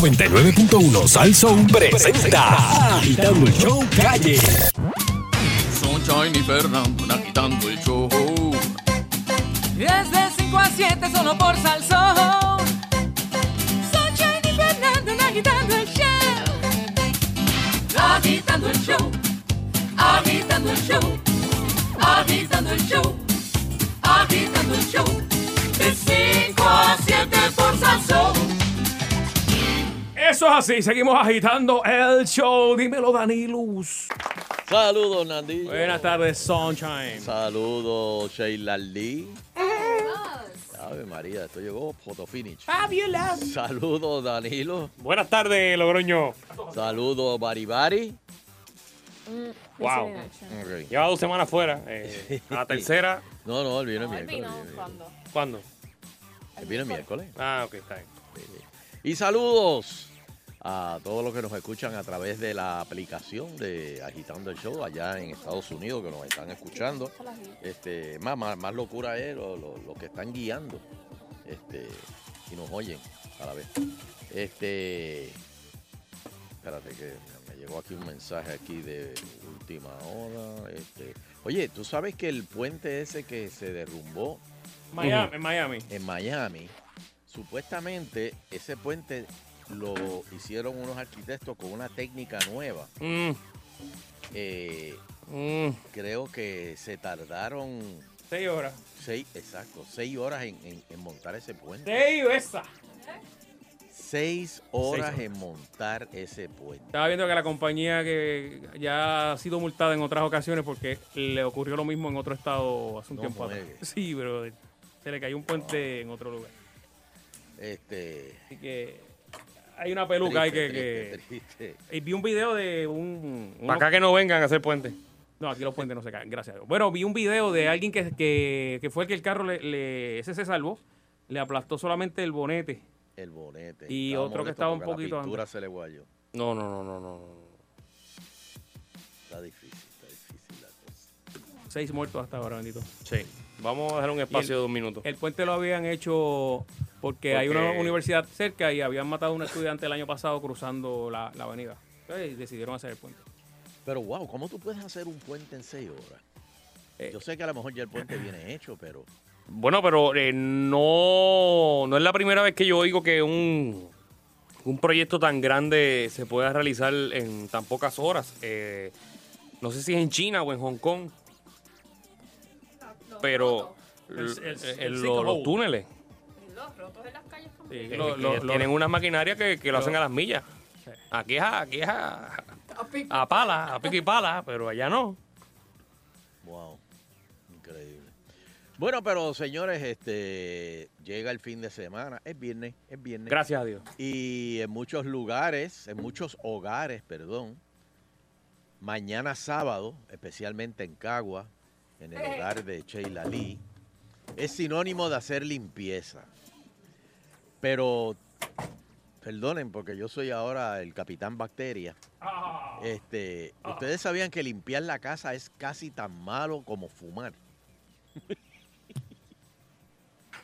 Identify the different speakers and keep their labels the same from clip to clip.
Speaker 1: 99.1 Salson presenta Agitando el Show Calle.
Speaker 2: Sunshine y Fernando agitando el show.
Speaker 3: Desde 5 a 7 solo por Salsón. Sunshine y Fernando agitando el show. Agitando el show. Agitando el show. Agitando el show. Agitando el show. De 5 a 7 por Salsón.
Speaker 4: Eso es así, seguimos agitando el show. Dímelo, Danilus.
Speaker 5: Saludos, Nandillo.
Speaker 4: Buenas tardes, Sunshine.
Speaker 5: Saludos, Sheila Lee. Ave María, esto llegó photo finish. Saludos, Danilo.
Speaker 6: Buenas tardes, Logroño.
Speaker 5: Saludos, Baribari.
Speaker 7: Mm,
Speaker 6: Wow. Lleva dos semanas fuera. eh, a la tercera,
Speaker 5: No, no, el vino es miércoles.
Speaker 6: ¿cuándo?
Speaker 5: El vino es miércoles.
Speaker 6: Ah, ok, está bien.
Speaker 5: Y saludos a todos los que nos escuchan a través de la aplicación de Agitando el Show allá en Estados Unidos, que nos están escuchando. Este, más, más, más locura es lo- lo- los que están guiando este, y nos oyen a la vez. Este, espérate que me llegó aquí un mensaje aquí de última hora. este. Oye, ¿tú sabes que el puente ese que se derrumbó
Speaker 4: Miami, en Miami.
Speaker 5: en Miami, supuestamente ese puente lo hicieron unos arquitectos con una técnica nueva. Eh,
Speaker 6: Mm,
Speaker 5: creo que se tardaron
Speaker 4: Seis horas.
Speaker 5: seis, exacto, seis horas en, en- en montar ese puente.
Speaker 4: Seis esa.
Speaker 5: Seis horas en montar ese puente.
Speaker 4: Estaba viendo que la compañía que ya ha sido multada en otras ocasiones porque le ocurrió lo mismo en otro estado hace un
Speaker 5: No
Speaker 4: tiempo atrás.
Speaker 5: juegues.
Speaker 4: Sí, pero se le cayó un puente en otro lugar.
Speaker 5: Este.
Speaker 4: Así que hay una peluca ahí que...
Speaker 5: triste,
Speaker 4: que-
Speaker 5: triste, triste.
Speaker 4: Y vi un video de un...
Speaker 6: Para acá que no vengan a hacer puente.
Speaker 4: No, aquí los puentes no se caen, gracias a Dios. Bueno, vi un video de alguien que, que, que fue el que el carro, le, le- ese se salvó, le aplastó solamente el bonete.
Speaker 5: El bonete.
Speaker 4: Y otro que
Speaker 5: molesto
Speaker 4: estaba un
Speaker 5: porque
Speaker 4: poquito
Speaker 5: La pintura
Speaker 4: antes.
Speaker 5: se le guayó.
Speaker 6: No, no, no, no, no. no.
Speaker 5: Está difícil, está difícil la cosa.
Speaker 4: Seis muertos hasta ahora, bendito.
Speaker 6: Sí. Vamos a dejar un espacio de dos minutos.
Speaker 4: El puente lo habían hecho porque hay una
Speaker 6: Porque-
Speaker 4: universidad cerca y habían matado a un estudiante el año pasado cruzando la, la avenida. Entonces decidieron hacer el puente.
Speaker 5: Pero wow, ¿cómo tú puedes hacer un puente en seis horas?
Speaker 4: Eh,
Speaker 5: Yo sé que a lo mejor ya el puente viene hecho, pero
Speaker 6: Bueno, pero eh, no, no es la primera vez que yo oigo que un, un proyecto tan grande se pueda realizar en tan pocas horas. Eh, no sé si es en China o en Hong Kong. Pero
Speaker 4: El- el-
Speaker 6: eh,
Speaker 4: el
Speaker 6: lo-
Speaker 4: sinkhole.
Speaker 6: los túneles
Speaker 7: Los rotos en las calles también.
Speaker 4: sí,
Speaker 6: eh,
Speaker 4: lo-
Speaker 6: que
Speaker 4: lo- lo-
Speaker 6: tienen unas maquinarias que, que lo, hacen
Speaker 4: lo-
Speaker 6: a las millas.
Speaker 4: Sí.
Speaker 6: Aquí es a, aquí es a, a pala, a pico y pala, pero allá no.
Speaker 5: wow, increíble. Bueno, pero señores, este llega el fin de semana, es viernes, es viernes.
Speaker 6: Gracias a Dios.
Speaker 5: Y en muchos lugares, en muchos hogares, perdón, mañana sábado, especialmente en Cagua, en el hogar de Sheila Lee, es sinónimo de hacer limpieza. Pero, perdonen, porque yo soy ahora el capitán bacteria. Este, ustedes sabían que limpiar la casa es casi tan malo como fumar.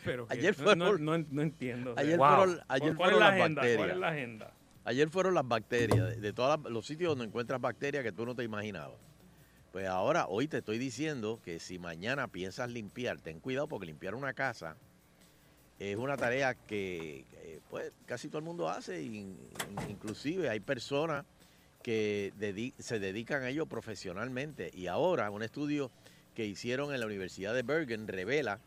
Speaker 4: pero que-
Speaker 5: Ayer
Speaker 4: no-
Speaker 5: fueron-
Speaker 4: no, no- no entiendo. o sea,
Speaker 5: Ayer
Speaker 6: Wow.
Speaker 5: fueron, ayer
Speaker 4: ¿Cuál es
Speaker 5: fueron
Speaker 4: la
Speaker 5: las
Speaker 4: agenda? ¿Cuál
Speaker 5: bacterias.
Speaker 4: es la agenda?
Speaker 5: Ayer fueron las bacterias, de, de todos los sitios donde encuentras bacterias que tú no te imaginabas. Pues ahora, hoy te estoy diciendo que si mañana piensas limpiar, ten cuidado porque limpiar una casa es una tarea que eh, pues casi todo el mundo hace, in- in- inclusive hay personas que dedi- se dedican a ello profesionalmente. Y ahora un estudio que hicieron en la Universidad de Bergen revela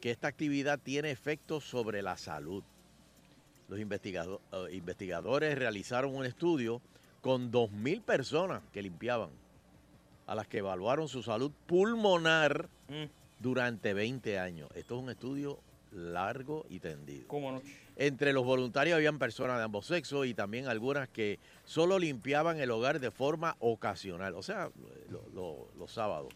Speaker 5: que esta actividad tiene efectos sobre la salud. Los investigado- eh, investigadores realizaron un estudio con 2.000 personas que limpiaban, a las que evaluaron su salud pulmonar
Speaker 4: Mm.
Speaker 5: durante 20 años. Esto es un estudio largo y tendido.
Speaker 4: ¿Cómo no?
Speaker 5: Entre los voluntarios habían personas de ambos sexos y también algunas que solo limpiaban el hogar de forma ocasional, o sea, lo- lo- los sábados,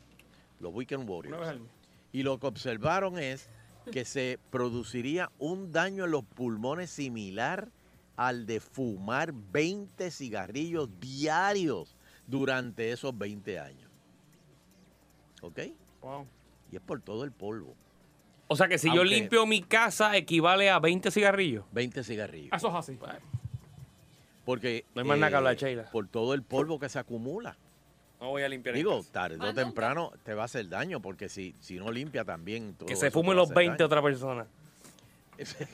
Speaker 5: los weekend
Speaker 4: Una
Speaker 5: warriors.
Speaker 4: vez al mes.
Speaker 5: Y lo que observaron es que se produciría un daño en los pulmones similar al de fumar 20 cigarrillos diarios durante esos 20 años. ¿Ok?
Speaker 4: Wow.
Speaker 5: Y es por todo el polvo.
Speaker 6: O sea que si yo
Speaker 5: Aunque-
Speaker 6: limpio mi casa equivale a 20 cigarrillos.
Speaker 5: 20 cigarrillos.
Speaker 4: Eso es así.
Speaker 5: Porque. eh,
Speaker 6: No hay más nada que hablar, Sheila.
Speaker 5: Por todo el polvo que se acumula.
Speaker 6: No voy a limpiar.
Speaker 5: Digo,
Speaker 6: esto.
Speaker 5: tarde
Speaker 7: Más
Speaker 5: o
Speaker 7: nunca.
Speaker 5: temprano te va a hacer daño, porque si, si no limpia también. todo
Speaker 6: que
Speaker 5: eso
Speaker 6: se
Speaker 5: te va
Speaker 6: fumen
Speaker 5: a
Speaker 6: los
Speaker 5: hacer
Speaker 6: 20
Speaker 5: daño.
Speaker 6: otra persona.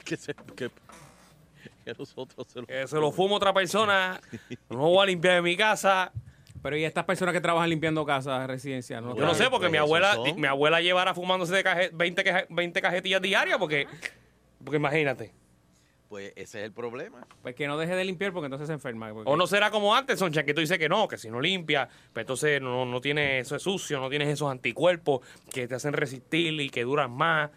Speaker 5: que, se, que, que nosotros se lo.
Speaker 6: Que se lo fume otra persona. No voy a limpiar de mi casa.
Speaker 4: Pero y estas personas que trabajan limpiando casas, residencias, no
Speaker 6: Yo no
Speaker 5: Bueno,
Speaker 6: sé, porque
Speaker 5: pues
Speaker 6: mi
Speaker 5: esos
Speaker 6: abuela,
Speaker 5: son-
Speaker 6: di- mi abuela llevara fumándose de caje- 20, caje- 20 cajetillas diarias, porque, porque imagínate.
Speaker 5: Pues ese es el problema.
Speaker 4: Pues que no deje de limpiar porque entonces se enferma. porque-
Speaker 6: O no será como antes, Soncha, que tú dices que no, que si no limpia, pero entonces no, no tienes eso es sucio, no tienes esos anticuerpos que te hacen resistir y que duran más.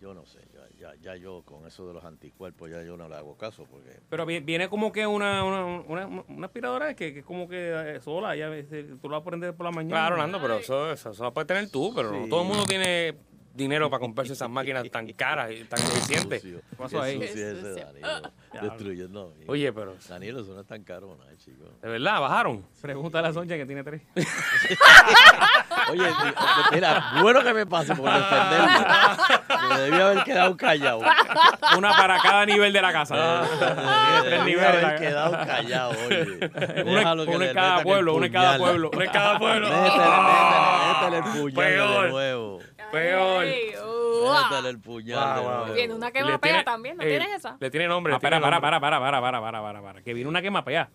Speaker 5: Yo no sé. Ya, ya, ya yo con eso de los anticuerpos, ya yo no le hago caso, porque.
Speaker 4: Pero vi- viene como que una, una, una, una aspiradora que, que es como que eh, sola, ya ves, eh, tú la prendes por la mañana.
Speaker 6: Claro, Orlando, pero eso, eso, eso lo puedes tener tú, pero no
Speaker 5: Sí.
Speaker 6: todo el mundo tiene dinero para comprarse esas máquinas tan caras y tan eficientes.
Speaker 5: Sucio.
Speaker 4: Pasó ahí.
Speaker 5: Qué sucio
Speaker 7: Qué
Speaker 5: ese,
Speaker 7: sucio.
Speaker 5: Danilo. Destruyendo. amigos.
Speaker 6: Oye, pero
Speaker 5: Danilo, eso no es tan caro, ¿no, chico?
Speaker 6: de verdad, bajaron.
Speaker 4: Pregunta a la Sonja que tiene tres.
Speaker 5: Oye, mi- mira, bueno que me pase por defenderme. Me debía haber quedado callado.
Speaker 4: Una para cada nivel de la casa.
Speaker 5: Me
Speaker 4: Tres
Speaker 5: debía
Speaker 4: niveles.
Speaker 5: haber quedado callado, oye.
Speaker 4: Una,
Speaker 5: Déjalo que
Speaker 4: una
Speaker 5: le
Speaker 4: en cada
Speaker 5: metan el
Speaker 4: pueblo, una en cada
Speaker 5: puñal.
Speaker 4: pueblo.
Speaker 6: Una en cada pueblo.
Speaker 5: Métele,
Speaker 4: Ah.
Speaker 5: métele, métele el puñal
Speaker 6: Peor.
Speaker 5: de nuevo.
Speaker 6: Peor.
Speaker 7: Ay,
Speaker 5: Métele
Speaker 7: uah.
Speaker 5: el puñal de
Speaker 6: Wow, wow.
Speaker 5: nuevo.
Speaker 7: Tiene una que
Speaker 6: Le
Speaker 7: mapea
Speaker 6: tiene-
Speaker 7: también, ¿no
Speaker 6: eh,
Speaker 7: tienes esa?
Speaker 6: Le tiene nombre.
Speaker 4: Ah,
Speaker 6: le tiene
Speaker 4: para, para,
Speaker 6: nombre.
Speaker 4: para, para, para, para, para, para, para. Que viene una que mapea.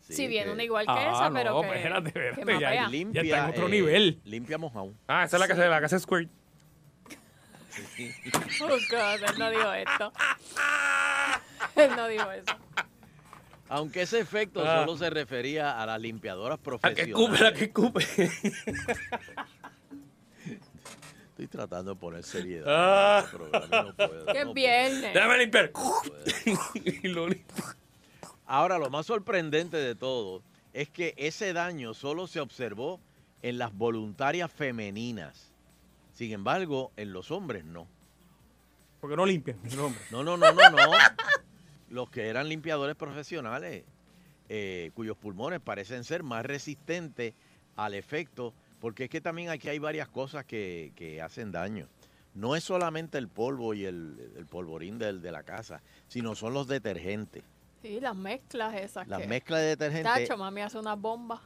Speaker 7: Sí, viene
Speaker 5: que-
Speaker 7: una igual que
Speaker 4: Ah,
Speaker 7: esa,
Speaker 4: no,
Speaker 7: pero que,
Speaker 4: espérate,
Speaker 7: que
Speaker 4: espérate,
Speaker 7: mapea.
Speaker 4: ya-
Speaker 5: Limpia, eh,
Speaker 4: Ya está en otro nivel.
Speaker 5: Limpia mojado.
Speaker 6: Ah, esa es la que se la que hace Squirt.
Speaker 7: Oh, God, él no dijo esto. Él no dijo eso.
Speaker 5: Aunque ese efecto
Speaker 6: Ah.
Speaker 5: solo se refería a las limpiadoras
Speaker 6: La que escupe,
Speaker 5: profesionales.
Speaker 6: la que escupe.
Speaker 5: Estoy tratando de poner seriedad.
Speaker 6: Ah.
Speaker 5: en este programa, no puedo,
Speaker 7: Que
Speaker 5: no
Speaker 7: es viernes.
Speaker 6: Déjame limpiar. y lo limpio.
Speaker 5: puedo. Ahora, lo más sorprendente de todo es que ese daño solo se observó en las voluntarias femeninas. Sin embargo, en los hombres no.
Speaker 4: Porque no limpian. no, hombre.
Speaker 5: No, no, no, no, no. Los que eran limpiadores profesionales, eh, cuyos pulmones parecen ser más resistentes al efecto, porque es que también aquí hay varias cosas que, que hacen daño. No es solamente el polvo y el, el polvorín del, de la casa, sino son los detergentes.
Speaker 7: Sí, las mezclas esas.
Speaker 5: La
Speaker 7: que-
Speaker 5: mezcla de detergentes.
Speaker 7: Tacho, mami hace unas bombas.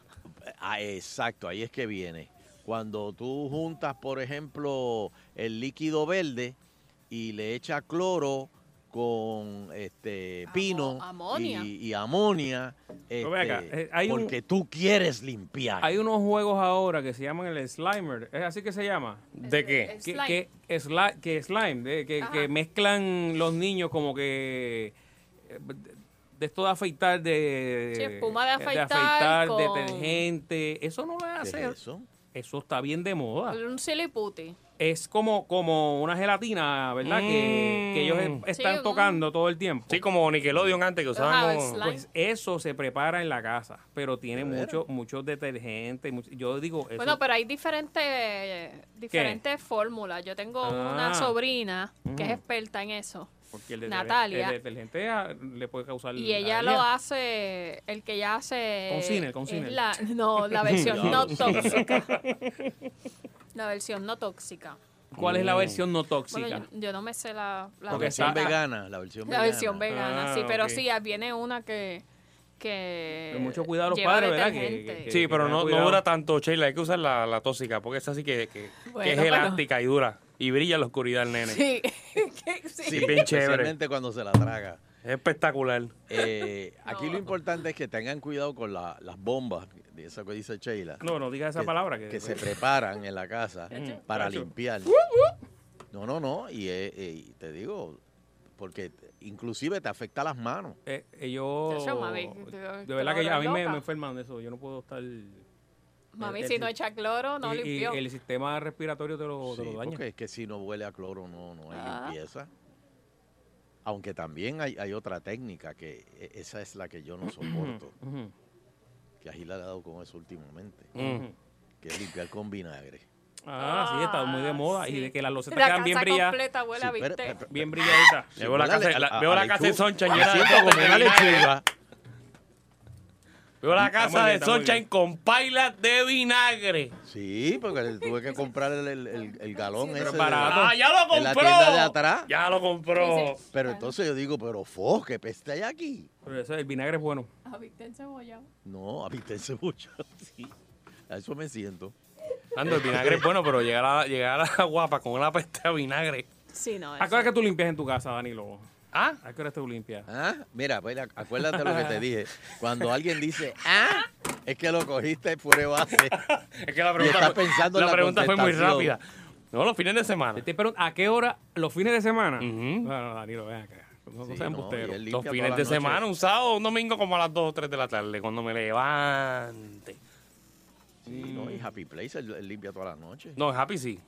Speaker 5: Ah, exacto, ahí es que viene. Cuando tú juntas, por ejemplo, el líquido verde y le echas cloro con este
Speaker 7: Amo-
Speaker 5: pino
Speaker 7: amonia.
Speaker 5: Y, y amonia,
Speaker 4: Pero ve acá,
Speaker 5: este,
Speaker 4: eh, hay un-
Speaker 5: porque tú quieres limpiar.
Speaker 4: Hay unos juegos ahora que se llaman el Slimer. ¿Es así que se llama?
Speaker 6: ¿De qué?
Speaker 7: Es-
Speaker 4: que,
Speaker 7: Slime.
Speaker 4: que, sli- que slime, de- que,
Speaker 7: Ajá.
Speaker 4: que mezclan los niños como que eh, de- de esto de afeitar, de,
Speaker 7: Sí, espuma de afeitar con-
Speaker 4: detergente, eso no lo
Speaker 5: ¿Qué es
Speaker 4: hace.
Speaker 5: eso?
Speaker 4: Eso está bien de moda.
Speaker 7: Un silly putty.
Speaker 4: Es como, como una gelatina, ¿verdad? Que,
Speaker 6: Mm.
Speaker 4: que ellos e- están
Speaker 7: Sí, un-
Speaker 4: tocando todo el tiempo.
Speaker 6: Sí, como Nickelodeon antes que usaban.
Speaker 7: Ajá,
Speaker 6: como-
Speaker 7: slime.
Speaker 4: Pues eso se prepara en la casa, pero tiene
Speaker 5: ¿De veras?
Speaker 4: mucho, muchos detergentes. mucho- yo digo, eso,
Speaker 7: Bueno, pero hay diferentes diferentes fórmulas. Yo tengo
Speaker 4: Ah.
Speaker 7: una sobrina que es
Speaker 4: Ujú.
Speaker 7: experta en eso.
Speaker 4: porque el detergen-
Speaker 7: Natalia.
Speaker 4: el detergente ah, le puede causar...
Speaker 7: Y ella lo
Speaker 4: alergia.
Speaker 7: hace, el que ella hace...
Speaker 4: Con Cine, con
Speaker 7: es
Speaker 4: Cine.
Speaker 7: la- no, la versión no
Speaker 5: Diablo.
Speaker 7: tóxica. La versión no tóxica.
Speaker 4: ¿Cuál
Speaker 5: Mm.
Speaker 4: es la versión no tóxica?
Speaker 7: Bueno, yo, yo no me sé la, la
Speaker 5: La
Speaker 4: Porque
Speaker 5: versión
Speaker 4: está-
Speaker 5: vegana, la versión
Speaker 7: La
Speaker 5: vegana.
Speaker 7: versión vegana,
Speaker 4: Ah,
Speaker 7: sí, pero
Speaker 4: ok.
Speaker 7: sí, ah, viene una que... que
Speaker 4: Pero Pues mucho cuidado a los
Speaker 7: lleva
Speaker 4: padres, ¿verdad? Que-
Speaker 7: detergente.
Speaker 4: que-
Speaker 6: Sí, pero no, no
Speaker 4: Cuidado.
Speaker 6: dura tanto, Sheila. Hay que usar la, la tóxica, porque esa sí que, que- que
Speaker 7: Bueno,
Speaker 6: es
Speaker 7: pero-
Speaker 6: elástica y dura. Y brilla en la oscuridad el nene.
Speaker 7: Sí, que- sí.
Speaker 5: Sí,
Speaker 6: Es bien chévere.
Speaker 5: especialmente cuando se la traga.
Speaker 6: Es espectacular.
Speaker 5: Eh, aquí
Speaker 7: No.
Speaker 5: lo importante es que tengan cuidado con la- las bombas, de eso que dice Sheila.
Speaker 4: No, no digas esa palabra. Que, pues. Uh,
Speaker 5: que se preparan en la casa para
Speaker 4: Chacho.
Speaker 5: limpiar. No, no, no. Y, eh, eh, te digo, porque te- inclusive te afecta las manos.
Speaker 4: Eh, eh, yo-
Speaker 7: Chacho, mami, te-
Speaker 4: de
Speaker 7: te
Speaker 4: verdad
Speaker 7: vas
Speaker 4: que
Speaker 7: a
Speaker 4: yo- a mí
Speaker 7: volver
Speaker 4: me,
Speaker 7: loca.
Speaker 4: me enferman de eso. Yo no puedo estar.
Speaker 7: Mami,
Speaker 4: el-
Speaker 7: si
Speaker 4: el-
Speaker 7: no echa cloro, no
Speaker 4: y, y
Speaker 7: limpió.
Speaker 4: el sistema respiratorio te lo, te
Speaker 5: Sí,
Speaker 4: lo daña.
Speaker 5: porque es que si no huele a cloro no, no hay
Speaker 7: Ah.
Speaker 5: limpieza. Aunque también hay, hay otra técnica que e- esa es la que yo no soporto,
Speaker 4: Ujú.
Speaker 5: que a Gila le ha dado con eso últimamente,
Speaker 6: Mm.
Speaker 5: que es limpiar con vinagre.
Speaker 4: Ah, sí, está muy de
Speaker 7: Ah,
Speaker 4: moda.
Speaker 7: sí.
Speaker 4: Y de que las losetas
Speaker 7: La
Speaker 4: quedan bien
Speaker 7: casa
Speaker 4: brilladas.
Speaker 7: completa huele a
Speaker 5: Sí, pero-
Speaker 7: bistec.
Speaker 5: pero-
Speaker 4: Bien brilladitas.
Speaker 5: Sí,
Speaker 6: Veo la
Speaker 5: huele a
Speaker 6: casa-
Speaker 5: le-
Speaker 6: la-
Speaker 5: a-
Speaker 6: veo
Speaker 5: a
Speaker 6: la casa de
Speaker 5: lechu-
Speaker 6: Soncha
Speaker 5: me
Speaker 6: llena de
Speaker 5: siento como una
Speaker 6: vinagre.
Speaker 5: lechuga.
Speaker 6: Veo la
Speaker 4: Está muy
Speaker 6: casa
Speaker 4: bien,
Speaker 6: de
Speaker 4: está muy bien.
Speaker 6: Sunshine con pailas de vinagre.
Speaker 5: Sí, porque le tuve que comprar el, el- el- el galón ese. de-
Speaker 4: barato.
Speaker 6: Ah, ya lo compró.
Speaker 5: En la tienda de atrás.
Speaker 6: Ya lo compró.
Speaker 7: Sí, sí.
Speaker 5: Pero entonces yo digo, pero fo, ¿qué peste hay aquí?
Speaker 4: Pero eso, el vinagre es bueno.
Speaker 7: Ah, viste el cebollado.
Speaker 5: No, apítense mucho. Sí. A eso me siento.
Speaker 6: Ando, el vinagre es bueno, pero llegar a, llegar a la guapa con una peste a vinagre.
Speaker 7: Sí, no.
Speaker 4: ¿A qué hora que tú limpias en tu casa, Danilo?
Speaker 6: ¿Ah?
Speaker 4: ¿A qué hora tú limpias?
Speaker 5: Ah, mira, pues, ac- acuérdate lo que te dije. Cuando alguien dice, ah, es que lo cogiste por base.
Speaker 6: Es que la
Speaker 5: Y
Speaker 6: pregunta,
Speaker 5: está pensando en
Speaker 6: la
Speaker 5: la
Speaker 6: pregunta fue muy
Speaker 5: contestación.
Speaker 6: rápida. No, los fines de semana.
Speaker 4: Te estoy preguntando, ¿A qué hora? ¿Los fines de semana?
Speaker 6: Ujú.
Speaker 4: No, no, Danilo, ven acá. No, no
Speaker 5: Sí,
Speaker 4: seas
Speaker 5: no, y
Speaker 4: embustero.
Speaker 5: él limpia
Speaker 6: Los
Speaker 5: toda
Speaker 6: fines
Speaker 5: la
Speaker 6: de
Speaker 5: noche.
Speaker 6: semana, un sábado, un domingo como a las 2 o 3 de la tarde, cuando me levante.
Speaker 5: Sí, no, y Happy Place él, él limpia todas las noches.
Speaker 6: No, Happy sí.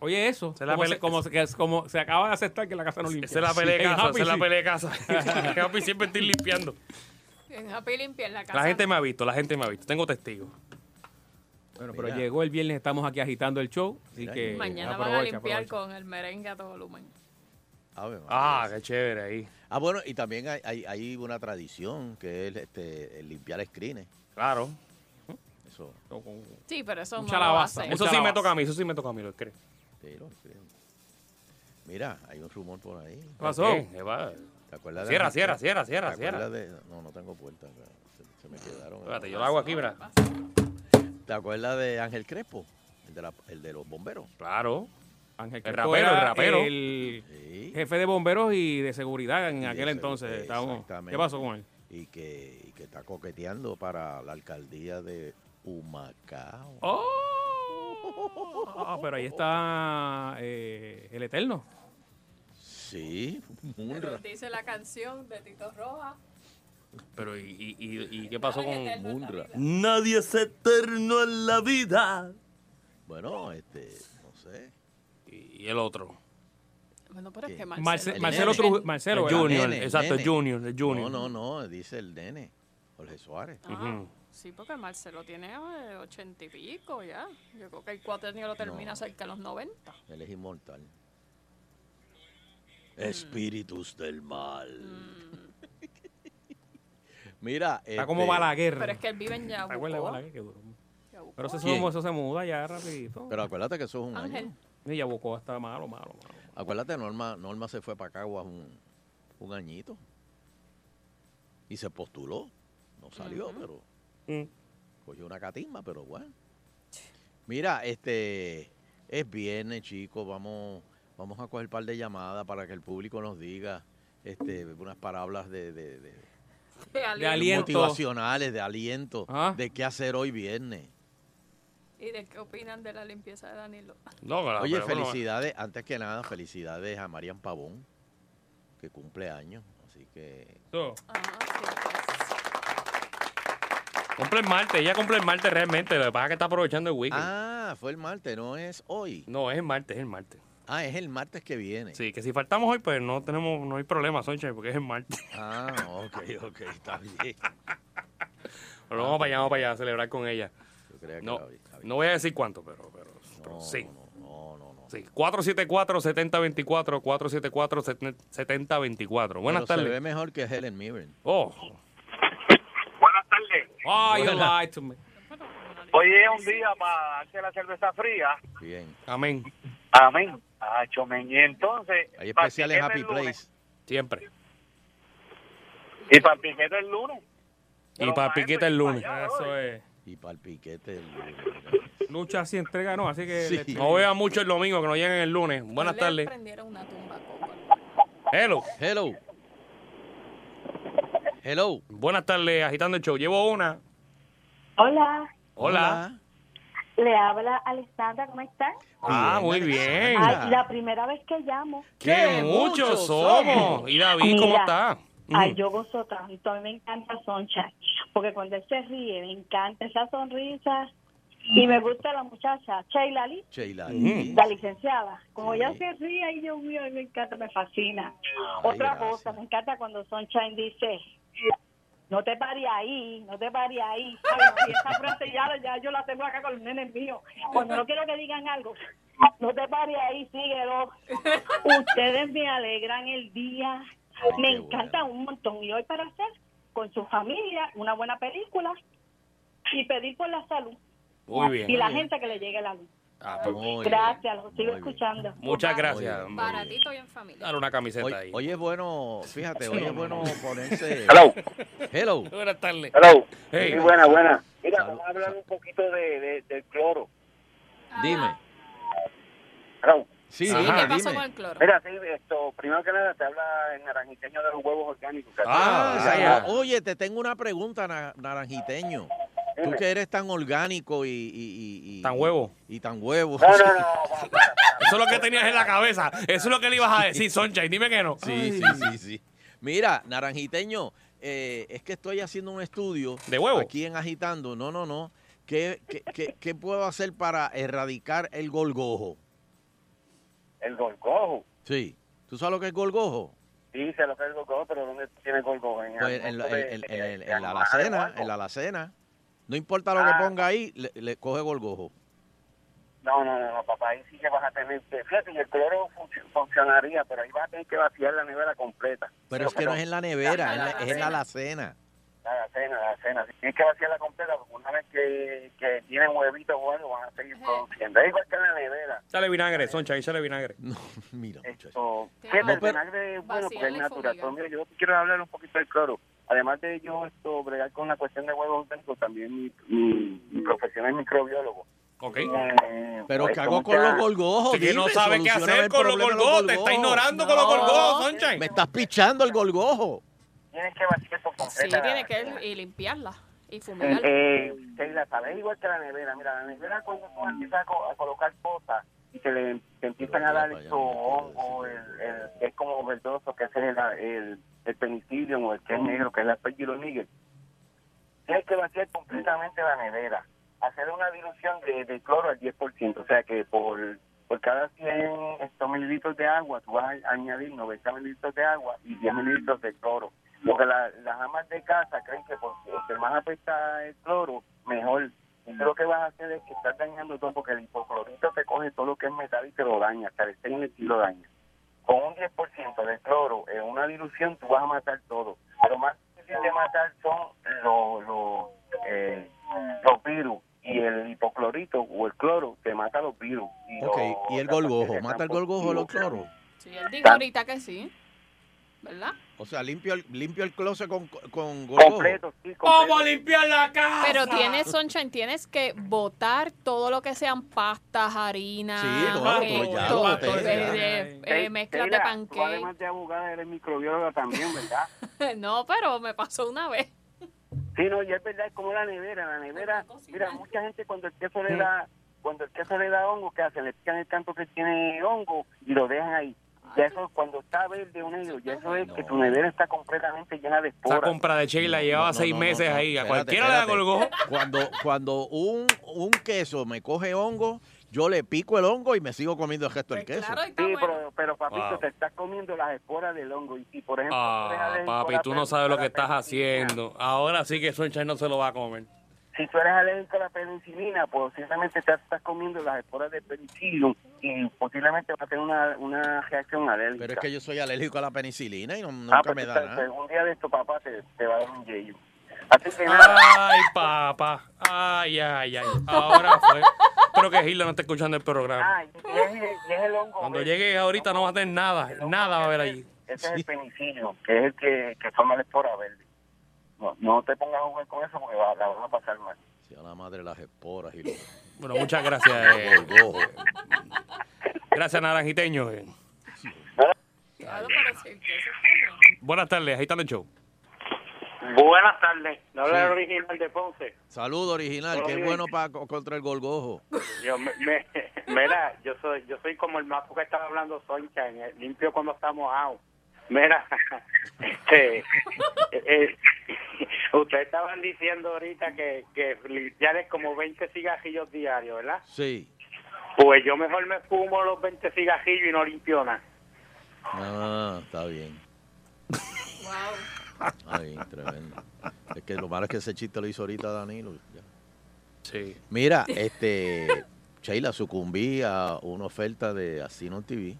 Speaker 4: Oye, eso.
Speaker 6: Se la
Speaker 4: como,
Speaker 6: pele-
Speaker 4: se, como se- que- como se acaba de aceptar que la casa no limpia.
Speaker 6: Esa es la pelea de
Speaker 4: En
Speaker 6: casa,
Speaker 4: Happy
Speaker 6: esa es la
Speaker 4: sí.
Speaker 6: pelea de casa. En happy siempre estoy limpiando.
Speaker 7: En Happy limpiar la casa.
Speaker 6: La gente me ha visto, la gente me ha visto. Tengo testigos.
Speaker 4: Bueno, pero
Speaker 5: Mira.
Speaker 4: llegó el viernes, estamos aquí agitando el show. Así
Speaker 5: Mira,
Speaker 4: que.
Speaker 7: Mañana van a
Speaker 4: aprovecha,
Speaker 7: limpiar
Speaker 4: aprovecha.
Speaker 7: con el merengue a todo volumen.
Speaker 5: Ave María.
Speaker 6: Ah, qué chévere ahí.
Speaker 5: Ah, bueno, y también hay, hay, hay una tradición que es este, el limpiar screens.
Speaker 6: Claro.
Speaker 5: Eso,
Speaker 7: Sí, pero eso no
Speaker 4: Mucha
Speaker 7: lo va a
Speaker 4: alabanza,
Speaker 7: hacer.
Speaker 4: mucha-
Speaker 6: Eso sí me
Speaker 4: lavadas.
Speaker 6: toca a mí, eso sí me toca a mí, lo creo.
Speaker 5: sí, los screens. Mira, hay un rumor por ahí.
Speaker 4: ¿Qué pasó?
Speaker 6: ¿Qué? ¿Qué va?
Speaker 5: ¿Te acuerdas de
Speaker 6: Cierra,
Speaker 5: la-
Speaker 6: cierra, cierra, cierra,
Speaker 5: ¿Te
Speaker 6: cierra.
Speaker 5: acuerdas de- No, no tengo puerta. acá. Se, se me quedaron.
Speaker 6: Espérate, yo lo hago aquí, mira.
Speaker 5: ¿Te acuerdas de Ángel Crespo? El de, la- el de los bomberos.
Speaker 6: Claro.
Speaker 4: Ángel
Speaker 6: El
Speaker 4: Crespo
Speaker 6: rapero, el
Speaker 4: era
Speaker 6: rapero.
Speaker 4: el
Speaker 5: Sí.
Speaker 4: jefe de bomberos y de seguridad en
Speaker 5: Y de
Speaker 4: aquel
Speaker 5: segu-
Speaker 4: entonces. Estábamos-
Speaker 5: exactamente.
Speaker 4: ¿Qué pasó con él?
Speaker 5: Y que, y que está coqueteando para la alcaldía de Humacao.
Speaker 4: ¡Oh! Ah, pero ahí está eh, el Eterno.
Speaker 5: Sí, Munra.
Speaker 7: Pero dice la canción de Tito Roja.
Speaker 6: Pero ¿y, y, y- y qué pasó con
Speaker 7: Eterno en la
Speaker 5: Munra.
Speaker 7: vida.
Speaker 6: Nadie es eterno en la vida?
Speaker 5: Bueno, este, no sé.
Speaker 6: Y, y el otro.
Speaker 7: Bueno, pero es
Speaker 5: ¿Qué?
Speaker 7: que
Speaker 4: Marce-
Speaker 7: Marcelo.
Speaker 5: El
Speaker 4: Marcelo,
Speaker 5: nene.
Speaker 4: Trujillo- Marcelo
Speaker 6: el
Speaker 4: ¿verdad?
Speaker 6: Junior,
Speaker 5: Nene,
Speaker 6: exacto,
Speaker 5: nene.
Speaker 6: el Junior, el Junior.
Speaker 5: No, no, no, dice el nene, Jorge Suárez.
Speaker 7: Ah,
Speaker 6: Ujú.
Speaker 7: Sí, porque Marcelo tiene eh, ochenta y pico ya. Yo creo que el cuaternio lo termina
Speaker 5: No.
Speaker 7: cerca de los 90.
Speaker 5: Él es inmortal. Espíritus del mal. Mira, este,
Speaker 4: Está como Balaguer.
Speaker 7: Pero es que él vive en
Speaker 4: ¿Te acuerdas de
Speaker 7: Yabucoa.
Speaker 4: Balaguer? Que duró.
Speaker 7: Yabucoa.
Speaker 4: Pero eso, se-
Speaker 5: ¿Quién?
Speaker 4: eso se muda ya rapidito.
Speaker 5: Pero acuérdate que eso es un
Speaker 7: Ángel.
Speaker 5: año.
Speaker 4: Y ya Bocoa está malo, malo, malo.
Speaker 5: Acuérdate, Norma, Norma se fue para Caguas un, un añito. Y se postuló. No salió, pero
Speaker 6: Mm.
Speaker 5: cogió una catimba, pero bueno. Mira, este es viernes, chicos. Vamos, vamos a coger un par de llamadas para que el público nos diga este, unas palabras de, de- de-
Speaker 7: De
Speaker 4: De
Speaker 7: Alianza.
Speaker 4: aliento.
Speaker 5: motivacionales, de aliento,
Speaker 4: Ah.
Speaker 5: de qué hacer hoy viernes.
Speaker 7: ¿Y de qué opinan de la limpieza de Danilo?
Speaker 6: No, la-
Speaker 5: Oye,
Speaker 6: pero bueno,
Speaker 5: felicidades, antes que nada, felicidades a Marian Pavón, que cumple años. Así que
Speaker 4: Eso.
Speaker 7: Ah, sí,
Speaker 6: Cumple el martes, ella cumple el martes realmente. Lo que pasa es que está aprovechando el weekend.
Speaker 5: Ah, fue el martes, no es hoy.
Speaker 6: No, es el martes, es el martes.
Speaker 5: Ah, es el martes que viene.
Speaker 6: Sí, que si faltamos hoy, pues no tenemos, no hay problema, Sonche, porque es el martes.
Speaker 5: Ah, ok, ok, está bien.
Speaker 6: Pero vamos para allá, vamos para allá a celebrar con ella.
Speaker 5: Yo creía que
Speaker 6: No,
Speaker 5: era hoy, está bien.
Speaker 6: no voy a decir cuánto, pero, pero, pero
Speaker 5: No,
Speaker 6: sí.
Speaker 5: No, no, no. no.
Speaker 6: Sí, 474-7024, 474-7024. Buenas
Speaker 5: Pero Se ve
Speaker 6: tardes.
Speaker 5: mejor que Helen Mirren.
Speaker 6: Oh,
Speaker 8: Buenas tardes.
Speaker 4: Oh, you
Speaker 6: Buena.
Speaker 4: lied to me.
Speaker 8: Hoy es un día para darte la cerveza fría.
Speaker 5: Bien.
Speaker 6: amén,
Speaker 8: Amén. Ah, chomen. Y entonces.
Speaker 5: Hay
Speaker 8: para el
Speaker 5: especiales
Speaker 8: piquete
Speaker 5: Happy
Speaker 8: el lunes.
Speaker 5: Place.
Speaker 6: siempre.
Speaker 8: Y para el piquete el lunes.
Speaker 6: Y
Speaker 8: Pero
Speaker 6: para
Speaker 8: pa'
Speaker 6: Piquita
Speaker 8: eso y
Speaker 6: el
Speaker 8: pa'
Speaker 6: lunes.
Speaker 8: allá,
Speaker 4: Eso
Speaker 8: brother.
Speaker 4: es.
Speaker 5: Y para el piquete el lunes.
Speaker 4: Lucha sin entrega, no. Así que.
Speaker 5: Sí.
Speaker 4: le-
Speaker 6: No vean mucho el domingo, que no lleguen el lunes. Buenas
Speaker 7: Le
Speaker 6: tardes.
Speaker 7: prendieron una tumba coco.
Speaker 6: Hello.
Speaker 5: Hello. Hello.
Speaker 6: Buenas tardes, agitando el show. Llevo una.
Speaker 9: Hola,
Speaker 6: Hola.
Speaker 9: le habla Alessandra, ¿cómo están?
Speaker 6: Ah, muy bien.
Speaker 9: Ay, la primera vez que llamo.
Speaker 6: ¡Qué muchos somos! Y David, ¿cómo
Speaker 9: Mira,
Speaker 6: está?
Speaker 9: Ay,
Speaker 6: Mm.
Speaker 9: yo gozo tanto, a mí me encanta Soncha, porque cuando él se ríe, me encanta esa sonrisa. Y me gusta la muchacha, Sheila Lee,
Speaker 5: Sheila.
Speaker 6: Mm.
Speaker 9: la licenciada. Como
Speaker 5: Sí.
Speaker 9: ella se ríe, ay Dios mío, ay, me encanta, me fascina.
Speaker 5: Ay,
Speaker 9: Otra
Speaker 5: gracias.
Speaker 9: cosa, me encanta cuando Sunshine dice, no te pares ahí, no te pares ahí. Ay, esa frase ya, la- ya yo la tengo acá con los nenes míos. Cuando no quiero que digan algo, no te pares Este ahí, síguelo. Ustedes me alegran el día.
Speaker 5: Ay,
Speaker 9: me
Speaker 5: qué
Speaker 9: encanta un montón. Y hoy para hacer con su familia, una buena película y pedir por la salud
Speaker 6: Muy bien.
Speaker 9: y la gente que le llegue la luz.
Speaker 6: Ah, pues,
Speaker 5: Muy
Speaker 9: Gracias, los
Speaker 5: bien,
Speaker 9: sigo
Speaker 5: muy bien.
Speaker 9: escuchando.
Speaker 6: muchas gracias.
Speaker 5: Muy bien.
Speaker 7: Baratito y en familia.
Speaker 6: Dar una camiseta
Speaker 5: Hoy,
Speaker 6: ahí.
Speaker 5: hoy es bueno, fíjate, hoy es bueno ponerse.
Speaker 8: Hello,
Speaker 5: Hello.
Speaker 6: Buenas tardes.
Speaker 8: hello.
Speaker 6: Hey.
Speaker 8: Muy buena, buena. Mira,
Speaker 5: Salud.
Speaker 8: vamos a hablar un poquito de, de- del cloro.
Speaker 5: Dime.
Speaker 8: Hello.
Speaker 5: Sí,
Speaker 6: Sí,
Speaker 5: dime,
Speaker 7: ¿Qué pasó
Speaker 5: dime.
Speaker 7: con el cloro?
Speaker 8: Mira, sí, esto, primero que nada te habla el naranjiteño de los huevos orgánicos. ¿cachai?
Speaker 5: Ah,
Speaker 6: Ah, ya.
Speaker 5: o- oye, te tengo una pregunta, na- naranjiteño. Tú
Speaker 8: Dime.
Speaker 5: que eres tan orgánico y, y- y- y-
Speaker 6: Tan huevo.
Speaker 5: Y tan huevo.
Speaker 8: No, no, no. va, va, va.
Speaker 6: Eso es lo que tenías en la cabeza. Eso es lo que le ibas a decir, Soncha. Y dime que no.
Speaker 5: Sí, sí, sí, sí. Mira, naranjiteño, eh, es que estoy haciendo un estudio.
Speaker 6: ¿De huevo?
Speaker 5: Aquí en Agitando. No, no, no. ¿Qué, qué, qué- qué puedo hacer para erradicar el golgojo?
Speaker 8: El golgojo.
Speaker 5: Sí. ¿Tú sabes lo que es golgojo?
Speaker 8: Dice lo que es el golgojo, pero ¿dónde tiene el golgojo? En,
Speaker 5: Pues
Speaker 8: algún
Speaker 5: en, la-
Speaker 8: tipo de-
Speaker 5: en- en- en-
Speaker 8: de
Speaker 5: en la
Speaker 8: animal o
Speaker 5: alacena,
Speaker 8: algo.
Speaker 5: en la alacena. No importa lo que
Speaker 8: Ah.
Speaker 5: ponga ahí, le, le coge golgojo.
Speaker 8: No, no, no, no, papá, ahí sí que vas a tener que... Fíjate, y el cloro func- funcionaría, pero ahí vas a tener que vaciar la nevera completa.
Speaker 5: Pero es que no es en la nevera,
Speaker 7: Ah,
Speaker 5: es en la-
Speaker 8: Pues,
Speaker 5: es en la alacena.
Speaker 8: La alacena, la alacena. Si tienes que vaciarla completa, porque una vez que, que tienen huevitos o algo, van a seguir produciendo. Es igual que en la nevera.
Speaker 6: Échale vinagre, Soncha. Échale vinagre.
Speaker 5: No, mira, muchachos.
Speaker 8: Esto,
Speaker 7: Te
Speaker 8: fíjate,
Speaker 7: vas
Speaker 8: el
Speaker 5: a
Speaker 8: vinagre es bueno porque
Speaker 7: vaciar
Speaker 8: es
Speaker 7: la
Speaker 8: natural.
Speaker 7: fumiga.
Speaker 8: Pero mira, yo quiero hablar un poquito del cloro. Además de yo esto, bregar con la cuestión de huevos orgánicos, también mi, mi- mi profesión es microbiólogo.
Speaker 6: Ok.
Speaker 8: Eh,
Speaker 5: Pero
Speaker 8: pues,
Speaker 5: ¿qué hago
Speaker 8: como
Speaker 5: con
Speaker 8: ya-
Speaker 5: los golgojos?
Speaker 6: Sí, que no
Speaker 5: Dime,
Speaker 6: sabe qué
Speaker 5: solucioname
Speaker 6: hacer
Speaker 5: el
Speaker 6: con los
Speaker 5: problema de
Speaker 6: gorgojos. Te está
Speaker 5: golgojos.
Speaker 6: ignorando con los gorgojos, Soncha.
Speaker 5: Me estás pichando el golgojo.
Speaker 8: Tienes que vaciar por
Speaker 7: Sí,
Speaker 8: completa.
Speaker 7: tiene que y limpiarla y
Speaker 8: Eh,
Speaker 7: fumigarla.
Speaker 8: eh, Sheila, ¿sabes? Igual que la nevera. Mira, la nevera cuando tú empiezas a, co- a colocar cosas y te, le, te empiezan a dar
Speaker 5: Pero,
Speaker 8: esto
Speaker 5: papá, ya
Speaker 8: hongo, el, el- que es como verdoso, que ese es el, el, el penicillium o el que es negro, que es la pergilonigel. Tienes que vaciar completamente la nevera. Hacer una dilución de, de cloro al 10%. O sea que por, por cada 100 estos mililitros de agua, tú vas a añadir 90 mililitros de agua y 10 mililitros de cloro. Lo que la- las amas de casa creen que porque entre más apesta el cloro, mejor. Y tú lo que vas a hacer es que estás dañando todo porque el hipoclorito te coge todo lo que es metal y te lo daña, hasta el semen y lo daña. Con un 10% de cloro en una dilución tú vas a matar todo. Lo más difícil de matar son los, los, eh, los virus. Y el hipoclorito o el cloro te mata los virus.
Speaker 5: Ok, y el
Speaker 8: las
Speaker 5: golgojo.
Speaker 8: bacterias
Speaker 5: ¿Mata el
Speaker 8: están
Speaker 5: golgojo los
Speaker 8: positivas.
Speaker 5: cloros?
Speaker 7: Sí, él
Speaker 5: Ah.
Speaker 7: dijo ahorita que sí. ¿Verdad?
Speaker 5: O sea, limpio el, limpio el closet con, con golgojo.
Speaker 8: Completo, sí, completo.
Speaker 6: ¿Cómo limpiar la casa?
Speaker 5: Ah.
Speaker 7: Pero tienes, Sunshine, tienes que botar todo lo que sean pastas, harina,
Speaker 5: Sí,
Speaker 6: todo, todo, ya lo
Speaker 7: esto,
Speaker 6: boté,
Speaker 7: de-
Speaker 6: ya.
Speaker 7: de- eh,
Speaker 8: Sheila,
Speaker 7: mezclas de
Speaker 8: Sheila, tú
Speaker 7: pancake.
Speaker 8: Además de abogada, eres microbióloga también, ¿verdad?
Speaker 7: No, pero me pasó una vez.
Speaker 8: Sí, no, y es verdad, es como la nevera. La nevera, mira, mucha gente cuando el queso le da, cuando el queso le da hongo, ¿qué hacen? Le pican el canto que tiene hongo y lo dejan ahí. Ya eso, cuando está verde un hilo, ya eso es que tu nevera está completamente llena de
Speaker 6: Esa
Speaker 8: esporas.
Speaker 6: compra de Sheila llevaba
Speaker 5: No, no,
Speaker 6: seis
Speaker 5: no,
Speaker 6: meses
Speaker 5: no, no.
Speaker 6: ahí. A
Speaker 5: Espérate,
Speaker 6: cualquiera le da
Speaker 5: espérate.
Speaker 6: golgojo.
Speaker 5: Cuando, cuando un, un queso me coge hongo, yo le pico el hongo y me sigo comiendo el resto del
Speaker 7: Pues
Speaker 5: queso.
Speaker 7: claro, está
Speaker 8: Sí,
Speaker 7: bueno.
Speaker 8: pero, pero papito,
Speaker 6: Wow.
Speaker 8: te estás comiendo las esporas del hongo. Y si, por ejemplo, tú
Speaker 6: Ah,
Speaker 8: eres
Speaker 6: papi,
Speaker 8: alérgico a
Speaker 6: tú
Speaker 8: la
Speaker 6: no sabes lo que estás
Speaker 8: penicilina,
Speaker 6: haciendo. Ahora sí que Sunshine no se lo va a comer.
Speaker 8: Si tú eres alérgico a la penicilina, posiblemente te estás comiendo las esporas de penicillium y posiblemente vas a tener una, una reacción alérgica.
Speaker 5: Pero es que yo soy alérgico a la penicilina y no-
Speaker 8: Ah,
Speaker 5: nunca
Speaker 8: pues
Speaker 5: me
Speaker 8: tú
Speaker 5: da
Speaker 8: sabes,
Speaker 5: nada.
Speaker 6: ¿eh?
Speaker 8: pues, Un día de esto, papá, te, te va a dar un yeyo. Así que nada,
Speaker 6: Ay, papá. Ay, ay, ay. Ahora fue. Espero que Hilda no esté escuchando el programa.
Speaker 8: ay, y es, y es el hongo.
Speaker 6: Cuando
Speaker 8: verde.
Speaker 6: llegue ahorita no va a tener nada. Nada va
Speaker 8: eh,
Speaker 6: a haber allí.
Speaker 8: Ese es el penicilio, que es el que, que forma la espora verde. No, no te pongas a jugar con eso porque va, la vas a pasar mal.
Speaker 5: Sea la madre de las esporas y los
Speaker 6: Bueno, muchas gracias. eh.
Speaker 5: golgojos.
Speaker 6: Gracias, Naranjiteño. eh.
Speaker 7: Claro, pero sí, que eso está
Speaker 6: Buenas tardes, ahí está el show.
Speaker 8: Buenas tardes. No
Speaker 5: habla el
Speaker 8: original de Ponce.
Speaker 5: Salud original,
Speaker 8: Todo
Speaker 5: qué
Speaker 8: bien.
Speaker 5: bueno para contra el golgojo.
Speaker 8: Yo, me, me- mira, yo soy yo soy como el mapo que estaba hablando Soncha, en el limpio cuando está mojado. Mira, este, eh, eh, ustedes estaban diciendo ahorita que, que limpiar es como 20 cigajillos diarios, ¿verdad?
Speaker 5: Sí.
Speaker 8: Pues yo mejor me fumo los 20 cigajillos y no limpio nada.
Speaker 5: Ah, está bien.
Speaker 7: bueno. Wow.
Speaker 5: Está bien, tremendo. Es que lo malo es que ese chiste lo hizo ahorita Danilo. Ya.
Speaker 6: Sí.
Speaker 5: Mira, este, Sheila, sucumbí a una oferta de Asino TV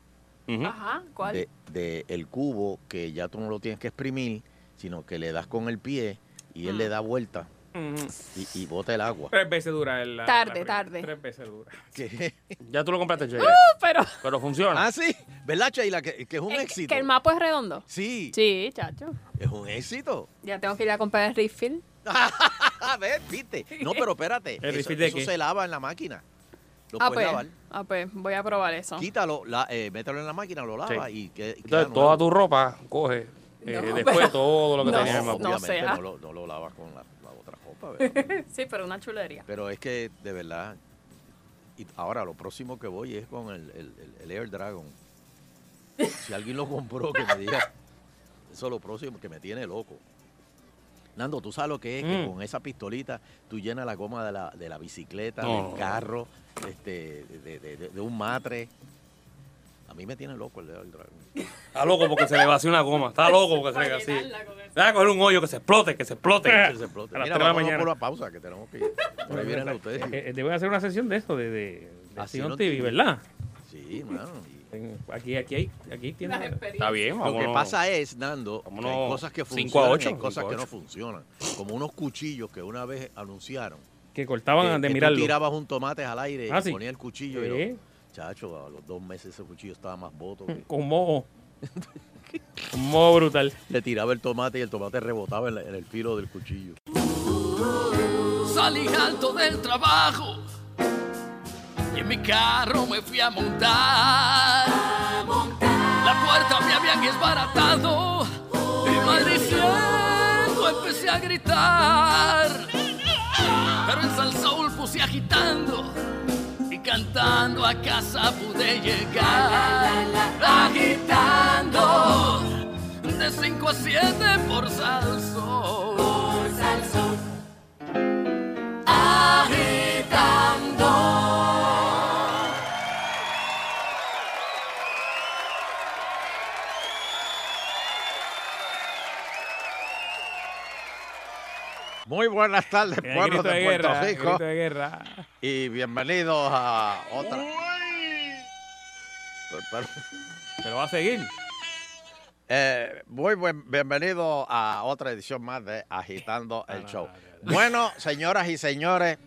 Speaker 6: Ujú.
Speaker 7: Ajá, ¿cuál?
Speaker 5: de, de el cubo que ya tú no lo tienes que exprimir sino que le das con el pie y
Speaker 7: Ah.
Speaker 5: él le da vuelta
Speaker 7: Mm.
Speaker 10: Ujú.
Speaker 5: y, y bota el agua.
Speaker 10: Tres veces dura el. la-
Speaker 7: Tarde,
Speaker 10: la-
Speaker 7: tarde.
Speaker 10: Tres veces dura.
Speaker 5: ¿Qué?
Speaker 4: Ya tú lo compraste, Che.
Speaker 7: Pero
Speaker 4: Pero funciona.
Speaker 5: Ah, sí, ¿verdad, Sheila? Que, que es un
Speaker 7: eh, que,
Speaker 5: éxito.
Speaker 7: que el mapa Uh. es redondo.
Speaker 5: Sí,
Speaker 7: Sí, chacho.
Speaker 5: es un éxito.
Speaker 7: Ya tengo que ir a comprar el refill. Ah,
Speaker 5: A ver, viste. No, pero espérate.
Speaker 10: ¿El
Speaker 5: eso
Speaker 10: refill de
Speaker 5: eso
Speaker 10: qué?
Speaker 5: se lava en la máquina. Lo
Speaker 7: ah, pues,
Speaker 5: puedes lavar.
Speaker 7: ah, pues, voy a probar eso.
Speaker 5: Quítalo, la, eh, mételo en la máquina, lo lava
Speaker 4: Sí.
Speaker 5: y que,
Speaker 4: Entonces, toda tu ropa, coge. eh,
Speaker 7: No,
Speaker 4: después
Speaker 7: pero-
Speaker 4: todo lo que
Speaker 7: No,
Speaker 4: tenías en
Speaker 7: no
Speaker 4: la-
Speaker 7: ah.
Speaker 5: Obviamente
Speaker 7: sea.
Speaker 5: no lo, no lo lavas con la, la otra ropa. ¿verdad?
Speaker 7: Sí, pero una chulería.
Speaker 5: pero es que, de verdad, y ahora lo próximo que voy es con el, el- el- el Air Dragon. Si alguien lo compró, que me diga. Eso es lo próximo que me tiene loco. Nando, tú sabes lo que es que
Speaker 4: Mm.
Speaker 5: con esa pistolita tú llenas la goma de la, de la bicicleta,
Speaker 4: No.
Speaker 5: del carro, este, de, de- de- de un matre. A mí me tiene loco el Air Dragon.
Speaker 4: Está loco porque se le vació una goma. Está loco porque se le así. Le va a coger un hoyo que se explote, que se explote.
Speaker 5: Que se explote.
Speaker 4: A las
Speaker 5: Mira,
Speaker 4: tres de la
Speaker 5: vámonos
Speaker 4: mañana.
Speaker 5: por la pausa que tenemos que ir. Por ahí vienen ustedes.
Speaker 10: Eh, eh, deben hacer una sesión de eso, de, de, de
Speaker 5: Así
Speaker 10: Sion
Speaker 5: Ah, no
Speaker 10: TV,
Speaker 5: tiene-
Speaker 10: ¿verdad?
Speaker 5: Sí, mano. y-
Speaker 10: En- Aquí, aquí hay. Aquí tiene.
Speaker 4: Está bien,
Speaker 5: Lo
Speaker 4: vamos.
Speaker 5: que pasa es, Nando, que hay
Speaker 4: Vámonos.
Speaker 5: cosas que
Speaker 4: Cinco a
Speaker 5: funcionan y
Speaker 4: ocho,
Speaker 5: hay cosas
Speaker 4: cinco a
Speaker 5: que no
Speaker 4: ocho.
Speaker 5: funcionan. Como unos cuchillos que una vez anunciaron.
Speaker 10: Que
Speaker 5: Que,
Speaker 10: cortaban
Speaker 5: que
Speaker 10: de
Speaker 5: tú
Speaker 10: mirarlo.
Speaker 5: tirabas un tomate al aire
Speaker 10: Ah,
Speaker 5: y
Speaker 10: sí.
Speaker 5: ponías el cuchillo. y
Speaker 10: Sí.
Speaker 5: lo- chacho, a los dos meses ese cuchillo estaba más boto. que-
Speaker 10: Con moho. Con moho brutal.
Speaker 5: Le tiraba el tomate y el tomate rebotaba en, la- en el filo del cuchillo.
Speaker 2: Salí alto del trabajo y en mi carro me fui a montar. La puerta me habían desbaratado y maldiciendo empecé a gritar. Pero en Salsoul puse agitando y cantando a casa pude llegar. Agitando de 5 a 7 por Salsoul. Por Salsoul agitando.
Speaker 5: Muy buenas tardes,
Speaker 10: El Eh, grito de guerra. el grito de guerra.
Speaker 5: Y bienvenidos a otra. Pero-
Speaker 10: Pero va a seguir.
Speaker 5: Eh, muy buen, bienvenido a otra edición más de Agitando el Show. Bueno, señoras y señores,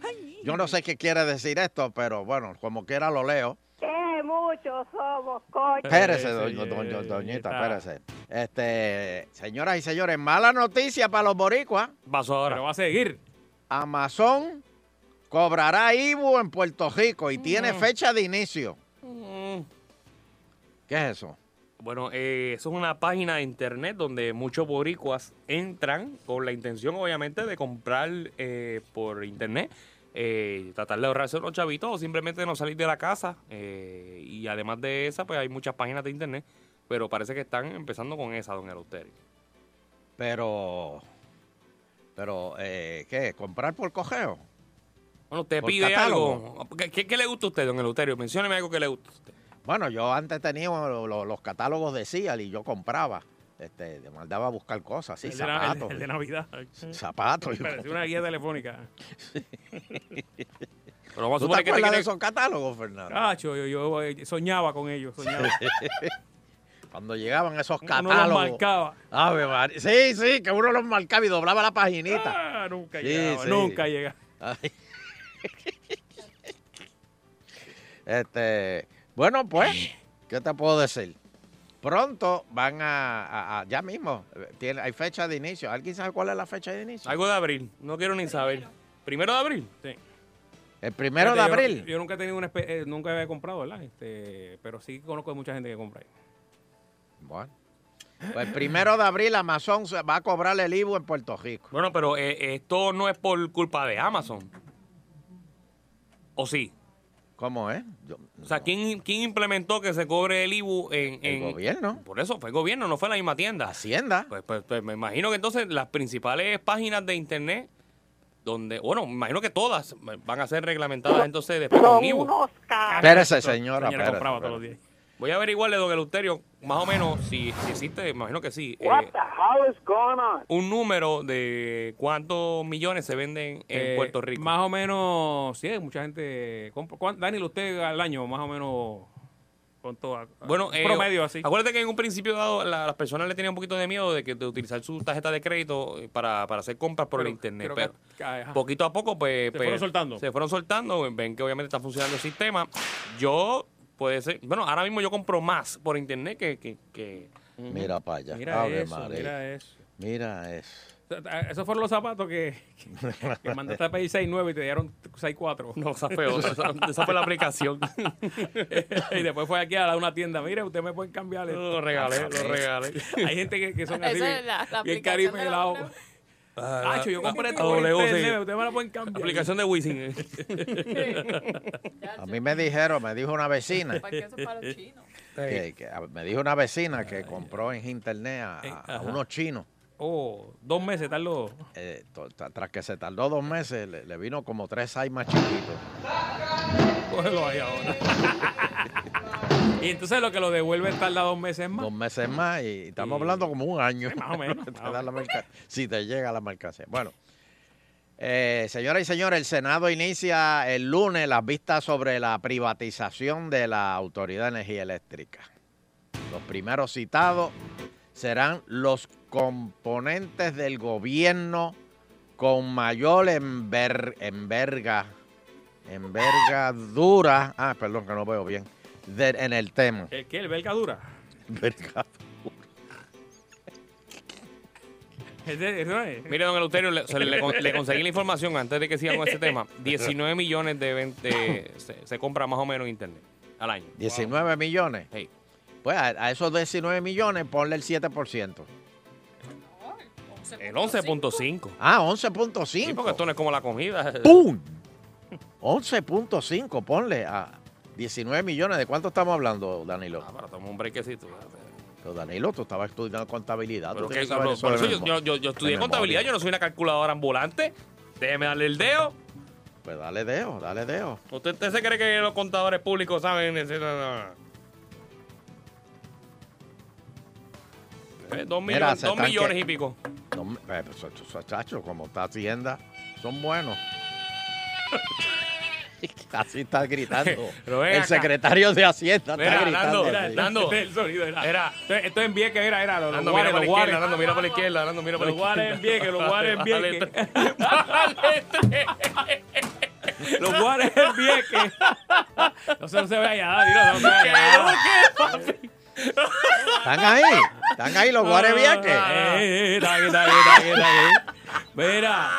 Speaker 5: yo no sé qué quiere decir esto, pero bueno, como quiera lo leo.
Speaker 9: ¡Qué muchos somos, coño!
Speaker 5: Espérese,
Speaker 10: sí,
Speaker 5: doña,
Speaker 10: sí,
Speaker 5: doña-
Speaker 10: sí,
Speaker 5: doñita,
Speaker 10: está.
Speaker 5: espérese. Este, señoras y señores, mala noticia para los boricuas.
Speaker 4: Pasó
Speaker 10: Pero
Speaker 4: ahora.
Speaker 10: va a seguir.
Speaker 5: Amazon cobrará IBU en Puerto Rico y tiene fecha de inicio. ¿Qué es eso?
Speaker 4: Bueno, eh, eso es una página de internet donde muchos boricuas entran con la intención, obviamente, de comprar eh, por internet, eh, tratar de ahorrarse los chavitos o simplemente no salir de la casa. eh, y además de esa, pues hay muchas páginas de internet, pero parece que están empezando con esa, don Eleuterio.
Speaker 5: Pero, pero, eh, ¿qué? ¿Comprar por cogeo?
Speaker 4: Bueno, usted
Speaker 5: Por
Speaker 4: pide
Speaker 5: catálogo.
Speaker 4: algo. ¿Qué, qué, qué le gusta a usted, don Eleuterio? Mencióneme algo que le gusta a usted.
Speaker 5: Bueno, yo antes tenía lo- lo- los catálogos de Cial y yo compraba. Este, me mandaba a buscar cosas, sí,
Speaker 10: el, de na- el-
Speaker 5: zapatos.
Speaker 10: el de Navidad.
Speaker 5: Zapatos.
Speaker 10: Parece una guía telefónica.
Speaker 4: Pero vamos a
Speaker 5: ¿Tú te
Speaker 4: suponer que te
Speaker 5: acuerdas de
Speaker 4: quiere-
Speaker 5: esos catálogos, Fernando?
Speaker 10: Cacho, yo, yo, eh, soñaba con ellos. Soñaba.
Speaker 5: Cuando llegaban esos
Speaker 10: Uno los
Speaker 5: catálogos.
Speaker 10: marcaba.
Speaker 5: Ave María. Sí, sí, que uno los marcaba y doblaba la paginita.
Speaker 10: Ah, nunca
Speaker 5: Sí,
Speaker 10: llegaba.
Speaker 5: sí.
Speaker 10: Nunca llegaba.
Speaker 5: Ay. Este, bueno, pues, ¿qué te puedo decir? Pronto van a, a- a- ya mismo, eh, tiene, hay fecha de inicio. ¿Alguien sabe cuál es la fecha de inicio?
Speaker 4: Algo de abril. No quiero ni saber. ¿Primero de abril?
Speaker 10: Sí.
Speaker 5: El primero de
Speaker 10: Fíjate, yo-
Speaker 5: abril.
Speaker 10: Yo, nunca he tenido una espe- eh, nunca había comprado, ¿verdad? Este, pero sí conozco de mucha gente que compra ahí.
Speaker 5: Bueno. Pues el primero de abril Amazon se va a cobrar el IVU en Puerto Rico.
Speaker 4: Bueno, pero eh, esto no es por culpa de Amazon. ¿O sí?
Speaker 5: ¿Cómo es? Yo-
Speaker 4: O sea, ¿quién, quién implementó que se cobre el IBU en,
Speaker 5: El
Speaker 4: en-
Speaker 5: gobierno.
Speaker 4: Por eso, fue el gobierno, no fue la misma tienda.
Speaker 5: Hacienda.
Speaker 4: Pues, pues, pues, me imagino que entonces las principales páginas de internet, donde, bueno, me imagino que todas van a ser reglamentadas entonces después con
Speaker 9: Son
Speaker 4: IBU.
Speaker 9: unos cabros.
Speaker 5: Espérese, señora.
Speaker 10: Ah, Señora
Speaker 5: espérese,
Speaker 10: compraba todos los
Speaker 5: espérese.
Speaker 10: días.
Speaker 4: Voy a averiguarle, don Eleuterio, más o menos si, si existe, me imagino que sí. eh,
Speaker 8: What the hell is going on?
Speaker 4: un número de cuántos millones se venden en
Speaker 10: Eh,
Speaker 4: Puerto Rico.
Speaker 10: Más o menos, sí, mucha gente compra. ¿Cuán- Daniel, usted al año, más o menos,
Speaker 4: con toda.
Speaker 6: Bueno,
Speaker 4: un
Speaker 6: eh,
Speaker 4: promedio así.
Speaker 6: Acuérdate que en un principio dado la- las personas le tenían un poquito de miedo de que de utilizar su tarjeta de crédito eh, para, para hacer compras por
Speaker 4: Pero-
Speaker 6: el internet.
Speaker 4: pero
Speaker 6: Pero,
Speaker 4: que- ajá.
Speaker 6: poquito a poco, pues,
Speaker 4: Se
Speaker 6: pues,
Speaker 4: fueron soltando.
Speaker 6: Se fueron soltando. Ven que obviamente está funcionando el sistema. Yo puede ser, bueno, ahora mismo yo compro más por internet que, que, que-
Speaker 5: Mira para allá.
Speaker 4: Mira
Speaker 5: Ave
Speaker 4: eso,
Speaker 5: María.
Speaker 4: mira eso.
Speaker 5: Mira eso.
Speaker 4: O sea, Esos fueron los zapatos que, que, que mandaste a pedir 6.9 y te dieron 6.4.
Speaker 6: no, esa fue otra, esa, esa fue la aplicación.
Speaker 4: y después fue aquí a la- una tienda. Mire, ustedes me pueden cambiar esto.
Speaker 6: lo regalé, lo regalé.
Speaker 4: Hay gente que, que son así.
Speaker 7: Esa
Speaker 4: bien-
Speaker 7: es la- la
Speaker 4: bien
Speaker 7: aplicación de la
Speaker 4: carimelado.
Speaker 7: W.
Speaker 4: Ah, yo compré esto por
Speaker 6: WC.
Speaker 4: internet. Ustedes me la pueden cambiar.
Speaker 6: aplicación de Wisin.
Speaker 5: A mí me dijeron, me dijo una vecina,
Speaker 7: Porque eso es para los chinos.
Speaker 5: que, que- a- me dijo una vecina que compró en internet a,
Speaker 4: Eh,
Speaker 5: a
Speaker 4: ajá.
Speaker 5: unos chinos.
Speaker 4: Oh, dos meses, tal lo.
Speaker 5: Eh, to- tra- tras que se tardó dos meses, le, le vino como tres hay más chiquitos.
Speaker 4: Cógelo ahí ahora. y entonces lo que lo devuelve tarda dos meses más.
Speaker 5: Dos meses más y estamos
Speaker 4: Y-
Speaker 5: hablando como un año.
Speaker 4: más o menos,
Speaker 5: Te
Speaker 4: más o
Speaker 5: da la merca- si te llega la mercancía. Bueno, eh, señoras y señores, el Senado inicia el lunes las vistas sobre la privatización de la Autoridad de Energía Eléctrica. Los primeros citados serán los componentes del gobierno con mayor enver- enverga, envergadura. Ah, perdón que no veo bien. de- en el tema.
Speaker 4: ¿El qué? ¿El belga dura?
Speaker 5: Envergadura.
Speaker 4: ¿Es de- eso es?
Speaker 6: Mire, don Eleuterio, le, se le- le con- le conseguí la información antes de que sigan con ese tema. 19 millones de vente- se, se compra más o menos en internet al año.
Speaker 5: 19 millones.
Speaker 6: Hey.
Speaker 5: Pues a, a esos 19 millones ponle el 7%.
Speaker 6: El 11.5.
Speaker 5: Ah,
Speaker 6: Sí, porque esto
Speaker 5: 11.5.
Speaker 6: no es como la comida.
Speaker 5: ¡Pum! 11.5, ponle a 19 millones. ¿De cuánto estamos hablando, Danilo?
Speaker 6: Ah, para tomar un brequecito.
Speaker 5: Pero Danilo, tú estabas estudiando contabilidad.
Speaker 6: Pero
Speaker 5: tú
Speaker 6: que-
Speaker 5: tienes que saber
Speaker 6: no,
Speaker 5: eso
Speaker 6: por
Speaker 5: de
Speaker 6: eso yo,
Speaker 5: memo-
Speaker 6: yo- yo- yo estudié
Speaker 5: de
Speaker 6: contabilidad, yo
Speaker 5: memoria.
Speaker 6: no soy una calculadora ambulante. Déjeme darle el dedo.
Speaker 5: Pues dale dejo, dale dejo.
Speaker 6: ¿Usted, usted se cree que los contadores públicos saben? ese- no, no, no. Eh, dos
Speaker 5: Mira,
Speaker 6: millones,
Speaker 5: se
Speaker 6: dos
Speaker 5: están
Speaker 6: millones
Speaker 5: que-
Speaker 6: y pico.
Speaker 5: No, me- eh, pues, so- so- chacho, como está Hacienda, son buenos. Así está gritando.
Speaker 6: Pero ven
Speaker 5: el
Speaker 6: acá.
Speaker 5: secretario de Hacienda está
Speaker 6: Mira,
Speaker 5: gritando.
Speaker 6: Nando,
Speaker 5: así.
Speaker 6: Nando.
Speaker 4: El sonido era.
Speaker 6: Era-
Speaker 4: Esto, es- esto es en Vieques, era, era. Los,
Speaker 6: Nando,
Speaker 4: los
Speaker 6: mira por la
Speaker 4: guares, los
Speaker 6: izquierda,
Speaker 4: guares.
Speaker 6: Nando, mira por la izquierda, Nando, mira por la
Speaker 4: Los guares en
Speaker 6: izquierda.
Speaker 4: Vieques, los guares en
Speaker 6: Bájale
Speaker 4: Vieques.
Speaker 6: tres. Bájale tres.
Speaker 4: Los guares en Vieques. No se, no se ve allá, Danilo, no se ve allá.
Speaker 5: Están ahí, están ahí los guareviaques.
Speaker 4: Ah, Eh, eh, está aquí, está aquí, está aquí, está aquí.
Speaker 5: Ah,
Speaker 4: Mira,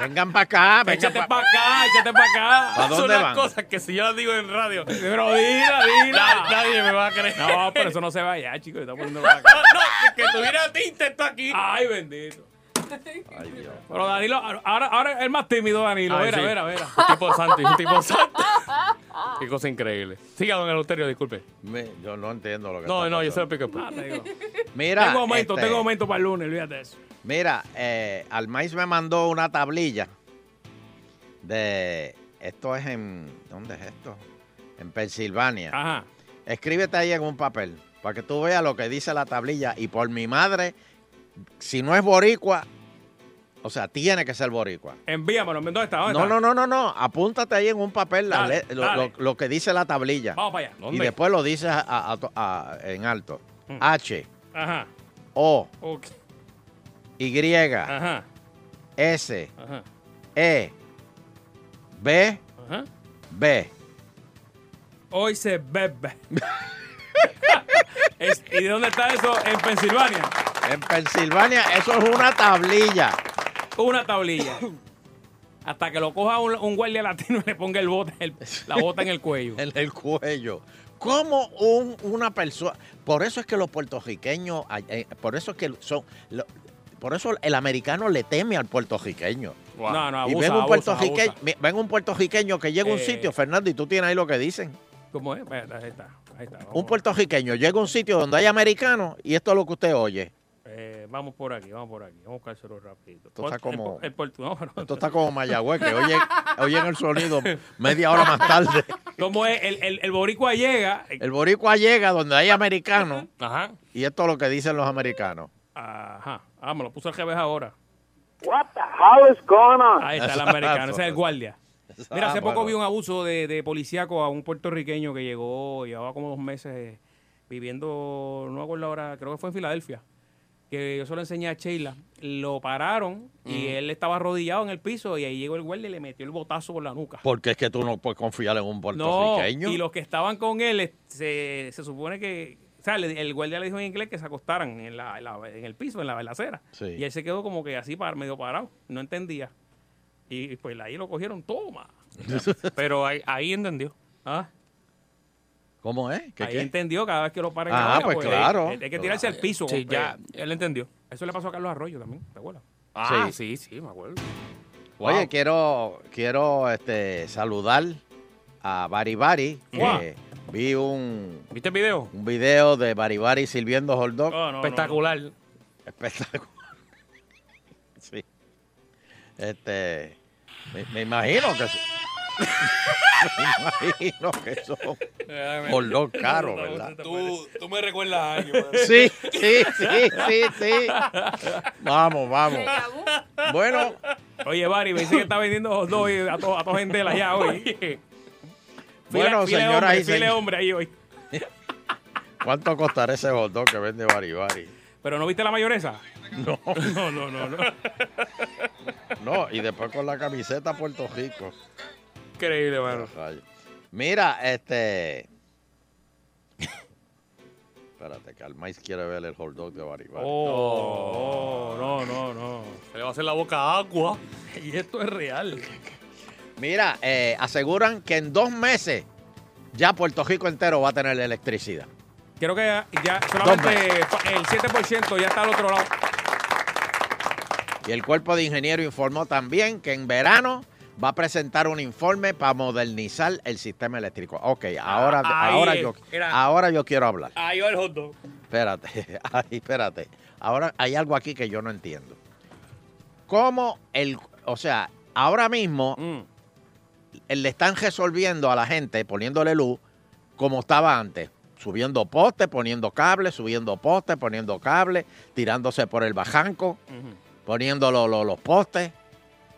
Speaker 5: Vengan para acá, vengan
Speaker 4: échate
Speaker 5: para
Speaker 4: para acá, échate para acá.
Speaker 5: ¿Para
Speaker 6: Son
Speaker 5: dónde
Speaker 6: las
Speaker 5: van?
Speaker 6: cosas que si yo las digo en radio,
Speaker 4: Pero dila, dila.
Speaker 6: na- nadie me va a creer.
Speaker 4: No, pero eso no se va allá, chicos. Está poniendo para acá.
Speaker 6: No, que tuviera tinte esto aquí.
Speaker 4: Ay, bendito.
Speaker 5: Ay, Dios.
Speaker 4: Pero Danilo, ahora, ahora el más tímido, Danilo.
Speaker 6: Ay,
Speaker 4: Mira,
Speaker 6: sí.
Speaker 4: mira, mira.
Speaker 6: Un tipo santo, un tipo santo. Qué cosa increíble. Siga, don Eleuterio, disculpe.
Speaker 5: Me- yo no entiendo lo que
Speaker 6: No,
Speaker 5: está
Speaker 6: no, yo se lo
Speaker 5: pasando.
Speaker 6: explico. después.
Speaker 4: Ah, te digo.
Speaker 5: Mira,
Speaker 4: Tengo aumento,
Speaker 5: este,
Speaker 4: tengo aumento para el lunes, olvídate de eso.
Speaker 5: Mira, eh, Almais me mandó una tablilla de... Esto es en... ¿Dónde es esto? En Pensilvania.
Speaker 4: Ajá.
Speaker 5: Escríbete ahí en un papel para que tú veas lo que dice la tablilla. Y por mi madre, si no es boricua, o sea, tiene que ser boricua.
Speaker 4: Envíamelo, ¿dónde está? Eh, ¿Dónde
Speaker 5: No,
Speaker 4: está?
Speaker 5: no, no, no, no. Apúntate ahí en un papel la
Speaker 4: Dale,
Speaker 5: le- lo,
Speaker 4: dale.
Speaker 5: lo- lo que dice la tablilla.
Speaker 4: Vamos para allá.
Speaker 5: Y después lo dices a- a- a- a- en alto.
Speaker 4: Mm.
Speaker 5: H,
Speaker 4: Ajá.
Speaker 5: O,
Speaker 4: Ok.
Speaker 5: Y,
Speaker 4: Ajá.
Speaker 5: S,
Speaker 4: Ajá.
Speaker 5: E, B,
Speaker 4: Ajá.
Speaker 5: B.
Speaker 4: Hoy se bebe. Es- ¿Y de dónde está eso? En Pensilvania.
Speaker 5: En Pensilvania, eso es una tablilla.
Speaker 4: Una tablilla. Hasta que lo coja un, un guardia latino y le ponga el bote, el- la bota en el cuello.
Speaker 5: en el cuello. Como un- una persona. Por eso es que los puertorriqueños, ay- eh, por eso es que son. lo- por eso el americano le teme al puertorriqueño.
Speaker 6: Wow.
Speaker 4: No, no,
Speaker 5: y
Speaker 4: abusa,
Speaker 5: ven un,
Speaker 4: abusa,
Speaker 5: puertorriqueño,
Speaker 4: abusa.
Speaker 5: mi- ven un puertorriqueño que llega a un
Speaker 4: Eh.
Speaker 5: sitio, Fernando, y tú tienes ahí lo que dicen.
Speaker 4: ¿Cómo es? Espérate, Ahí está. Ahí está. Vamos,
Speaker 5: Un puertorriqueño llega a un sitio donde hay americanos y esto es lo que usted oye.
Speaker 4: eh, vamos por aquí, vamos por aquí. Vamos a buscárselo rapidito.
Speaker 5: Esto está
Speaker 4: El por-
Speaker 5: como-
Speaker 4: el por- no, pero-
Speaker 5: Esto está como Mayagüez, que oye- oyen el sonido media hora más tarde.
Speaker 4: ¿Cómo es? El, el, el boricua llega...
Speaker 5: El boricua llega donde hay americanos
Speaker 6: Ajá.
Speaker 5: y esto es lo que dicen los americanos.
Speaker 4: Ajá. Ah, me lo puso al revés ahora.
Speaker 8: What the hell is going on?
Speaker 4: Ahí está el americano. Ese es el guardia.
Speaker 5: pasaba.
Speaker 4: Mira, hace poco
Speaker 5: mano.
Speaker 4: vi un abuso de, de policíaco a un puertorriqueño que llegó, llevaba como dos meses eh, viviendo, no me acuerdo ahora, creo que fue en Filadelfia, que yo se lo enseñé a Sheila. Lo pararon y
Speaker 5: Ujú.
Speaker 4: él estaba arrodillado en el piso y ahí llegó el guardia y le metió el botazo por la nuca.
Speaker 5: Porque es que tú no puedes confiar en un
Speaker 4: No,
Speaker 5: puertorriqueño.
Speaker 4: y los que estaban con él eh, se, se supone que, o sea, le- el guardia le dijo en inglés que se acostaran en, la, en la- en el piso, en la, en la acera.
Speaker 5: Sí.
Speaker 4: Y él se quedó como que así par- medio parado, no entendía. Y pues ahí lo cogieron, toma.
Speaker 6: Pero ahí, ahí entendió.
Speaker 4: Ah,
Speaker 5: ¿Cómo es? ¿Qué,
Speaker 4: ahí
Speaker 5: qué?
Speaker 4: entendió cada vez que lo paren.
Speaker 5: Ah,
Speaker 4: ahora,
Speaker 5: pues claro.
Speaker 4: Hay, hay que tirarse al piso.
Speaker 6: Sí, ya,
Speaker 4: Eh,
Speaker 6: él entendió.
Speaker 4: Eso le pasó a Carlos Arroyo también, ¿te acuerdas?
Speaker 6: Ah,
Speaker 5: Sí.
Speaker 6: sí, sí, me acuerdo.
Speaker 5: Oye,
Speaker 6: Wow.
Speaker 5: quiero, quiero este, saludar a Baribari.
Speaker 4: Wow.
Speaker 5: Vi un,
Speaker 6: ¿Viste el video?
Speaker 5: un video de Baribari sirviendo hot dog.
Speaker 4: No, no, no,
Speaker 6: Espectacular.
Speaker 5: Espectacular. Sí. Este. Me, me imagino que. me imagino que son por los caros, ¿verdad?
Speaker 6: Tú, tú me recuerdas a alguien.
Speaker 5: Sí, sí, sí, sí, sí. Vamos, vamos. Bueno,
Speaker 4: no. Oye, Barry, me dice que está vendiendo hot dogs a toda a toda gente de la ya hoy. Fila-
Speaker 5: bueno,
Speaker 4: fila de
Speaker 5: señoras
Speaker 4: hombre,
Speaker 5: y
Speaker 4: fila de
Speaker 5: señores.
Speaker 4: hombre ahí hoy.
Speaker 5: ¿Cuánto costará ese hot dog que vende Baribari?
Speaker 4: ¿Pero no viste la mayonesa? No. No, no, no.
Speaker 5: No, y después con la camiseta Puerto Rico.
Speaker 6: Increíble, mano.
Speaker 5: Rayo. Mira, este. Espérate, que Almais quiere ver el hot dog de Baribari.
Speaker 4: Oh, no, no, no.
Speaker 6: Se le va a hacer la boca agua.
Speaker 4: Y esto es real.
Speaker 5: Mira, eh, aseguran que en dos meses ya Puerto Rico entero va a tener electricidad.
Speaker 4: Creo que ya- ya solamente fa- el 7% ya está al otro lado.
Speaker 5: Y el cuerpo de ingenieros informó también que en verano va a presentar un informe para modernizar el sistema eléctrico. Ok, ahora,
Speaker 6: Ah, ahí
Speaker 5: ahora,
Speaker 6: es.
Speaker 5: yo,
Speaker 6: Era-
Speaker 5: ahora yo quiero hablar.
Speaker 6: Ahí va el hot dog.
Speaker 5: Espérate, ay, espérate. Ahora hay algo aquí que yo no entiendo. ¿Cómo el, o sea, ahora mismo eh, le están resolviendo a la gente, poniéndole luz, como estaba antes? Subiendo postes, poniendo cables, subiendo postes, poniendo cables, tirándose por el bajanco, poniendo lo- lo- los postes.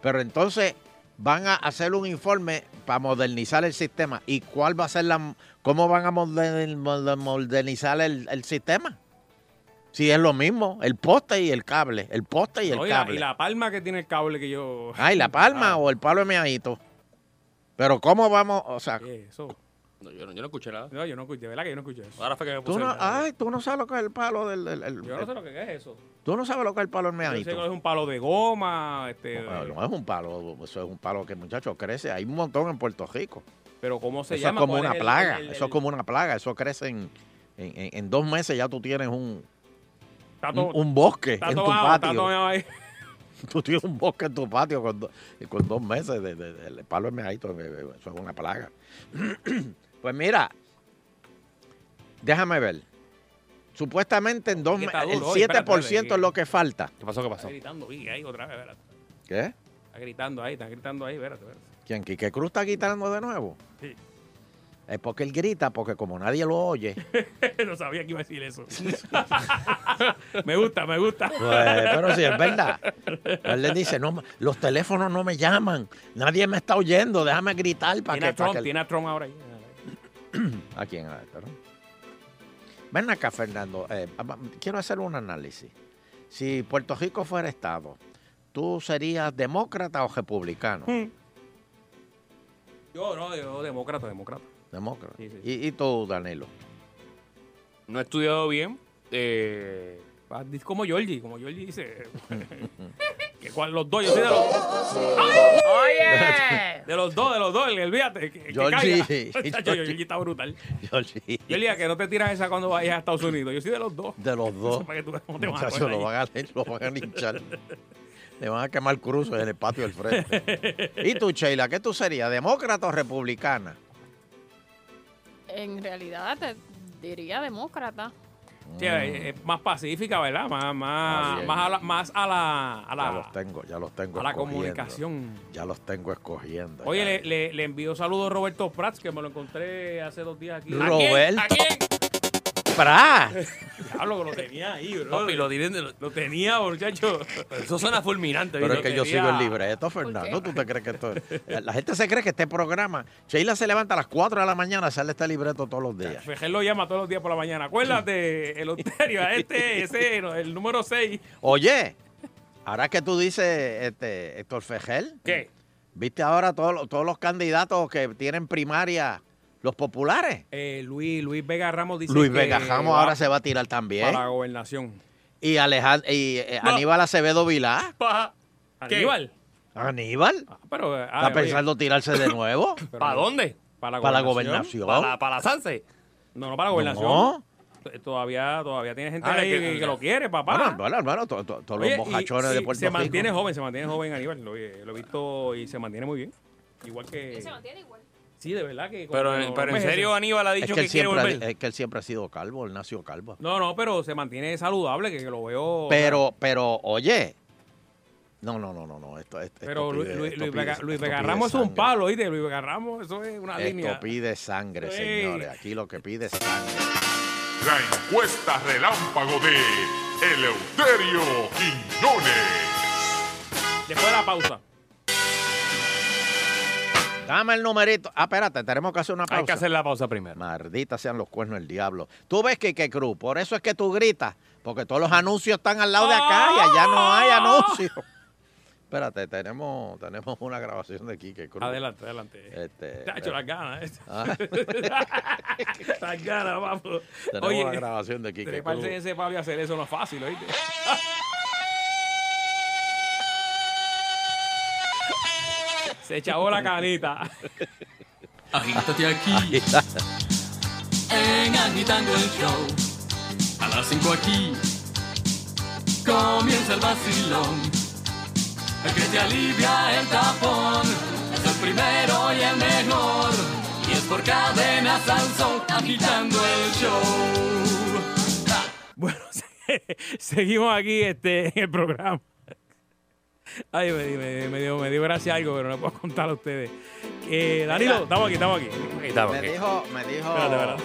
Speaker 5: Pero entonces van a hacer un informe para modernizar el sistema. ¿Y cuál va a ser la... ¿Cómo van a moder- moder- modernizar el, el sistema? Si es lo mismo, el poste y el cable, el poste y el
Speaker 4: Oye, la-
Speaker 5: cable.
Speaker 4: y la palma que tiene el cable que yo...
Speaker 5: Ay, la palma o el palo de meadito. Pero ¿cómo vamos? O sea,
Speaker 4: ¿Qué es eso?
Speaker 6: No, yo, no, yo no escuché nada.
Speaker 4: No, yo no escuché, ¿verdad que yo no escuché eso?
Speaker 6: Ahora fue que me puse.
Speaker 5: tú no,
Speaker 6: el-
Speaker 5: ay, tú no sabes lo que es el palo del... el- el-
Speaker 4: Yo no sé lo que es eso.
Speaker 5: Tú no sabes lo que es el palo del
Speaker 4: Yo sé que es
Speaker 5: meadito.
Speaker 4: un palo de goma, este...
Speaker 5: No, no es un palo, eso es un palo que muchachos crece. Hay un montón en Puerto Rico.
Speaker 4: Pero ¿cómo
Speaker 5: Eso
Speaker 4: se
Speaker 5: es
Speaker 4: llama?
Speaker 5: como
Speaker 4: ¿Cuál
Speaker 5: una
Speaker 4: el-
Speaker 5: plaga,
Speaker 4: el- el-
Speaker 5: eso es como una plaga, eso crece en, en- en- en dos meses ya tú tienes un,
Speaker 4: Está
Speaker 5: un,
Speaker 4: todo-
Speaker 5: un bosque
Speaker 4: está
Speaker 5: en tu
Speaker 4: tomado, está
Speaker 5: patio.
Speaker 4: tomado ahí.
Speaker 5: Tú tienes un bosque en tu patio con, do- con dos meses de, de- de- de palo enmejadito, eh, eh, Eso es una plaga. pues mira, déjame ver. Supuestamente en dos
Speaker 4: Oye,
Speaker 5: meses,
Speaker 4: está
Speaker 5: el
Speaker 4: duro hoy, espérate,
Speaker 5: 7% es
Speaker 4: espérate.
Speaker 5: lo que falta.
Speaker 6: ¿Qué pasó? ¿Qué pasó?
Speaker 4: Está gritando, y ahí otra vez, espérate.
Speaker 5: ¿Qué?
Speaker 4: Está gritando ahí, está gritando ahí, espérate, espérate.
Speaker 5: ¿Quién? ¿Quique Cruz está gritando de nuevo?
Speaker 4: Sí.
Speaker 5: Es porque él grita, porque como nadie lo oye.
Speaker 4: no sabía que iba a decir eso. me gusta, me gusta.
Speaker 5: Pues, pero sí, es verdad. Él le dice, no, los teléfonos no me llaman, nadie me está oyendo, déjame gritar para
Speaker 4: Tiene
Speaker 5: que...
Speaker 4: a
Speaker 5: para
Speaker 4: Trump,
Speaker 5: que el-
Speaker 4: tiene a Trump ahora ahí.
Speaker 5: ¿A quién? A este, ¿no? Ven acá, Fernando, eh, va- quiero hacer un análisis. Si Puerto Rico fuera Estado, ¿tú serías demócrata o republicano?
Speaker 4: Hmm. Yo no, yo demócrata, demócrata.
Speaker 5: Demócrata.
Speaker 4: Sí, sí.
Speaker 5: ¿Y, y tú, Danilo?
Speaker 6: No he estudiado bien. Eh,
Speaker 4: Ah, dice Como Georgie, como Georgie dice. que cual- los dos, yo soy de los dos.
Speaker 7: Oye.
Speaker 4: De los dos, de los dos, el- el fíjate. Que, que
Speaker 5: Georgie.
Speaker 4: caiga. Chacho, Georgie está brutal.
Speaker 5: Yo sí.
Speaker 4: Georgie, a que no te tiras esa cuando vayas a Estados Unidos. Yo soy de los dos.
Speaker 5: De los dos.
Speaker 4: Para que tú veas cómo te vas a
Speaker 5: Muchachos,
Speaker 4: poner
Speaker 5: lo
Speaker 4: ahí.
Speaker 5: van a, lo van a linchar. Le van a quemar cruces en el patio del frente. ¿Y tú, Sheila, qué tú serías? ¿Demócrata o republicana?
Speaker 7: En realidad te diría demócrata.
Speaker 4: Sí, es-
Speaker 6: Mm.
Speaker 4: es más pacífica, ¿verdad? Más, más,
Speaker 5: Ah, bien.
Speaker 4: más, a, la, más a la, a
Speaker 5: Ya
Speaker 4: la-
Speaker 5: los tengo, ya los tengo
Speaker 4: a la
Speaker 5: escogiendo.
Speaker 4: comunicación.
Speaker 5: Ya los tengo escogiendo.
Speaker 4: Oye,
Speaker 5: ya.
Speaker 4: le, le, le envío saludos a Roberto Prats, que me lo encontré hace dos días aquí.
Speaker 5: Roberto.
Speaker 6: ¿A quién? ¿A quién?
Speaker 11: pra.
Speaker 4: Diablo, que lo tenía ahí, bro.
Speaker 6: Papi, lo tienen de los-
Speaker 4: Lo tenía, muchacho.
Speaker 6: Eso suena fulminante.
Speaker 5: Pero es
Speaker 6: ¿viste?
Speaker 5: que yo
Speaker 4: quería-
Speaker 5: sigo el libreto, Fernando. ¿Tú te crees que esto La gente se cree que este programa. Sheila se levanta a las 4 de la mañana, sale este libreto todos los días.
Speaker 4: Fejel lo llama todos los días por la mañana. Acuérdate, el Oterio, a este, ese, no, el número 6.
Speaker 5: Oye, ahora que tú dices, este, Héctor Fejel,
Speaker 6: ¿Qué?
Speaker 5: ¿viste ahora todos, los- todos los candidatos que tienen primaria, los populares?
Speaker 4: Eh, Luis, Luis Vega Ramos dice
Speaker 5: Luis
Speaker 4: que
Speaker 5: Vega Ramos
Speaker 4: va
Speaker 5: ahora se va a tirar también.
Speaker 4: Para la gobernación.
Speaker 5: Y, Alejandro, y eh,
Speaker 6: No.
Speaker 5: Aníbal Acevedo Vilá.
Speaker 6: ¿Para ¿Qué?
Speaker 4: Aníbal.
Speaker 5: Aníbal.
Speaker 4: Ah, Pero, ah,
Speaker 5: ¿Está
Speaker 4: oye,
Speaker 5: pensando tirarse de nuevo? Eh,
Speaker 4: pero-
Speaker 6: dónde?
Speaker 4: Para
Speaker 5: para la gobernación.
Speaker 6: ¿Para, la- para la Sanse?
Speaker 4: No, no para la gobernación.
Speaker 5: No.
Speaker 4: Eh, Todavía, todavía tiene gente
Speaker 6: Ah,
Speaker 4: ahí
Speaker 6: que-
Speaker 4: que, que lo quiere, papá.
Speaker 5: eh, Bueno, bueno, hermano, to- to- todos
Speaker 4: Oye,
Speaker 5: los
Speaker 4: y
Speaker 5: bocachones
Speaker 4: sí,
Speaker 5: de Puerto
Speaker 4: se
Speaker 5: Rico.
Speaker 4: mantiene joven, se mantiene joven Aníbal. Lo, he- lo he visto y se mantiene muy bien. Igual que.
Speaker 7: Se mantiene igual.
Speaker 4: Sí, de verdad que. como
Speaker 6: Pero,
Speaker 4: no-
Speaker 6: en-
Speaker 4: no
Speaker 6: pero en
Speaker 4: envejece.
Speaker 6: serio Aníbal ha
Speaker 5: Es
Speaker 6: dicho
Speaker 5: que,
Speaker 6: que,
Speaker 5: él
Speaker 6: quiere
Speaker 5: siempre,
Speaker 6: volver.
Speaker 5: es que él siempre ha sido calvo, él nació calvo.
Speaker 4: No, no, pero se mantiene saludable, que, que lo veo. o sea,
Speaker 5: Pero, pero, oye. No, no, no, no, no. Esto, esto- esto
Speaker 4: pero Luis,
Speaker 5: pide-
Speaker 4: Luis,
Speaker 5: esto
Speaker 4: Luis
Speaker 5: pide-
Speaker 4: Vega,
Speaker 5: esto
Speaker 4: Luis Vega
Speaker 5: pide
Speaker 4: Ramos es un
Speaker 5: sangre.
Speaker 4: palo, ¿oíste? Luis Vega Ramos, eso es una línea.
Speaker 5: Esto pide sangre,
Speaker 4: Sí.
Speaker 5: señores. Aquí lo que pide es sangre.
Speaker 12: La encuesta relámpago de Eleuterio Quiñones.
Speaker 4: Después de la pausa.
Speaker 5: Dame el numerito. Ah, espérate, tenemos que hacer una pausa.
Speaker 6: Hay que hacer la pausa primero.
Speaker 5: Maldita sean los cuernos del diablo. Tú ves que que Cruz, por eso es que tú gritas, porque todos los anuncios están al lado de acá y allá no hay
Speaker 4: ¡Ah!
Speaker 5: anuncios. Espérate, tenemos, tenemos una grabación de Quique Cruz.
Speaker 4: Adelante, adelante.
Speaker 5: Este,
Speaker 4: Tacho, las ganas. eh.
Speaker 5: Ah.
Speaker 4: las ganas, vamos.
Speaker 5: tenemos una
Speaker 4: Oye,
Speaker 5: grabación de Quique Cruz.
Speaker 4: treparse en ese palo y hacer eso no es fácil, ¿oíste? Se echó la canita.
Speaker 2: Agítate aquí,
Speaker 5: Está-
Speaker 2: en Agitando el Show. A las 5 aquí, comienza el vacilón. El que te alivia el tapón, es el primero y el mejor. Y es por cadena Sansón, agitando el show.
Speaker 4: Bueno, se- seguimos aquí este, en el programa. Ay, me, di- me, di- me dio, me dio gracia algo, pero no puedo contar a ustedes. Eh, Danilo, estamos aquí, estamos aquí.
Speaker 6: Ahí está,
Speaker 5: Me
Speaker 6: ok.
Speaker 5: dijo, me dijo,
Speaker 4: Espérate, espérate.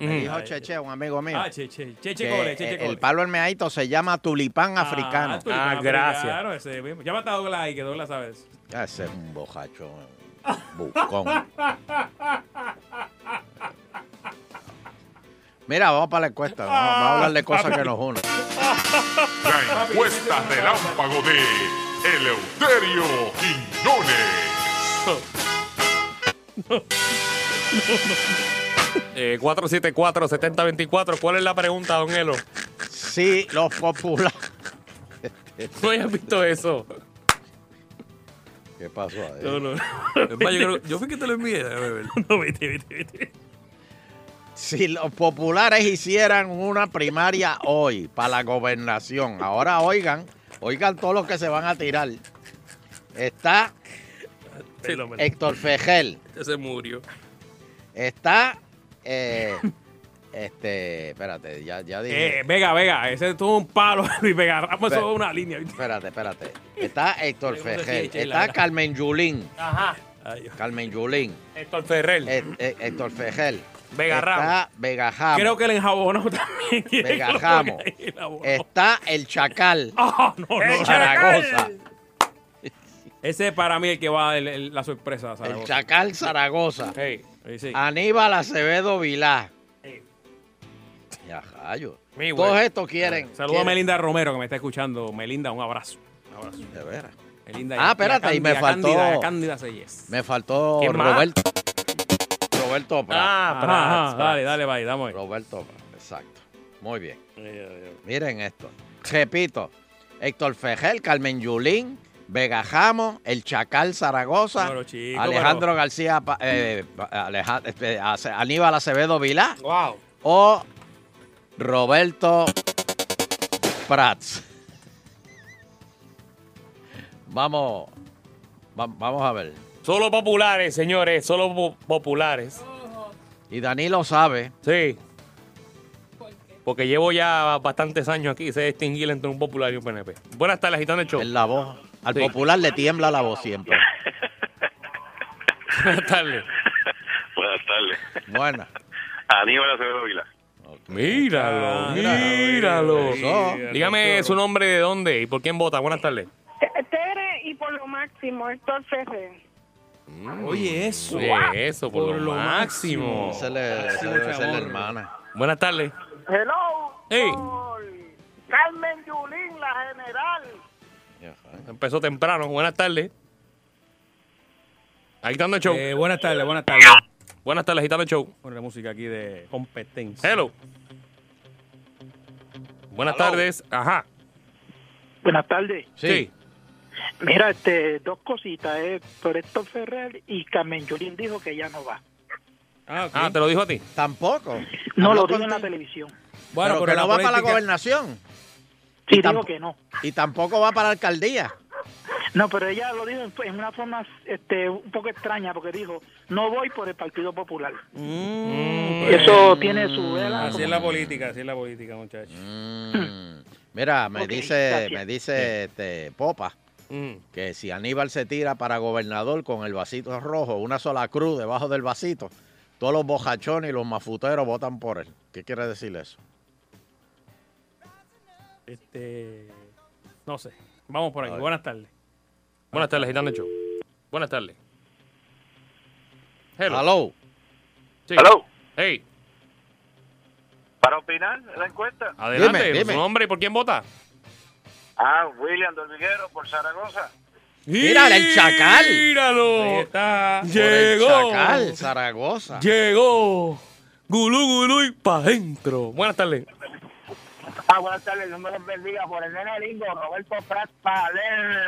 Speaker 4: Mm.
Speaker 5: me dijo Cheche, un amigo mío.
Speaker 4: Ah, che, che, che, che,
Speaker 5: que
Speaker 4: cole, che, che,
Speaker 5: el, el
Speaker 4: cole.
Speaker 5: palo almeadito se llama tulipán
Speaker 4: Ah,
Speaker 5: africano.
Speaker 4: tú, el pan
Speaker 6: Ah,
Speaker 4: africano,
Speaker 6: gracias.
Speaker 4: ese mismo. Llámate a Douglas ahí, que Douglas sabes.
Speaker 5: Ese es un bojacho buscón. Mira, vamos para la encuesta. Vamos, vamos a hablar de cosas que nos unen.
Speaker 12: La encuesta relámpago de Eleuterio Quiñones.
Speaker 6: Eh, 474-7024. ¿Cuál es la pregunta, don Elo?
Speaker 5: Sí, los populares.
Speaker 6: No hayas visto eso.
Speaker 5: ¿Qué pasó ahí?
Speaker 6: Es más, yo, creo- yo fui que te lo envié. déjame ver.
Speaker 4: No, vete, vete, vete.
Speaker 5: Si los populares hicieran una primaria hoy para la gobernación, ahora oigan, oigan todos los que se van a tirar. Está
Speaker 6: Perdón, perdón.
Speaker 5: Héctor Fejel.
Speaker 6: Este se murió.
Speaker 5: Está. eh, este. Espérate, ya, ya dije.
Speaker 4: Eh, Vega, Vega, ese es todo un palo, Luis Vega. Ramos, eso
Speaker 5: Ve-
Speaker 4: es una línea, ¿viste?
Speaker 5: Espérate, espérate. Está Héctor
Speaker 4: Pregunta si
Speaker 5: Fejel.
Speaker 4: es Sheila,
Speaker 5: Está
Speaker 4: ¿verdad?
Speaker 5: Carmen Yulín.
Speaker 6: Ajá.
Speaker 4: Ay, Dios.
Speaker 5: Carmen Yulín.
Speaker 6: Héctor Ferrer.
Speaker 5: Eh, eh, Héctor Fejel.
Speaker 6: Vega Ramos.
Speaker 5: Está Vega Ramos.
Speaker 4: Creo que el enjabonado también. quiere
Speaker 5: Vega
Speaker 4: que lo ponga
Speaker 5: Ramos.
Speaker 4: ahí, el enjabonado.
Speaker 5: Está el Chacal.
Speaker 4: Ah, no, no,
Speaker 5: de
Speaker 4: no.
Speaker 5: Zaragoza.
Speaker 4: Ese es para mí el que va el- el- la sorpresa.
Speaker 5: El
Speaker 4: Zaragoza.
Speaker 5: Chacal Zaragoza.
Speaker 6: Hey,
Speaker 4: Sí, sí.
Speaker 5: Aníbal Acevedo Vilá. Ya, rayo.
Speaker 6: Mi
Speaker 5: Todos
Speaker 6: güey.
Speaker 5: estos quieren.
Speaker 4: Saludos a
Speaker 5: quieren-
Speaker 4: Melinda Romero que me está escuchando. Melinda, un abrazo. Un abrazo.
Speaker 5: De veras.
Speaker 4: Melinda,
Speaker 5: Ah, espérate,
Speaker 4: a
Speaker 5: y me
Speaker 4: a
Speaker 5: faltó-
Speaker 4: Cándida, a Cándida Selles.
Speaker 5: Me faltó
Speaker 6: ¿Quién más?
Speaker 5: Roberto. Roberto Prat.
Speaker 6: Ah,
Speaker 4: Ajá,
Speaker 6: Prats,
Speaker 4: ajá,
Speaker 6: Prats.
Speaker 4: dale, dale, bye, damos. ahí.
Speaker 5: Roberto, exacto. Muy bien. Miren esto. Repito, Héctor Fejel, Carmen Yulín, Vega Jamo, El Chacal Zaragoza,
Speaker 4: Pero, chico,
Speaker 5: Alejandro García, Pa- eh, pa- Aleja- este, Ace- Aníbal Acevedo Vilá
Speaker 6: Wow.
Speaker 5: o Roberto Prats. Vamos, va- vamos a ver.
Speaker 6: Solo populares, señores. Solo po- populares.
Speaker 5: Y Danilo sabe.
Speaker 6: Sí. Porque llevo ya bastantes años aquí y sé distinguir entre un popular y un PNP. Buenas tardes, Gitano el Show.
Speaker 5: En la voz. Al
Speaker 6: Sí.
Speaker 5: popular le tiembla la voz siempre.
Speaker 6: Buenas tardes.
Speaker 13: Buenas tardes.
Speaker 5: Buena.
Speaker 13: Aníbal Acevedo Vila.
Speaker 5: Ok.
Speaker 6: Míralo, míralo. Dígame su nombre, de dónde y por quién vota. Buenas tardes.
Speaker 14: Tere y por lo máximo, Héctor Ferrer.
Speaker 9: eh.
Speaker 6: Oye, eso.
Speaker 14: Guau.
Speaker 6: eso, por, lo, máximo.
Speaker 5: Esa es la- esa debe ser la hermana.
Speaker 6: Buenas tardes.
Speaker 14: Hello,
Speaker 6: Hey,
Speaker 14: Carmen Yulín, la general.
Speaker 6: empezó temprano. Buenas tardes. Agitando el show.
Speaker 4: Eh, buenas tardes, buenas tardes.
Speaker 6: Buenas tardes, Agitando el show.
Speaker 4: Con la música aquí de competencia.
Speaker 6: Hello. Buenas tardes. Ajá.
Speaker 15: Buenas tardes.
Speaker 6: Sí.
Speaker 15: Mira, este, dos cositas. Eh, por Héctor Ferrer y Carmen Yulín dijo que ya no va.
Speaker 4: Ah,
Speaker 6: te lo dijo a ti.
Speaker 5: Tampoco.
Speaker 15: No,
Speaker 5: Habló
Speaker 15: lo dijo
Speaker 5: con-
Speaker 15: en la televisión.
Speaker 5: Bueno, pero, que no va para la gobernación.
Speaker 15: Sí,
Speaker 5: Y
Speaker 15: digo
Speaker 5: tampo-
Speaker 15: que no.
Speaker 5: Y tampoco va para la alcaldía.
Speaker 15: No, pero ella lo dijo en, en una forma este, un poco extraña porque dijo, no voy por el Partido Popular.
Speaker 6: Mm.
Speaker 8: Mm,
Speaker 15: Y eso tiene su vela.
Speaker 4: Así es la política, así es la política, muchachos.
Speaker 5: Mm. Mira, me
Speaker 4: Ok,
Speaker 5: dice,
Speaker 4: gracias. Mm.
Speaker 5: me dice este, Popa que si Aníbal se tira para gobernador con el vasito rojo, una sola cruz debajo del vasito, todos los bojachones y los mafuteros votan por él. ¿Qué quiere decir eso?
Speaker 4: Este, no sé. Vamos por aquí. Buenas tardes.
Speaker 6: Buenas tardes, Gitano el show. Buenas tardes. Hello.
Speaker 5: Hello.
Speaker 6: Sí.
Speaker 5: Hello.
Speaker 6: Hey,
Speaker 8: Para opinar en la encuesta.
Speaker 6: adelante.
Speaker 8: Dime, dime.
Speaker 6: ¿Su nombre y por quién vota?
Speaker 8: Ah, William Dormiguero por Zaragoza.
Speaker 5: ¡Mírale, el chacal!
Speaker 6: ¡Míralo!
Speaker 5: Ahí está. Por
Speaker 6: Llegó.
Speaker 5: el chacal, Zaragoza.
Speaker 6: Llegó. Gulú, gulú y pa' dentro. Buenas tardes.
Speaker 16: Ah, buenas tardes, Dios me los bendiga por el nene lindo, Roberto Prat Paler.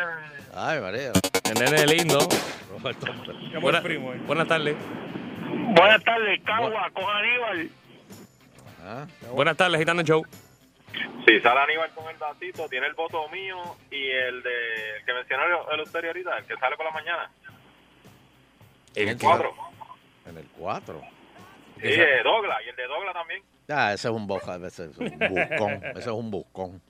Speaker 5: Ay, María.
Speaker 6: El nene lindo. Buena-
Speaker 4: primo, eh.
Speaker 6: buenas tardes.
Speaker 16: Buenas tardes, Cagua, con Aníbal.
Speaker 6: Buenas tardes, Gitano el Show.
Speaker 8: Si sale Aníbal con el datito, tiene el voto mío y el de el que mencionó el, el usted ahorita, el que sale por la mañana.
Speaker 5: En el
Speaker 8: cuatro.
Speaker 5: En el 4.
Speaker 8: Sí, de Douglas, y el de Douglas también.
Speaker 5: Ah, ese es un boja, ese es un buscón. ese es un buscón.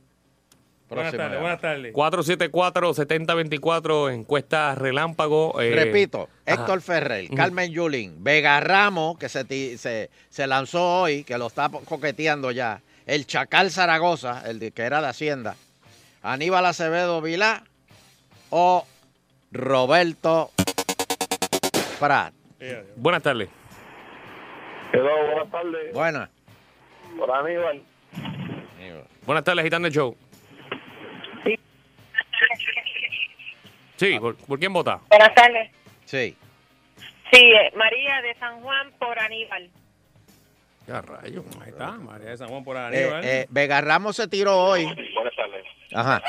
Speaker 5: Próxima llamada.
Speaker 6: 474-7024, encuesta relámpago. eh,
Speaker 5: Repito,
Speaker 6: ajá.
Speaker 5: Héctor Ferrer,
Speaker 6: Ujú.
Speaker 5: Carmen Yulín, Vega Ramos, que se, ti- se, se lanzó hoy, que lo está po- coqueteando ya, el Chacal Zaragoza, el de- que era de Hacienda, Aníbal Acevedo Vilá o Roberto Prat. Eh,
Speaker 6: Buenas tardes.
Speaker 16: Hello, buenas tardes.
Speaker 5: Buenas.
Speaker 16: Por Aníbal.
Speaker 6: Buenas tardes, Gitano el Show. Sí, ¿por, por quién vota?
Speaker 9: Buenas tardes.
Speaker 5: Ah. Sí.
Speaker 9: Sí, eh, María de San Juan por Aníbal.
Speaker 6: Ya rayo.
Speaker 4: Ahí está, María de San Juan por
Speaker 5: Eh,
Speaker 4: Aníbal.
Speaker 5: eh, Vega Ramos se tiró hoy.
Speaker 8: Buenas tardes.
Speaker 5: Ajá.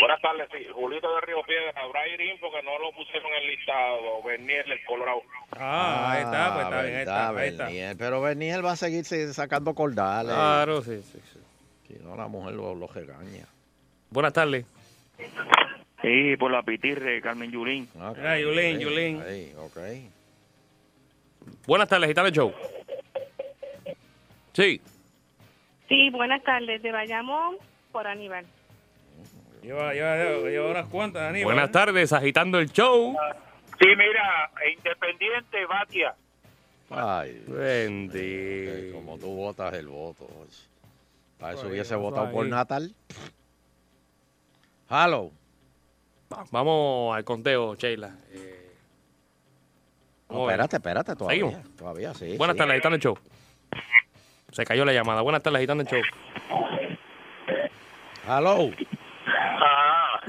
Speaker 8: Buenas tardes, sí. Julito de Río Piedra, Brian porque no lo pusieron en el listado. Bernier, el Colorado.
Speaker 4: Ah, ahí está, pues está bien, ahí está,
Speaker 5: verdad,
Speaker 4: ahí está.
Speaker 5: Bernier. Pero Bernier va a seguir si- sacando cordales.
Speaker 6: Claro, sí, sí. sí.
Speaker 5: Si no, la mujer lo, lo regaña.
Speaker 6: Buenas tardes.
Speaker 16: Sí, por la pitirre, Carmen Yulín.
Speaker 4: Ah, Yulín, Yulín.
Speaker 5: Ahí, ok.
Speaker 6: Buenas tardes, Gitano el Show. Sí.
Speaker 9: Sí, buenas tardes. De Bayamón por Aníbal.
Speaker 4: Lleva, lleva, lleva, lleva unas cuantas, Aníbal.
Speaker 6: Buenas tardes, agitando el show.
Speaker 16: Sí, mira, Independiente, Batia.
Speaker 5: Ay,
Speaker 6: Bendito.
Speaker 5: Como tú votas el voto. oye. Para eso
Speaker 6: Oye,
Speaker 5: hubiese
Speaker 6: eso
Speaker 5: votado por
Speaker 6: ahí.
Speaker 5: Natal. Hello.
Speaker 6: Vamos al conteo, Sheila. Eh,
Speaker 5: No,
Speaker 6: vamos a ver.
Speaker 5: espérate, espérate, todavía.
Speaker 6: Seguimos.
Speaker 5: Todavía, sí.
Speaker 6: Buenas
Speaker 5: sí.
Speaker 6: tardes, agitando el show. Se cayó la llamada. Buenas tardes, agitando el show.
Speaker 5: Hello.
Speaker 8: Ah,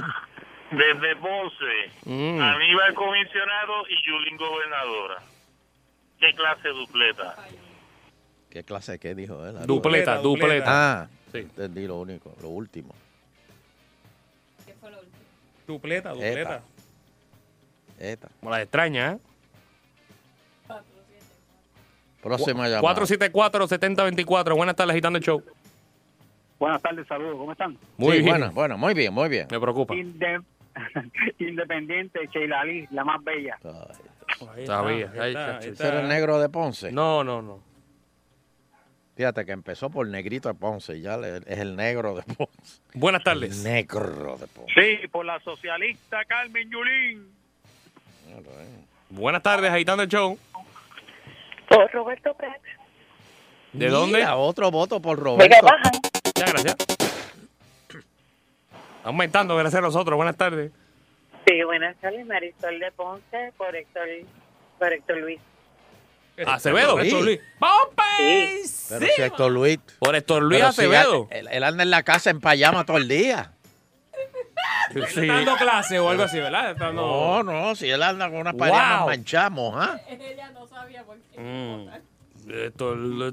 Speaker 8: desde Ponce.
Speaker 6: Mm.
Speaker 8: Aníbal comisionado y Yulín gobernadora. ¿Qué clase dupleta?
Speaker 5: ¿Qué clase qué dijo él?
Speaker 6: Dupleta, Dupleta, dupleta. dupleta.
Speaker 5: Ah,
Speaker 6: Sí.
Speaker 5: entendí lo único, lo último.
Speaker 4: Dupleta, dupleta.
Speaker 5: Esta.
Speaker 6: Como la extraña, ¿eh?
Speaker 5: Próxima llamada.
Speaker 6: 474-7024. Buenas tardes, agitando el show.
Speaker 15: Buenas tardes, saludos, ¿cómo están?
Speaker 6: Muy
Speaker 5: Sí,
Speaker 6: bien.
Speaker 5: Bueno, bueno, muy bien, muy bien.
Speaker 6: Me preocupa.
Speaker 15: Inde- Independiente, Sheila Lee, la más bella.
Speaker 6: Sabía. Ay, chacho.
Speaker 5: ¿Ese era el negro de Ponce?
Speaker 6: No, no, no.
Speaker 5: Fíjate que empezó por negrito de Ponce y ya le- es el negro de Ponce.
Speaker 6: Buenas tardes.
Speaker 5: negro de Ponce.
Speaker 16: Sí, por la socialista, Carmen Yulín.
Speaker 6: Buenas tardes, agitando el show.
Speaker 9: Por Roberto Prat.
Speaker 6: ¿De dónde?
Speaker 5: Mira, otro voto por
Speaker 4: Oh,
Speaker 5: Roberto.
Speaker 6: Ya, gracias. Aumentando, gracias a nosotros. Buenas tardes.
Speaker 17: Sí, buenas tardes, Marisol de Ponce, por Héctor, por Héctor Luis.
Speaker 6: Acevedo.
Speaker 5: Héctor Luis. Pero si Héctor Luis.
Speaker 6: Por Héctor Luis
Speaker 5: Pero si
Speaker 6: Acevedo.
Speaker 5: él, él anda en la casa en payama todo el día.
Speaker 4: Está dando clase o algo así, ¿verdad? Está
Speaker 5: No,
Speaker 4: dando-
Speaker 5: no, si él anda con unas payamas manchamos, ¿ah?
Speaker 3: Ella no sabía por qué.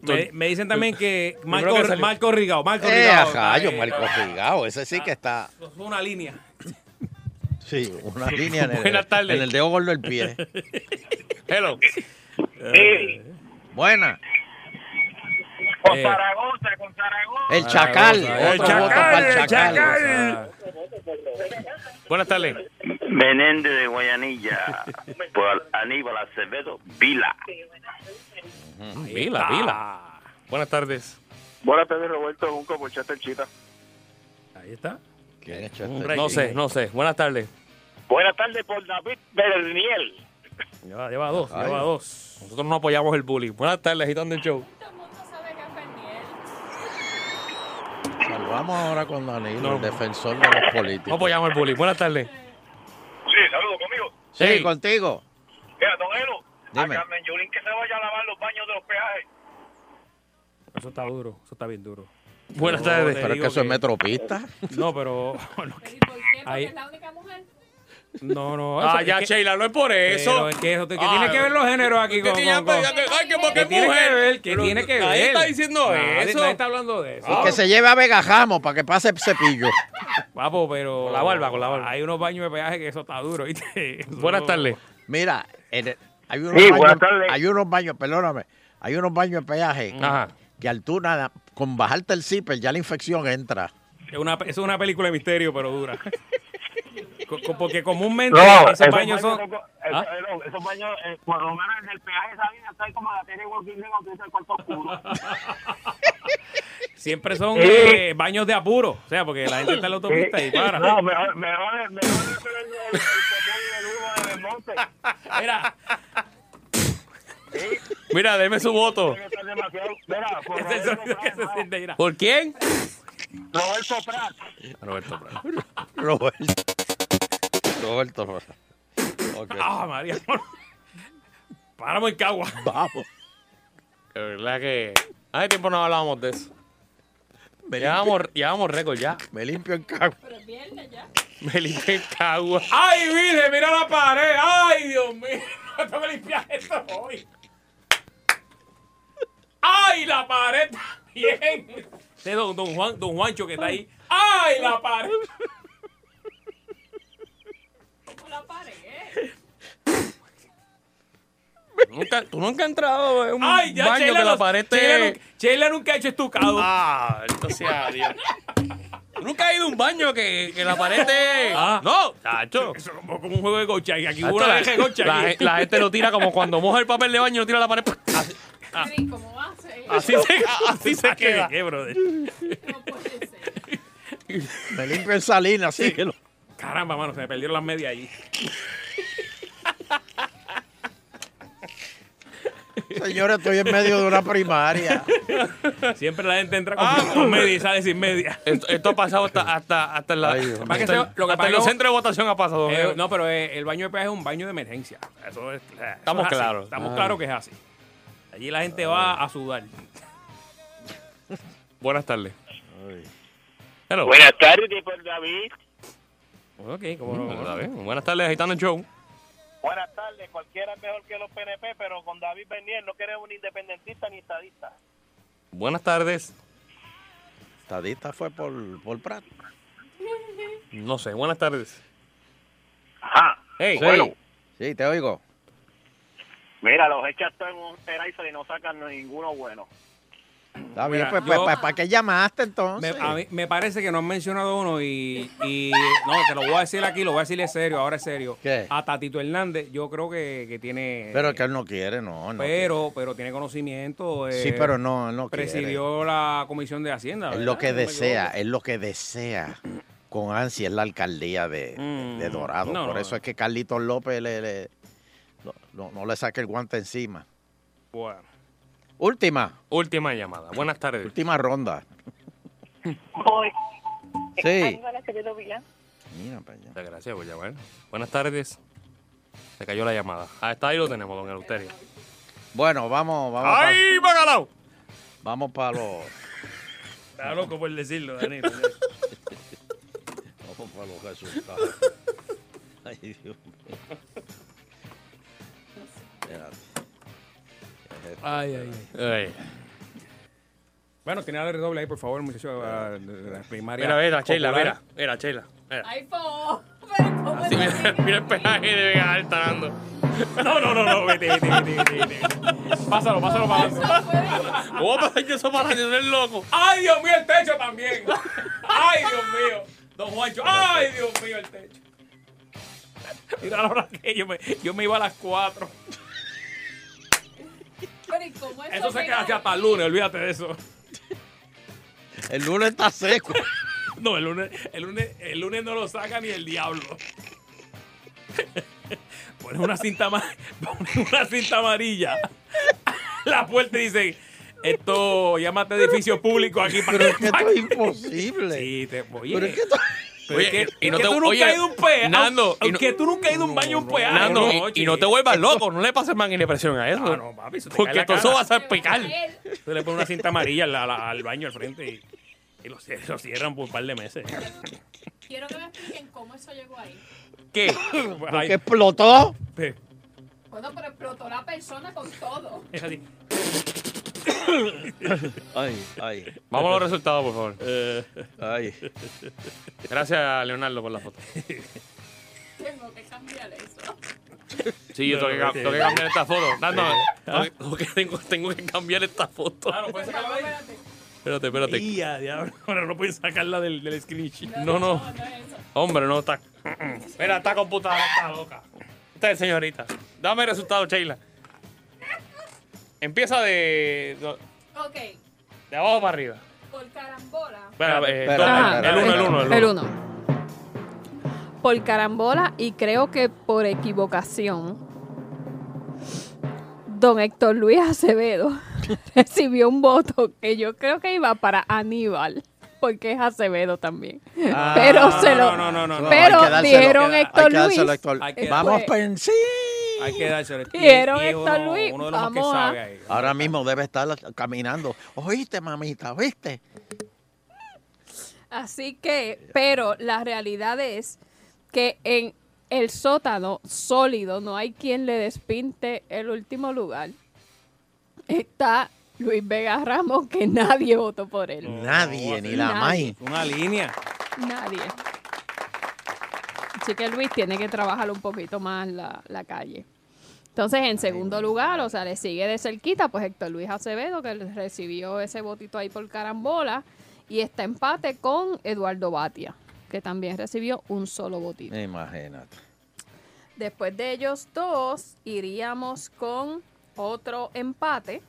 Speaker 4: Me, me dicen también que
Speaker 5: Mm. Yo
Speaker 4: Marco,
Speaker 5: creo que salió.
Speaker 4: Marco Rigao, Marco
Speaker 5: Eh,
Speaker 4: Rigao.
Speaker 5: ajá, yo,
Speaker 4: Eh,
Speaker 5: Marco Rigao, ese sí que está.
Speaker 4: eso es Una línea.
Speaker 5: Sí, una línea en el,
Speaker 6: Buenas tardes.
Speaker 5: en el dedo gordo del pie.
Speaker 6: Hello.
Speaker 5: Buena.
Speaker 18: Con
Speaker 5: Eh.
Speaker 18: Zaragoza, con Zaragoza.
Speaker 5: El chacal.
Speaker 6: El
Speaker 5: otro voto para el
Speaker 6: eh. chacal, el
Speaker 5: chacal.
Speaker 6: chacal. Buenas tardes.
Speaker 19: Menéndez de Guayanilla, por Aníbal Acevedo Vila.
Speaker 6: Vila, vila. Buenas tardes.
Speaker 20: Buenas tardes, Roberto Junco, por Chester Chita.
Speaker 6: Ahí está.
Speaker 5: ¿Quién es
Speaker 6: No sé, no sé. Buenas tardes.
Speaker 18: Buenas tardes por David Berniel.
Speaker 6: Lleva, lleva dos,
Speaker 18: Ay.
Speaker 6: lleva dos. Nosotros no apoyamos el bullying. Buenas tardes, agitando el show.
Speaker 5: Salvamos ahora con Danilo,
Speaker 6: No.
Speaker 5: el defensor de los políticos.
Speaker 6: No apoyamos el bullying. Buenas tardes.
Speaker 20: Sí, saludos conmigo.
Speaker 5: Sí,
Speaker 6: Sí.
Speaker 5: contigo.
Speaker 20: Mira, don Elo,
Speaker 5: Dime.
Speaker 20: a Carmen Yulín que se vaya a lavar los baños de los peajes.
Speaker 4: Eso está duro, eso está bien duro.
Speaker 6: Buenas
Speaker 4: Yo
Speaker 6: tardes.
Speaker 4: te
Speaker 5: Pero es
Speaker 4: digo
Speaker 5: que eso es metropista.
Speaker 4: No, pero. lo que- ahí-
Speaker 3: La única mujer.
Speaker 4: no, no.
Speaker 6: Ah,
Speaker 4: eso- es
Speaker 6: ya,
Speaker 4: que-
Speaker 6: Sheila, no es por eso.
Speaker 4: Pero es que eso te- que
Speaker 6: Ah,
Speaker 4: tiene que ver los géneros aquí
Speaker 6: que
Speaker 4: con.
Speaker 6: tiene-
Speaker 4: con- con-
Speaker 6: ya te- ay, que porque
Speaker 4: ¿Qué
Speaker 6: es
Speaker 4: tiene que
Speaker 6: mujer.
Speaker 4: ver? ¿Qué
Speaker 6: Pero
Speaker 4: tiene que ver?
Speaker 6: nadie está diciendo
Speaker 4: Nadie-
Speaker 6: eso.
Speaker 4: Nadie está hablando de eso.
Speaker 5: Y que se lleve a Vegajamo para que pase el cepillo.
Speaker 4: Papo, pero. Con la barba, con la barba. Hay unos baños de peaje que eso está duro, ¿viste? Eso-
Speaker 5: Mira, en el- hay, unos
Speaker 4: Sí,
Speaker 5: baños,
Speaker 4: buenas tardes.
Speaker 5: hay unos baños, perdóname, hay unos baños de peaje
Speaker 4: Ajá.
Speaker 5: que al tú nada, con bajarte el zipper ya la infección entra.
Speaker 4: Es una, es una película de misterio, pero dura. Co- co- porque comúnmente
Speaker 5: No,
Speaker 4: esos
Speaker 5: esos
Speaker 4: baños son.
Speaker 18: baños
Speaker 4: ¿Ah?
Speaker 18: Pero esos baños, eh, por lo menos en el peaje esa vida está como la tele Walking Dead cuando dice el cuarto oscuro.
Speaker 4: Siempre son
Speaker 18: Eh.
Speaker 4: eh, baños de apuro. O sea, porque la gente está en la autopista y
Speaker 18: Eh,
Speaker 4: para.
Speaker 18: No, mejor, mejor, mejor hacer el, el, el copón y el humo de Belmonte.
Speaker 4: Mira,
Speaker 6: Mira, deme su voto.
Speaker 18: está demasiado. Mira, por
Speaker 4: Ese es el
Speaker 18: Roberto
Speaker 4: sonido que
Speaker 18: Prat,
Speaker 4: se siente, mira.
Speaker 6: ¿Por quién?
Speaker 18: Roberto Prat.
Speaker 6: Roberto Prado.
Speaker 5: Roberto. Roberto. Rosa. Ok.
Speaker 4: Ah, María. Páramo en Cagua.
Speaker 5: Vamos.
Speaker 6: De verdad que. Hace tiempo no hablábamos de eso. Llevamos, llevamos récord ya.
Speaker 5: Me limpio en cagua.
Speaker 6: Me limpié en cagua.
Speaker 4: ¡Ay, Virgen! ¡Mira la pared! ¡Ay, Dios mío! Tengo que limpiar esto hoy. ¡Ay, la pared! Bien. Este don, don, Juan, don Juancho que está ahí. ¡Ay, la pared!
Speaker 6: Nunca, tú nunca has entrado en un
Speaker 4: ¡Ay, ya
Speaker 6: baño
Speaker 4: Sheila
Speaker 6: que la
Speaker 4: no-
Speaker 6: pared te-
Speaker 4: Sheila nunca- Sheila nunca ha hecho estucado.
Speaker 6: Ah, entonces adiós. Tú Nunca has ido a un baño que, que la pared te...
Speaker 4: Ah.
Speaker 6: No, tacho.
Speaker 4: Eso es como, como un juego de gocha. y Aquí hubo
Speaker 6: Tacho,
Speaker 4: una
Speaker 6: la,
Speaker 4: deja de gocha.
Speaker 6: la
Speaker 4: aquí.
Speaker 6: ge- la gente lo tira como cuando moja el papel de baño y lo tira a la pared. Así, ah,
Speaker 3: ¿Cómo hace?
Speaker 6: así se, así se queda.
Speaker 4: Ah, ¿Qué, brother?
Speaker 5: Me limpio en salina, síguelo.
Speaker 4: Caramba, mano, se me perdieron las medias allí.
Speaker 5: Señora, estoy en medio de una primaria.
Speaker 4: Siempre la gente entra
Speaker 6: Ah,
Speaker 4: con, con media y sale sin media.
Speaker 6: Esto, esto ha pasado hasta, hasta, hasta, en la-
Speaker 5: Dios mío.
Speaker 6: hasta
Speaker 4: Para que se- lo que
Speaker 6: hasta
Speaker 4: pasa
Speaker 6: en los
Speaker 4: es-
Speaker 6: centros de votación ha pasado.
Speaker 4: Eh, no, pero eh, el baño de peaje es un baño de emergencia. Eso es, eh, eso
Speaker 6: Estamos
Speaker 4: es así.
Speaker 6: claros.
Speaker 4: Estamos
Speaker 6: Ah.
Speaker 4: claros que es así. Allí la gente va a sudar.
Speaker 6: Buenas tardes. Hello.
Speaker 18: Buenas tardes, por David.
Speaker 4: Ok, como
Speaker 6: Mm, está bien. Buenas tardes, agitando el show.
Speaker 18: Buenas tardes, cualquiera es mejor que los PNP, pero con David Bernier no queremos un independentista ni estadista.
Speaker 6: Buenas tardes.
Speaker 5: Estadista fue por, por Prat.
Speaker 6: No sé, buenas tardes.
Speaker 18: Ajá.
Speaker 6: Hey.
Speaker 5: Sí. Sí, te oigo.
Speaker 18: Mira, los echas todos en un Terizer y no sacan ninguno bueno.
Speaker 5: Está bien,
Speaker 4: Mira,
Speaker 5: pues,
Speaker 4: yo-
Speaker 5: pues, pues, ¿para qué llamaste
Speaker 4: Me,
Speaker 5: entonces?
Speaker 4: a mí- me parece que no han mencionado uno y, y- no, te lo voy a decir aquí, lo voy a decirle serio, ahora es serio.
Speaker 5: ¿Qué?
Speaker 4: A Tatito Hernández, yo creo que, que tiene.
Speaker 5: Pero es que él no quiere, Ah, no, no.
Speaker 4: pero, pero tiene conocimiento.
Speaker 5: Sí,
Speaker 4: eh,
Speaker 5: pero no, él no quiere.
Speaker 4: Presidió la comisión de Hacienda.
Speaker 5: Es
Speaker 4: Ah, ¿verdad?
Speaker 5: lo que
Speaker 4: No me
Speaker 5: desea,
Speaker 4: equivoco.
Speaker 5: es lo que desea con ansia es la alcaldía de,
Speaker 4: Mm.
Speaker 5: de Dorado.
Speaker 4: No,
Speaker 5: Por
Speaker 4: no,
Speaker 5: eso
Speaker 4: no.
Speaker 5: es que Carlitos López le, le- no, no- no le saque el guante encima.
Speaker 4: Bueno.
Speaker 5: Última.
Speaker 6: Última llamada. Buenas tardes.
Speaker 5: Última ronda.
Speaker 17: Voy.
Speaker 5: Sí.
Speaker 17: Aníbal Acevedo Vila.
Speaker 5: Mira para allá.
Speaker 6: Muchas gracias, voy a llamar. Buenas tardes. Se cayó la llamada. Ah, está ahí lo tenemos, don Eleuterio.
Speaker 5: Bueno, vamos, vamos.
Speaker 6: ¡Ay, bacalao!
Speaker 5: Vamos para los.
Speaker 4: Está loco por decirlo, Danilo.
Speaker 5: Vamos para los resultados. Ay, Dios mío. Espérate. ¿Qué es esto?
Speaker 4: Ay, ay, ay. Bueno, tiene la redoble ahí, por favor, muchachos. La, la primaria.
Speaker 6: Mira, mira, Sheila,
Speaker 4: popular.
Speaker 6: mira. Mira, Sheila. Mira.
Speaker 3: Ay, po.
Speaker 6: Sí, mira, mira el peaje de Vega Alta, Nando. No, no, no, no, vete, vete, vete, vete, vete. Pásalo, pásalo para adelante. Voy a pasar yo eso para adelante, no eres loco.
Speaker 4: ¡Ay, Dios mío, el techo también! ¡Ay, Dios mío! Don Juancho, ¡ay, Dios mío, el techo! Mira la hora que yo me, yo me iba a las 4.
Speaker 3: Pero ¿y cómo eso?
Speaker 4: Eso se
Speaker 3: pega
Speaker 4: queda hacia hasta el lunes, olvídate de eso.
Speaker 5: El lunes está seco.
Speaker 4: No, el lunes, el lunes, el lunes no lo saca ni el diablo. Ponen una cinta, ama- ponen una cinta amarilla. a La puerta y dicen, esto llámate edificio público aquí para
Speaker 5: Pero es que esto es imposible.
Speaker 4: Sí, te, oye,
Speaker 5: Pero es que esto-
Speaker 4: pero es
Speaker 6: Oye,
Speaker 4: que-
Speaker 6: y
Speaker 4: es
Speaker 6: no
Speaker 4: que
Speaker 6: te-
Speaker 4: tú nunca
Speaker 6: oye,
Speaker 4: has ido a un peaje.
Speaker 6: Nando, y no-
Speaker 4: aunque tú nunca has ido a un baño a un peaje.
Speaker 6: Nando,
Speaker 4: no,
Speaker 6: y, y no te vuelvas loco, no le pases más impresión a eso.
Speaker 4: Ah, no, papi, eso te cae
Speaker 6: porque
Speaker 4: la
Speaker 6: todo eso
Speaker 4: cara.
Speaker 6: va a ser picar.
Speaker 4: Se le pone una cinta amarilla al, al- al baño al frente y, y lo, cier- lo cierran por un par de meses.
Speaker 3: Quiero que me expliquen cómo eso llegó ahí.
Speaker 4: ¿Qué?
Speaker 5: ¿Porque explotó?
Speaker 3: Bueno, pero explotó la persona con todo.
Speaker 5: Ay, ay.
Speaker 6: Vamos a los resultados, por favor.
Speaker 4: Eh.
Speaker 5: Ay.
Speaker 6: Gracias, Leonardo, por la foto.
Speaker 3: Tengo que cambiar eso.
Speaker 6: Sí, yo
Speaker 4: No,
Speaker 6: tengo que, ca-
Speaker 4: no, sí.
Speaker 6: tengo que cambiar esta foto. Nando,
Speaker 4: Sí.
Speaker 6: tengo que- tengo que- tengo, tengo que cambiar esta foto.
Speaker 3: Ah, pues,
Speaker 6: Espérate, espérate.
Speaker 4: Y a diablo, ahora no pueden sacarla del, del screenshot.
Speaker 6: No, no. Hombre, no está. Mira, está computadora, está loca. Está de señorita. Dame el resultado, Sheila. Empieza de,
Speaker 3: Ok,
Speaker 6: de abajo para arriba.
Speaker 3: por carambola.
Speaker 6: Espera, eh,
Speaker 5: Espera,
Speaker 6: dos,
Speaker 5: espera,
Speaker 6: el uno,
Speaker 5: espera.
Speaker 6: el uno, el uno.
Speaker 7: El uno. Por carambola y creo que por equivocación, don Héctor Luis Acevedo recibió un voto que yo creo que iba para Aníbal, porque es Acevedo también.
Speaker 5: Ah,
Speaker 7: pero
Speaker 4: no,
Speaker 7: se
Speaker 4: no,
Speaker 7: lo.
Speaker 4: no, no, no, no.
Speaker 7: pero
Speaker 5: Hay que dárselo,
Speaker 7: dijeron
Speaker 5: hay que
Speaker 7: Héctor
Speaker 5: dárselo,
Speaker 7: Luis.
Speaker 5: Héctor.
Speaker 4: Hay que-
Speaker 5: Vamos
Speaker 7: Pues-
Speaker 5: para en sí.
Speaker 4: Hay que dárselo. Y-
Speaker 7: Vieron
Speaker 4: y es
Speaker 7: esto,
Speaker 4: uno-
Speaker 7: Luis.
Speaker 4: Uno de los más que
Speaker 7: Vamos a-
Speaker 4: sabe ahí.
Speaker 5: Ahora mismo debe estar caminando. Oíste, mamita, ¿viste?
Speaker 7: Así que, pero la realidad es que en el sótano sólido no hay quien le despinte el último lugar. Está Luis Vega Ramos, que nadie votó por él.
Speaker 5: Nadie, ni la
Speaker 7: Nadie.
Speaker 5: May.
Speaker 4: Una línea.
Speaker 7: Nadie. Así que Luis tiene que trabajar un poquito más la, la calle. Entonces, en segundo lugar, o sea, le sigue de cerquita, pues Héctor Luis Acevedo, que recibió ese votito ahí por carambola, y está empate con Eduardo Batia, que también recibió un solo votito.
Speaker 5: Imagínate.
Speaker 7: Después de ellos dos, iríamos con otro empate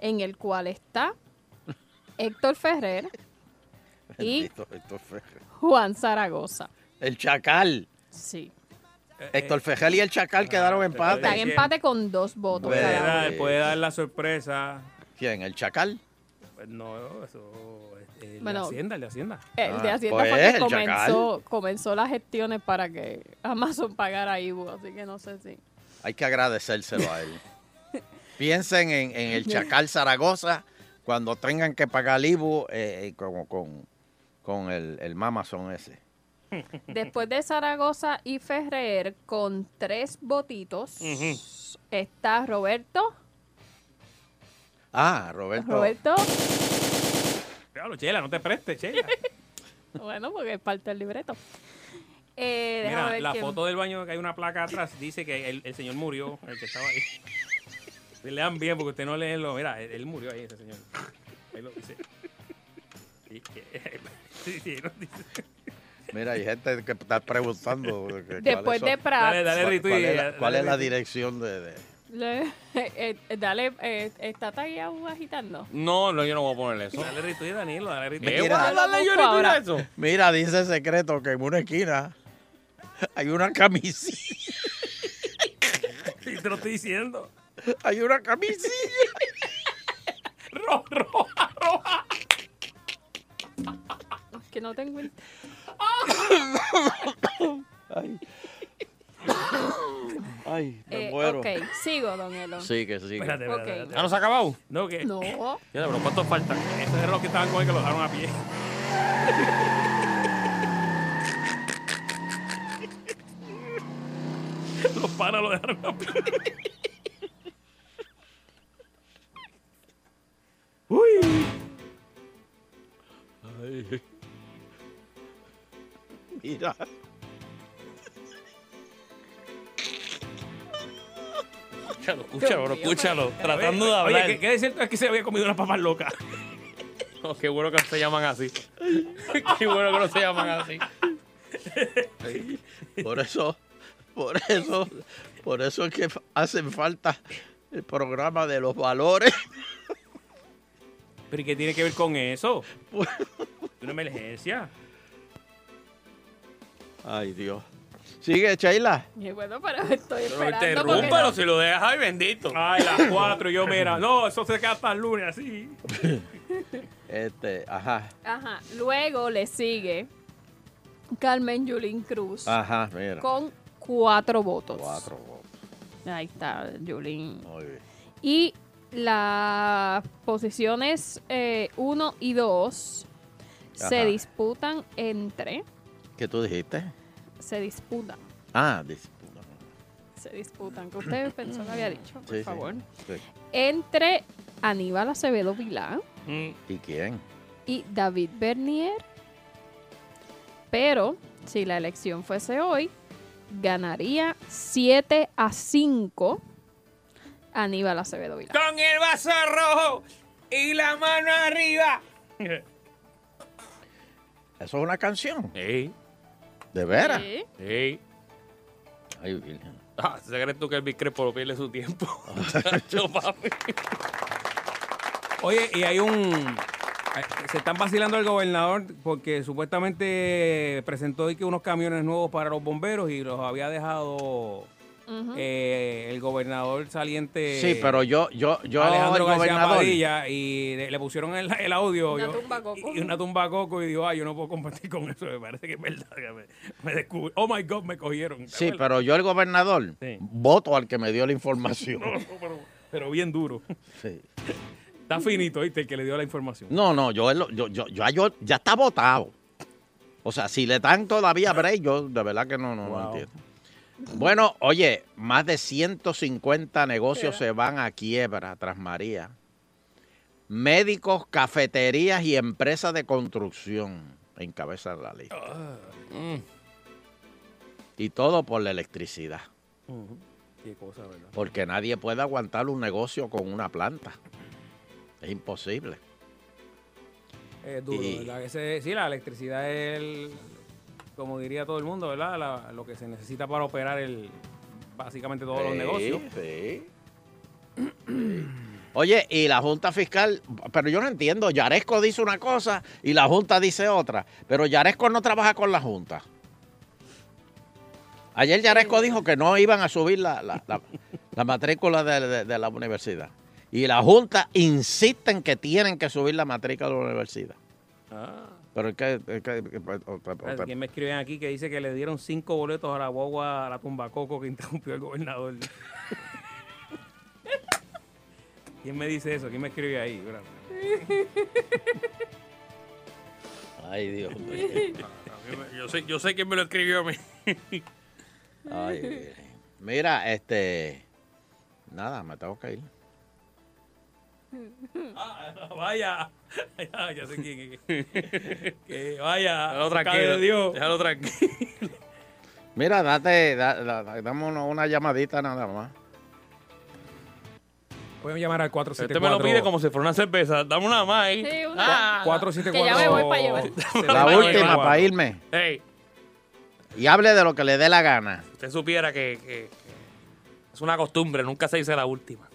Speaker 7: en el cual está Héctor Ferrer y
Speaker 5: Bendito Héctor Ferrer.
Speaker 7: Juan Zaragoza.
Speaker 5: El chacal.
Speaker 7: Sí.
Speaker 5: Héctor Fejel y el chacal
Speaker 6: Ah,
Speaker 5: quedaron
Speaker 7: Está
Speaker 5: empate.
Speaker 7: en empate con dos votos.
Speaker 5: Bueno.
Speaker 4: Puede
Speaker 7: cada uno.
Speaker 4: dar, puede dar la sorpresa.
Speaker 5: ¿Quién? ¿El chacal?
Speaker 4: Pues No, eso. eh, El
Speaker 7: Bueno. Eh,
Speaker 4: de Hacienda, el de Hacienda.
Speaker 7: El de
Speaker 5: Ah,
Speaker 7: Hacienda
Speaker 5: pues,
Speaker 7: fue que
Speaker 5: el
Speaker 7: comenzó, comenzó las gestiones para que Amazon pagara IBU, así que no sé si.
Speaker 5: Hay que agradecérselo a él. Piensen en, en el chacal Zaragoza cuando tengan que pagar el IBU eh, eh, con, con- con el, el Mamazón ese.
Speaker 6: Mm.
Speaker 7: Después de Zaragoza y Ferrer, con tres votitos,
Speaker 6: Ujú.
Speaker 7: está Roberto.
Speaker 5: Ah, Roberto.
Speaker 7: Roberto,
Speaker 4: Claro, Chela, no te prestes, Chela.
Speaker 7: bueno, porque es parte del libreto. Eh, déjame
Speaker 4: Mira,
Speaker 7: ver
Speaker 4: la
Speaker 7: quién-
Speaker 4: foto del baño que hay una placa atrás dice que el, el señor murió, el que estaba ahí. Se lean bien porque usted no lee lo. Mira, él, él murió ahí, ese señor. Ahí lo dice. Sí, que- sí, sí, no dice.
Speaker 5: Mira, hay gente que está preguntando. que- cuáles
Speaker 7: Después
Speaker 5: son-
Speaker 7: de Prat,
Speaker 4: Dale, dale,
Speaker 5: cuál-
Speaker 4: retweet.
Speaker 5: ¿Cuál es
Speaker 4: dale,
Speaker 6: eh,
Speaker 5: la, cuál es la
Speaker 4: retweet.
Speaker 5: dirección de, de-
Speaker 7: le- eh, eh, dale, eh, está tagueado agitando.
Speaker 6: No, no, yo no voy a poner eso.
Speaker 4: Dale retweet, Danilo, dale retweet.
Speaker 6: Eh,
Speaker 5: Mira.
Speaker 6: voy a darle yo
Speaker 7: Lo busco
Speaker 6: ahorita
Speaker 7: ahora.
Speaker 6: eso.
Speaker 5: Mira, dice secreto que en una esquina hay una camisilla.
Speaker 4: Te lo estoy diciendo.
Speaker 5: Hay una camisilla.
Speaker 7: Es que no tengo. el-
Speaker 5: Ay. Ay, me
Speaker 7: Eh,
Speaker 5: muero.
Speaker 7: ok, sigo, don Elo.
Speaker 5: Sí, que sigue.
Speaker 4: Espérate, espérate,
Speaker 7: Ok.
Speaker 4: espérate.
Speaker 6: ¿Ya nos Ah, ha acabado?
Speaker 4: No, que.
Speaker 7: No. eh,
Speaker 6: Ya, pero ¿cuántos faltan?
Speaker 4: Esos eran los que estaban con él que lo dejaron a pie. los panas lo dejaron a pie. Uy.
Speaker 5: Ay. Mira.
Speaker 6: Escúchalo, escúchalo, bro,
Speaker 4: Dios mío,
Speaker 6: escúchalo.
Speaker 4: pero-
Speaker 6: Tratando de
Speaker 4: Oye,
Speaker 6: hablar.
Speaker 4: que- que de cierto es que se había comido unas papas locas.
Speaker 6: No, qué bueno que no se llaman así. qué bueno que no se llaman así.
Speaker 5: Por eso, por eso, por eso es que hacen falta el programa de los valores.
Speaker 4: ¿Pero y qué tiene que ver con eso? Una emergencia.
Speaker 5: Ay, Dios. Sigue, Chayla.
Speaker 7: Y bueno, pero estoy
Speaker 6: Pero
Speaker 7: esperando. porque-
Speaker 6: interrúmpalo si lo dejas, ay bendito.
Speaker 4: Ay, las cuatro, yo mira. No, eso se queda hasta el lunes así.
Speaker 5: Este, ajá,
Speaker 7: Ajá. Luego le sigue Carmen Yulín Cruz
Speaker 5: ajá, mira.
Speaker 7: con cuatro votos.
Speaker 5: Cuatro votos.
Speaker 7: Ahí está, Yulín.
Speaker 5: Muy bien.
Speaker 7: Y las posiciones 1 y 2 se
Speaker 5: Ajá.
Speaker 7: disputan entre.
Speaker 5: ¿Qué tú dijiste?
Speaker 7: Se disputan.
Speaker 5: Ah, dice.
Speaker 7: Se disputan. Que usted pensó que había dicho, por
Speaker 5: Sí, sí,
Speaker 7: favor.
Speaker 5: sí.
Speaker 7: Entre Aníbal Acevedo Vilá
Speaker 4: Mm.
Speaker 5: ¿Y quién?
Speaker 7: y David Bernier. Pero si la elección fuese hoy, ganaría 7 a 5 Aníbal Acevedo Vilá.
Speaker 6: Con el vaso rojo y la mano arriba.
Speaker 5: Eso es una canción.
Speaker 6: Sí.
Speaker 5: ¿De veras?
Speaker 7: Sí.
Speaker 6: Sí.
Speaker 5: Ay, Virgen.
Speaker 6: Ah, ¿se crees tú que el Biscrepo lo pierde su tiempo? Chacho, papi.
Speaker 4: Oye, y hay un. eh, Se están vacilando al gobernador porque supuestamente presentó hoy que unos camiones nuevos para los bomberos y los había dejado eh, el gobernador saliente.
Speaker 5: Sí, pero yo, yo, yo,
Speaker 4: Alejandro
Speaker 5: el
Speaker 4: García
Speaker 5: gobernador.
Speaker 4: Padilla y le, le pusieron el, el audio
Speaker 7: Una
Speaker 4: yo-
Speaker 7: tumba coco.
Speaker 4: y una tumba coco y dijo, ay, yo no puedo compartir con eso, me parece que es verdad, que me, me descubrí- oh my God, me cogieron. ¿te
Speaker 5: Sí,
Speaker 4: acuerdas?
Speaker 5: pero yo, el gobernador, voto al que me dio la información.
Speaker 4: No, no, pero, pero bien duro.
Speaker 5: Sí.
Speaker 4: Está finito, ¿viste? El que le dio la información.
Speaker 5: No, no, yo, él lo- yo, yo, yo, yo- ya está votado. O sea, si le dan todavía break, yo de verdad que no, no, no entiendo. Bueno, oye, más de 150 negocios se van a quiebra tras María. Médicos, cafeterías y empresas de construcción encabezan la lista. Y todo por la electricidad,
Speaker 4: Qué cosa, ¿verdad?
Speaker 5: porque nadie puede aguantar un negocio con una planta. Es imposible.
Speaker 4: Es duro,
Speaker 5: Y-
Speaker 4: ¿verdad? Ese- sí, la electricidad es, el- como diría todo el mundo, ¿verdad? La- lo que se necesita para operar el básicamente todos los
Speaker 5: Sí,
Speaker 4: negocios.
Speaker 5: sí. Oye, y la Junta Fiscal, pero yo no entiendo, Yaresco dice una cosa y la Junta dice otra, pero Yaresco no trabaja con la Junta. Ayer Yaresco dijo que no iban a subir la, la- la- la matrícula de, de- de la universidad. Y la Junta insiste en que tienen que subir la matrícula de la universidad.
Speaker 4: Ah.
Speaker 5: Pero es que... es que- pues, o- o- o-
Speaker 4: Alguien me escriben aquí que dice que le dieron cinco boletos a la guagua, a la tumbacoco que interrumpió el gobernador. ¿Quién me dice eso? ¿Quién me escribe ahí? Espérate.
Speaker 5: Ay, Dios mío.
Speaker 6: Yo sé, yo sé quién me lo escribió a mí.
Speaker 5: Ay, Virgen. mira, este... Nada, me tengo que ir.
Speaker 4: Ah, vaya. Ya, ya sé quién es. Que vaya.
Speaker 6: Déjalo
Speaker 4: saca
Speaker 6: tranquilo.
Speaker 4: de Dios.
Speaker 6: Déjalo tranquilo.
Speaker 5: Mira, date, da- da- da- dame una, una llamadita nada más.
Speaker 4: Pueden llamar al 474.
Speaker 6: Este me lo pide como si fuera una cerveza. Dame una más ahí.
Speaker 7: Sí, una.
Speaker 6: Ah.
Speaker 7: Que ya me voy para llevar.
Speaker 5: La
Speaker 6: Dame una
Speaker 5: última
Speaker 6: más.
Speaker 5: para irme.
Speaker 6: Ey,
Speaker 5: Y hable de lo que le dé la gana.
Speaker 6: usted supiera que, que- que es una costumbre, nunca se dice la última.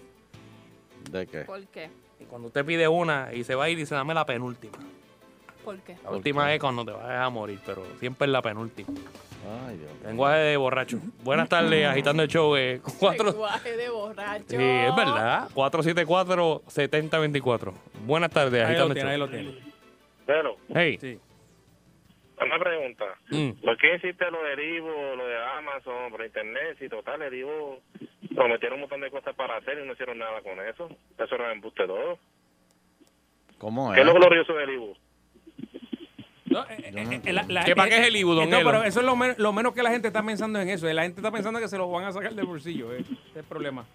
Speaker 5: ¿De qué?
Speaker 7: ¿Por qué?
Speaker 6: Y cuando usted pide una y se va a ir, dice dame la penúltima.
Speaker 7: ¿Por qué?
Speaker 6: La última es cuando te vas a morir, pero siempre es la penúltima.
Speaker 5: Ay, Dios.
Speaker 6: Lenguaje de borracho. Buenas tardes, agitando el show. eh, cuatro-
Speaker 7: Lenguaje de borracho.
Speaker 6: Sí, es verdad. 474-7024. Buenas tardes,
Speaker 4: Ahí lo
Speaker 6: agitando
Speaker 4: tiene, ahí
Speaker 6: el
Speaker 4: lo
Speaker 6: show.
Speaker 4: tiene.
Speaker 20: Pero,
Speaker 6: Hey.
Speaker 20: una pregunta.
Speaker 6: Mm.
Speaker 20: ¿Por qué hiciste lo de Divo, lo de Amazon, por internet? Si total, Divo prometieron un montón de cosas para hacer y no hicieron nada con eso. Eso era embuste todo.
Speaker 5: ¿Cómo
Speaker 20: ¿Qué es
Speaker 5: es?
Speaker 20: lo glorioso de Divo?
Speaker 10: eh,
Speaker 6: Mm.
Speaker 4: Eh,
Speaker 6: ¿Qué pa' qué es el Ibu, don
Speaker 4: No,
Speaker 6: Elo?
Speaker 4: pero eso es lo, men- lo menos que la gente está pensando en eso. eh. La gente está pensando que se los van a sacar del bolsillo. eh. Ese es el problema.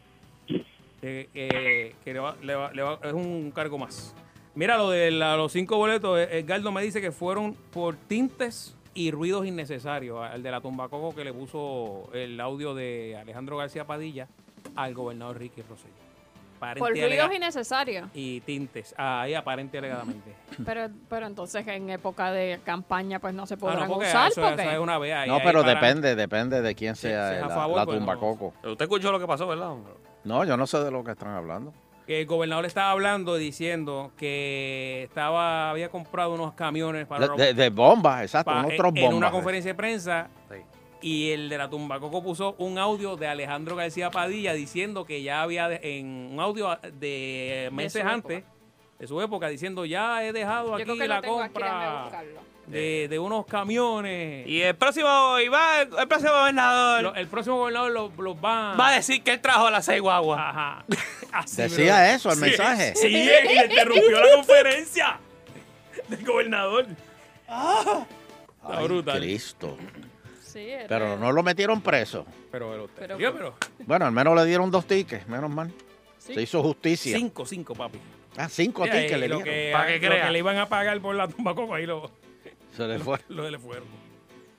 Speaker 4: Eh, eh, que le va- le va- le va- es un cargo más. Mira, lo de la- los cinco boletos, eh, Edgardo me dice que fueron por tintes y ruidos innecesarios. Al de la tumbacoco que le puso el audio de Alejandro García Padilla al gobernador Ricky Rosselló. Aparente
Speaker 7: Por
Speaker 4: y
Speaker 7: ruidos
Speaker 4: alega-
Speaker 7: innecesarios.
Speaker 4: y tintes. Ahí aparente y alegadamente.
Speaker 7: Pero, pero entonces en época de campaña pues no se
Speaker 4: Ah,
Speaker 7: podrán
Speaker 4: no, porque
Speaker 7: usar
Speaker 4: eso-
Speaker 7: porque...
Speaker 4: eso es una vez Ah, ahí,
Speaker 5: No,
Speaker 4: ahí
Speaker 5: pero
Speaker 4: para-
Speaker 5: depende, depende de quién sea
Speaker 4: sí, a
Speaker 5: la,
Speaker 4: favor,
Speaker 5: la
Speaker 4: pues, no.
Speaker 5: tumbacoco.
Speaker 6: Usted escuchó lo que pasó, ¿verdad?
Speaker 5: No, yo no sé de lo que están hablando.
Speaker 4: que el gobernador estaba hablando diciendo que estaba había comprado unos camiones para
Speaker 5: De, de- de bombas, exacto,
Speaker 4: pa-
Speaker 5: unos otros
Speaker 4: en,
Speaker 5: bombas.
Speaker 4: una conferencia de prensa y el de la Tumbacoco puso un audio de Alejandro García Padilla diciendo que ya había de- en un audio de meses
Speaker 7: su
Speaker 4: antes de su época diciendo ya he dejado
Speaker 7: Yo creo
Speaker 4: aquí
Speaker 7: que
Speaker 4: la
Speaker 7: lo tengo aquí, déjame
Speaker 4: compra
Speaker 7: buscarlo.
Speaker 4: de, de unos camiones
Speaker 6: Y el próximo, y va- el próximo gobernador
Speaker 4: Lo- el próximo gobernador los los va
Speaker 6: va a decir que él trajo las seis guaguas.
Speaker 4: Ajá.
Speaker 5: Decía
Speaker 6: bro.
Speaker 5: eso el
Speaker 6: Sí,
Speaker 5: mensaje.
Speaker 6: Sí, y le interrumpió la conferencia del gobernador.
Speaker 3: Ah.
Speaker 5: Ay, Cristo.
Speaker 7: Sí, era-
Speaker 5: Pero no lo metieron preso.
Speaker 4: pero el
Speaker 7: Pero-
Speaker 4: Digo, pero-
Speaker 5: Bueno, al menos le dieron dos tickets, menos mal.
Speaker 4: Sí.
Speaker 5: Se hizo justicia.
Speaker 4: cinco cinco papi
Speaker 5: Ah, cinco
Speaker 4: Sí,
Speaker 5: tickets
Speaker 4: ahí
Speaker 5: le
Speaker 4: lo
Speaker 5: dieron.
Speaker 4: que, lo que le iban a pagar por la tumbacoco ahí lo
Speaker 5: Se le fue.
Speaker 4: lo del esfuerzo.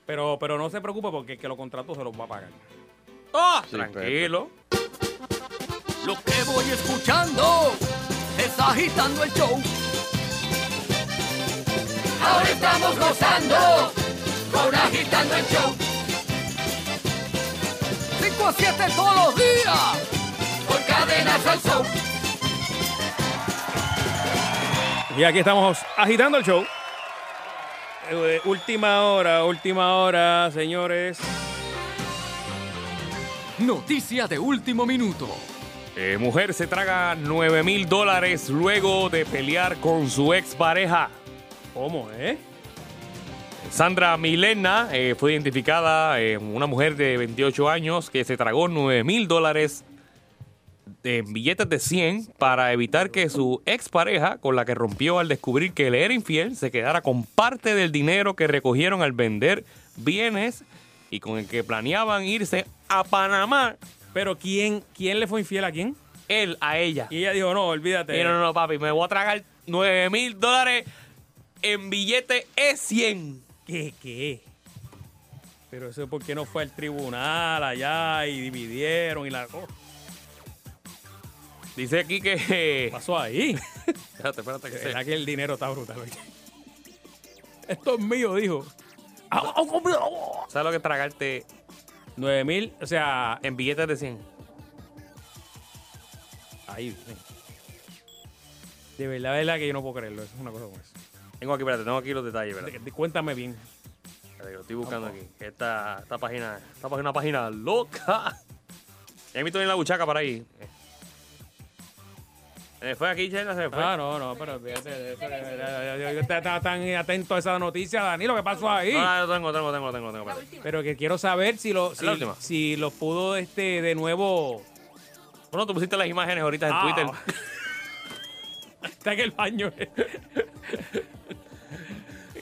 Speaker 4: Pero, pero no se preocupe porque el que lo contrató se los va a pagar.
Speaker 6: ¡Ah!
Speaker 4: Tranquilo.
Speaker 2: Lo que voy escuchando es agitando el show. Ahora estamos gozando con agitando el show. 5 a 7 todos los días por cadenas al show.
Speaker 4: Y aquí estamos agitando el show. Eh, última hora, última hora, señores.
Speaker 6: Noticia de último minuto. Eh, mujer se traga 9 mil dólares luego de pelear con su expareja.
Speaker 4: ¿Cómo, eh?
Speaker 6: Sandra Milena eh, fue identificada, eh, una mujer de 28 años que se tragó 9 mil dólares en billetes de 100 para evitar que su expareja, con la que rompió al descubrir que le era infiel, se quedara con parte del dinero que recogieron al vender bienes y con el que planeaban irse a Panamá.
Speaker 4: Pero ¿quién, quién le fue infiel a quién?
Speaker 6: Él, a ella.
Speaker 4: Y ella dijo, no, olvídate.
Speaker 6: Y no, no, papi, me voy a tragar 9 mil dólares en billete E E100.
Speaker 4: ¿Qué, qué? Pero eso es porque no fue al tribunal allá y dividieron y la cosa.
Speaker 6: Dice aquí que...
Speaker 4: Pasó ahí.
Speaker 6: espérate, espérate. Que
Speaker 4: De
Speaker 6: se-
Speaker 4: verdad que el dinero está brutal. oye. Esto es mío, dijo.
Speaker 6: Ah,
Speaker 4: Au,
Speaker 6: oh,
Speaker 4: au, au, au.
Speaker 6: ¿Sabes lo que es tragarte
Speaker 4: 9 mil, o sea,
Speaker 6: en billetes de 100?
Speaker 4: ahí. ven. De verdad, de verdad que yo no puedo creerlo. eso Es una cosa como eso.
Speaker 6: Tengo aquí, espérate, tengo aquí los detalles, espérate.
Speaker 4: De- de- cuéntame bien.
Speaker 6: Espérate, que lo estoy buscando aquí. Esta, esta página, esta página, una página loca. Ya me en la buchaca para ahí. Eh, fue aquí, Chela, se fue.
Speaker 4: Ah, no, no, pero fíjate de eso. de- de- de- de- Yo estaba tan atento a esa noticia, Dani, lo que pasó ahí.
Speaker 6: No, no, lo tengo, tengo, tengo, tengo, tengo. espérate.
Speaker 4: Pero que quiero saber si lo, si,
Speaker 6: la última.
Speaker 4: si lo pudo este de nuevo.
Speaker 6: Bueno, tú pusiste las imágenes ahorita en
Speaker 4: Ah.
Speaker 6: Twitter.
Speaker 4: Está en el baño.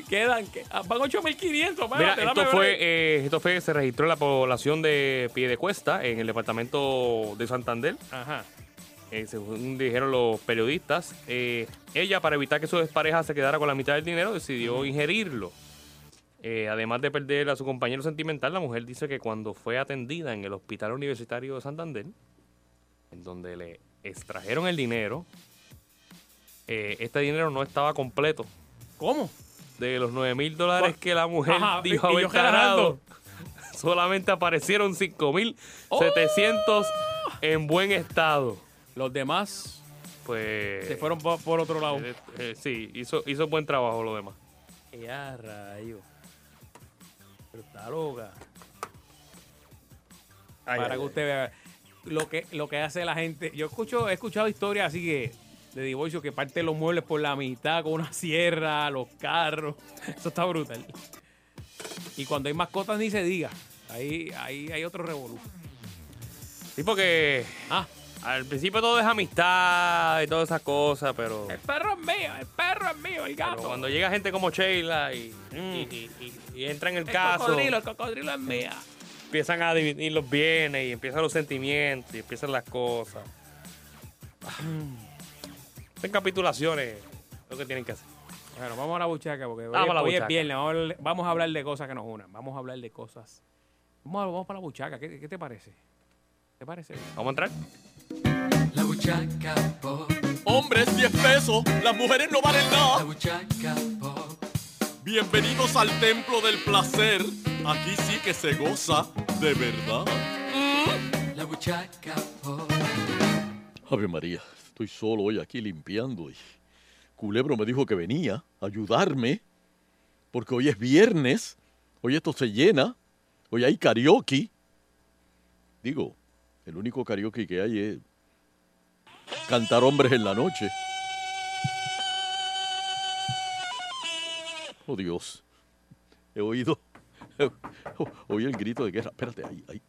Speaker 4: Quedan, que- ah, van 8500.
Speaker 6: Mira,
Speaker 4: espérate, dame
Speaker 6: esto
Speaker 4: break.
Speaker 6: fue, eh, esto fue, se registró en la población de Piedecuesta, en el departamento de Santander.
Speaker 4: Ajá.
Speaker 6: eh, según dijeron los periodistas, eh, ella para evitar que su expareja se quedara con la mitad del dinero decidió ingerirlo. Eh, además de perder a su compañero sentimental, la mujer dice que cuando fue atendida en el Hospital Universitario de Santander, en donde le extrajeron el dinero, eh, este dinero no estaba completo.
Speaker 4: ¿Cómo?
Speaker 6: De los 9 mil dólares
Speaker 4: Cu-
Speaker 6: que la mujer
Speaker 4: Ajá,
Speaker 6: dijo
Speaker 4: y- y
Speaker 6: haber
Speaker 4: yo cargando.
Speaker 6: ganado, solamente aparecieron 5 mil
Speaker 4: ¡Oh!
Speaker 6: 700 en buen estado.
Speaker 4: Los demás
Speaker 6: Pues
Speaker 4: se fueron por, por otro lado.
Speaker 6: eh, eh, sí, hizo, hizo buen trabajo lo demás.
Speaker 4: Ella, rayo. Pero está loca. Para que usted vea lo que, lo que hace la gente. Yo escucho, he escuchado historias así que de divorcio que parte los muebles por la mitad con una sierra, los carros. Eso está brutal. Y cuando hay mascotas ni se diga. Ahí, ahí hay otro revolú. Ah.
Speaker 6: Sí, porque al principio todo es amistad y todas esas cosas, pero,
Speaker 4: El perro es mío, el perro es mío, el
Speaker 6: pero
Speaker 4: gato.
Speaker 6: cuando llega gente como Sheila y, y- y- y- y entra en el, caso,
Speaker 4: cocodrilo, Mm. el cocodrilo es mía.
Speaker 6: empiezan a dividir los bienes y empiezan los sentimientos y empiezan las cosas. En capitulaciones, lo que tienen que hacer.
Speaker 4: Bueno, vamos a la buchaca porque hoy,
Speaker 6: Vamos a la
Speaker 4: hoy es
Speaker 6: buchaca.
Speaker 4: viernes. Vamos a, hablar, vamos a hablar de cosas que nos unan. Vamos a hablar de cosas. Vamos, a- vamos para la buchaca. ¿Qué, qué te parece? ¿Te parece?
Speaker 6: Vamos a entrar.
Speaker 2: La buchaca pop. Hombres 10 pesos, las mujeres no valen nada. La buchaca pop.
Speaker 21: Bienvenidos al templo del placer. Aquí sí que se goza de verdad.
Speaker 2: La buchaca pop.
Speaker 21: Ave María, estoy solo hoy aquí limpiando y Culebro me dijo que venía a ayudarme porque hoy es viernes, hoy esto se llena, hoy hay karaoke. Digo, el único karaoke que hay es cantar hombres en la noche. Oh Dios, he oído, oí el grito de guerra. Espérate, ahí, ahí.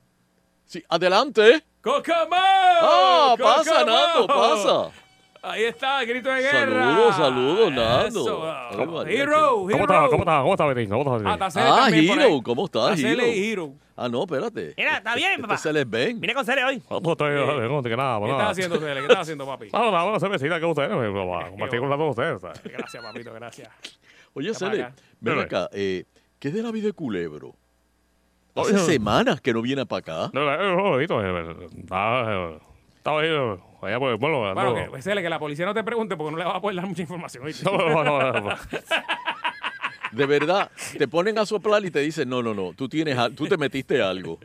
Speaker 21: Sí, adelante.
Speaker 4: ¡Cocamao!
Speaker 21: Ah, pasa,
Speaker 4: ¡Cocamao!
Speaker 21: Nando, pasa.
Speaker 4: Oh, Ahí está, grito de guerra.
Speaker 21: Saludos, saludos,
Speaker 4: Eso,
Speaker 21: Nando.
Speaker 4: ah,
Speaker 21: Ave María,
Speaker 4: Hero,
Speaker 21: qué-
Speaker 4: hero.
Speaker 6: estás? ¿Cómo estás, Betín? ¿Cómo estás, Betín?
Speaker 4: Ah, está Cele
Speaker 21: Ah,
Speaker 4: también por ahí.
Speaker 21: Hero, ¿cómo estás,
Speaker 4: Está
Speaker 21: Hero?
Speaker 4: Cele y
Speaker 21: Ah, no, espérate.
Speaker 6: Mira, está bien,
Speaker 21: Este se les ven.
Speaker 6: Vine con Cele hoy.
Speaker 22: ¿Cómo estoy? ¿Cómo te nada?
Speaker 4: ¿Qué estás haciendo, Cele? ¿Qué estás haciendo, papi?
Speaker 22: Ah, no, no, se me siga que ustedes, eh, para compartir con las dos ustedes, ¿sabes?
Speaker 4: Gracias, papito, gracias.
Speaker 21: Oye,
Speaker 4: Está
Speaker 21: Cele,
Speaker 4: para acá.
Speaker 21: ven
Speaker 22: Dime.
Speaker 21: acá. eh, ¿Qué es de la vida de Culebro? Hace
Speaker 22: Oye.
Speaker 21: semanas que no viene para acá.
Speaker 22: No, no, no, no, Vito, eh, estaba, eh, estaba ahí, eh, allá por el pueblo.
Speaker 4: Bueno,
Speaker 22: ando-
Speaker 4: que, Cele, que la policía no te pregunte porque no le va a poder dar mucha información. ¿oíste?
Speaker 22: No, no, no, no, no.
Speaker 21: De verdad, te ponen a soplar y te dicen, no, no, no, tú, tienes, al- tú te metiste algo.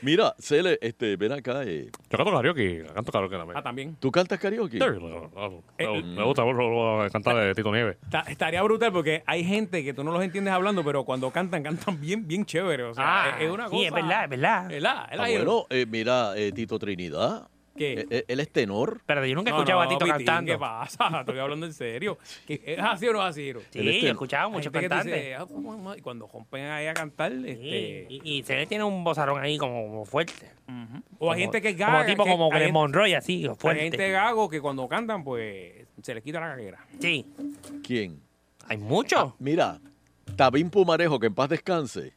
Speaker 21: Mira, Cele, este, ven acá. eh,
Speaker 22: Yo canto karaoke, canto karaoke también.
Speaker 4: Ah, también.
Speaker 21: ¿Tú cantas karaoke?
Speaker 22: Sí, no, no, no, me, me gusta mucho eh, cantar de Tito Nieves.
Speaker 4: Está- estaría brutal porque hay gente que tú no los entiendes hablando, pero cuando cantan, cantan bien, bien chévere. O sea,
Speaker 6: Ah,
Speaker 4: es, es una cosa.
Speaker 6: sí, es verdad, es verdad.
Speaker 4: ¿Verdad?
Speaker 21: Ah, bueno, eh, mira, eh, Tito Trinidad.
Speaker 4: ¿Qué?
Speaker 21: Eh, él es tenor.
Speaker 6: Pero yo
Speaker 4: No, no, Pitín, ¿Qué pasa? Estoy hablando en serio. ¿Qué- ¿Es así o no es así, Hiro?
Speaker 21: Sí, Él es yo he tenor.
Speaker 6: escuchado
Speaker 4: Hay
Speaker 6: muchos
Speaker 4: gente este, que te dice,
Speaker 6: cantantes.
Speaker 4: "Ah, ¿cómo es más?" Y cuando rompen ahí a cantar, este...
Speaker 6: Y, y Cele tiene un bozarrón ahí como, como fuerte.
Speaker 4: O hay
Speaker 6: Como-
Speaker 4: gente que es
Speaker 6: como
Speaker 4: gaga.
Speaker 6: tipo
Speaker 4: que-
Speaker 6: como
Speaker 4: hay
Speaker 6: Glen
Speaker 4: gente-
Speaker 6: Monroy, así, fuerte.
Speaker 4: Hay gente gago que cuando cantan, pues, se les quita la caguera.
Speaker 6: Sí.
Speaker 21: ¿Quién? Ah,
Speaker 6: Hay muchos.
Speaker 21: mira, Tabín Pumarejo, que en paz descanse.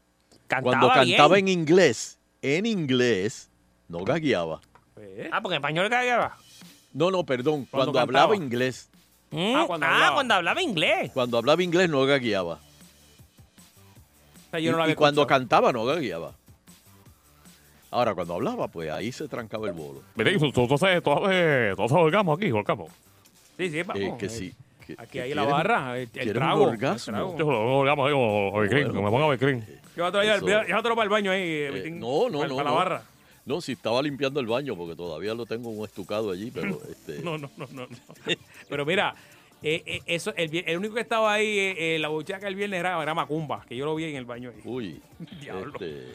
Speaker 6: Cantaba
Speaker 21: cuando cantaba
Speaker 6: bien.
Speaker 21: en inglés, en inglés, no gagueaba.
Speaker 4: Pues,
Speaker 6: Ah, porque en español cagaba.
Speaker 21: No, no, perdón,
Speaker 6: Cuando
Speaker 21: cuando,
Speaker 6: cantaba.
Speaker 21: hablaba inglés.
Speaker 6: Mm, Ah, cuando ah, hablaba. cuando hablaba inglés.
Speaker 21: Cuando hablaba inglés no gagueaba.
Speaker 4: sea,
Speaker 21: Y,
Speaker 4: yo no la
Speaker 21: y
Speaker 4: había
Speaker 21: cuando cantaba no gagueaba. Ahora, cuando hablaba, pues ahí se trancaba el bolo.
Speaker 22: Vete, tú, tú, tú haces, tú haces, tú haces orgasmo aquí, orgasmo.
Speaker 4: Sí, sí, vamos.
Speaker 21: Eh, que
Speaker 4: eh,
Speaker 21: sí. que-
Speaker 4: Aquí
Speaker 21: que
Speaker 4: hay la
Speaker 21: quieren-
Speaker 4: barra, el, el
Speaker 21: quieren un
Speaker 4: trago. el
Speaker 21: orgasmo.
Speaker 4: trago.
Speaker 22: Yo lo orgasmo ahí como overcream, que me pongo overcream.
Speaker 4: Yo otro día-
Speaker 21: Eso.
Speaker 4: Llévatelo para el baño ahí,
Speaker 21: Eh,
Speaker 4: Vitín,
Speaker 21: no, no,
Speaker 4: para-
Speaker 21: no.
Speaker 4: Para la
Speaker 21: no.
Speaker 4: barra.
Speaker 21: No, si estaba limpiando el baño, porque todavía lo tengo un estucado allí, pero este.
Speaker 4: No, no, no, no. no. Pero mira, eh, eh, eso, el, vie- el único que estaba ahí, eh, eh, la buchaca el viernes era, era Macumba, que yo lo vi en el baño ahí.
Speaker 21: Uy.
Speaker 4: Diablo.
Speaker 21: este,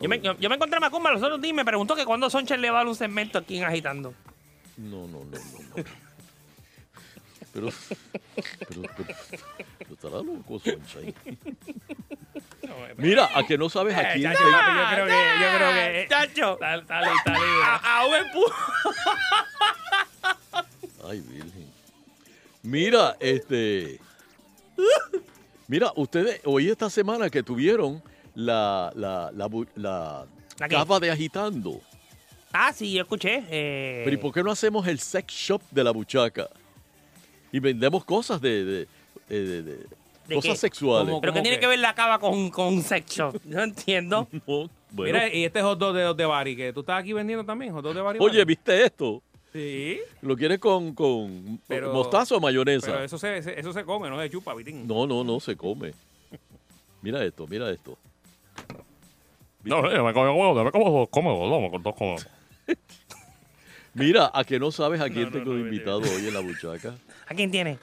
Speaker 6: Yo me, yo, yo me encontré a Macumba los otros días y me preguntó que cuándo Soncher le va a dar un segmento aquí en Agitando.
Speaker 21: No, no, no, no, no. Pero, pero, pero, pero estará loco, Sunshine. Mira, a que no sabes a quién
Speaker 4: chacho,
Speaker 21: te-
Speaker 4: papi, yo creo que- yo creo que- eh,
Speaker 6: ¡Chacho!
Speaker 4: Dale, dale, dale.
Speaker 6: ¡A, a buen pu-
Speaker 21: Ay, virgen. Mira, este... Mira, ustedes, hoy esta semana que tuvieron la, la, la, bu- la
Speaker 6: ¿La qué?
Speaker 21: cava de agitando.
Speaker 6: Ah, sí, yo escuché. eh,
Speaker 21: Pero ¿y por qué no hacemos el sex shop de la buchaca? Y vendemos cosas de... de- eh, de- de-
Speaker 6: ¿de
Speaker 21: cosas
Speaker 6: qué?
Speaker 21: sexuales.
Speaker 6: ¿Pero qué tiene que ver la cava con, con un sex shop? No entiendo.
Speaker 21: bueno.
Speaker 4: Mira, y este hot dog de los de Bari, que tú estás aquí vendiendo también, hot dog de Bari.
Speaker 21: Oye, ¿viste esto?
Speaker 4: Sí,
Speaker 21: ¿Lo quieres con, con
Speaker 4: pero...
Speaker 21: mostaza o mayonesa?
Speaker 4: Pero eso se, se- eso se come, no se chupa, Vitín.
Speaker 21: No, no, no se come. Mira esto, mira esto.
Speaker 22: No, eh, me como, me como dos cómodos, dos, dos cómodos.
Speaker 21: Mira, a que no sabes a quién tengo invitado hoy en la buchaca.
Speaker 10: ¿A quién tiene?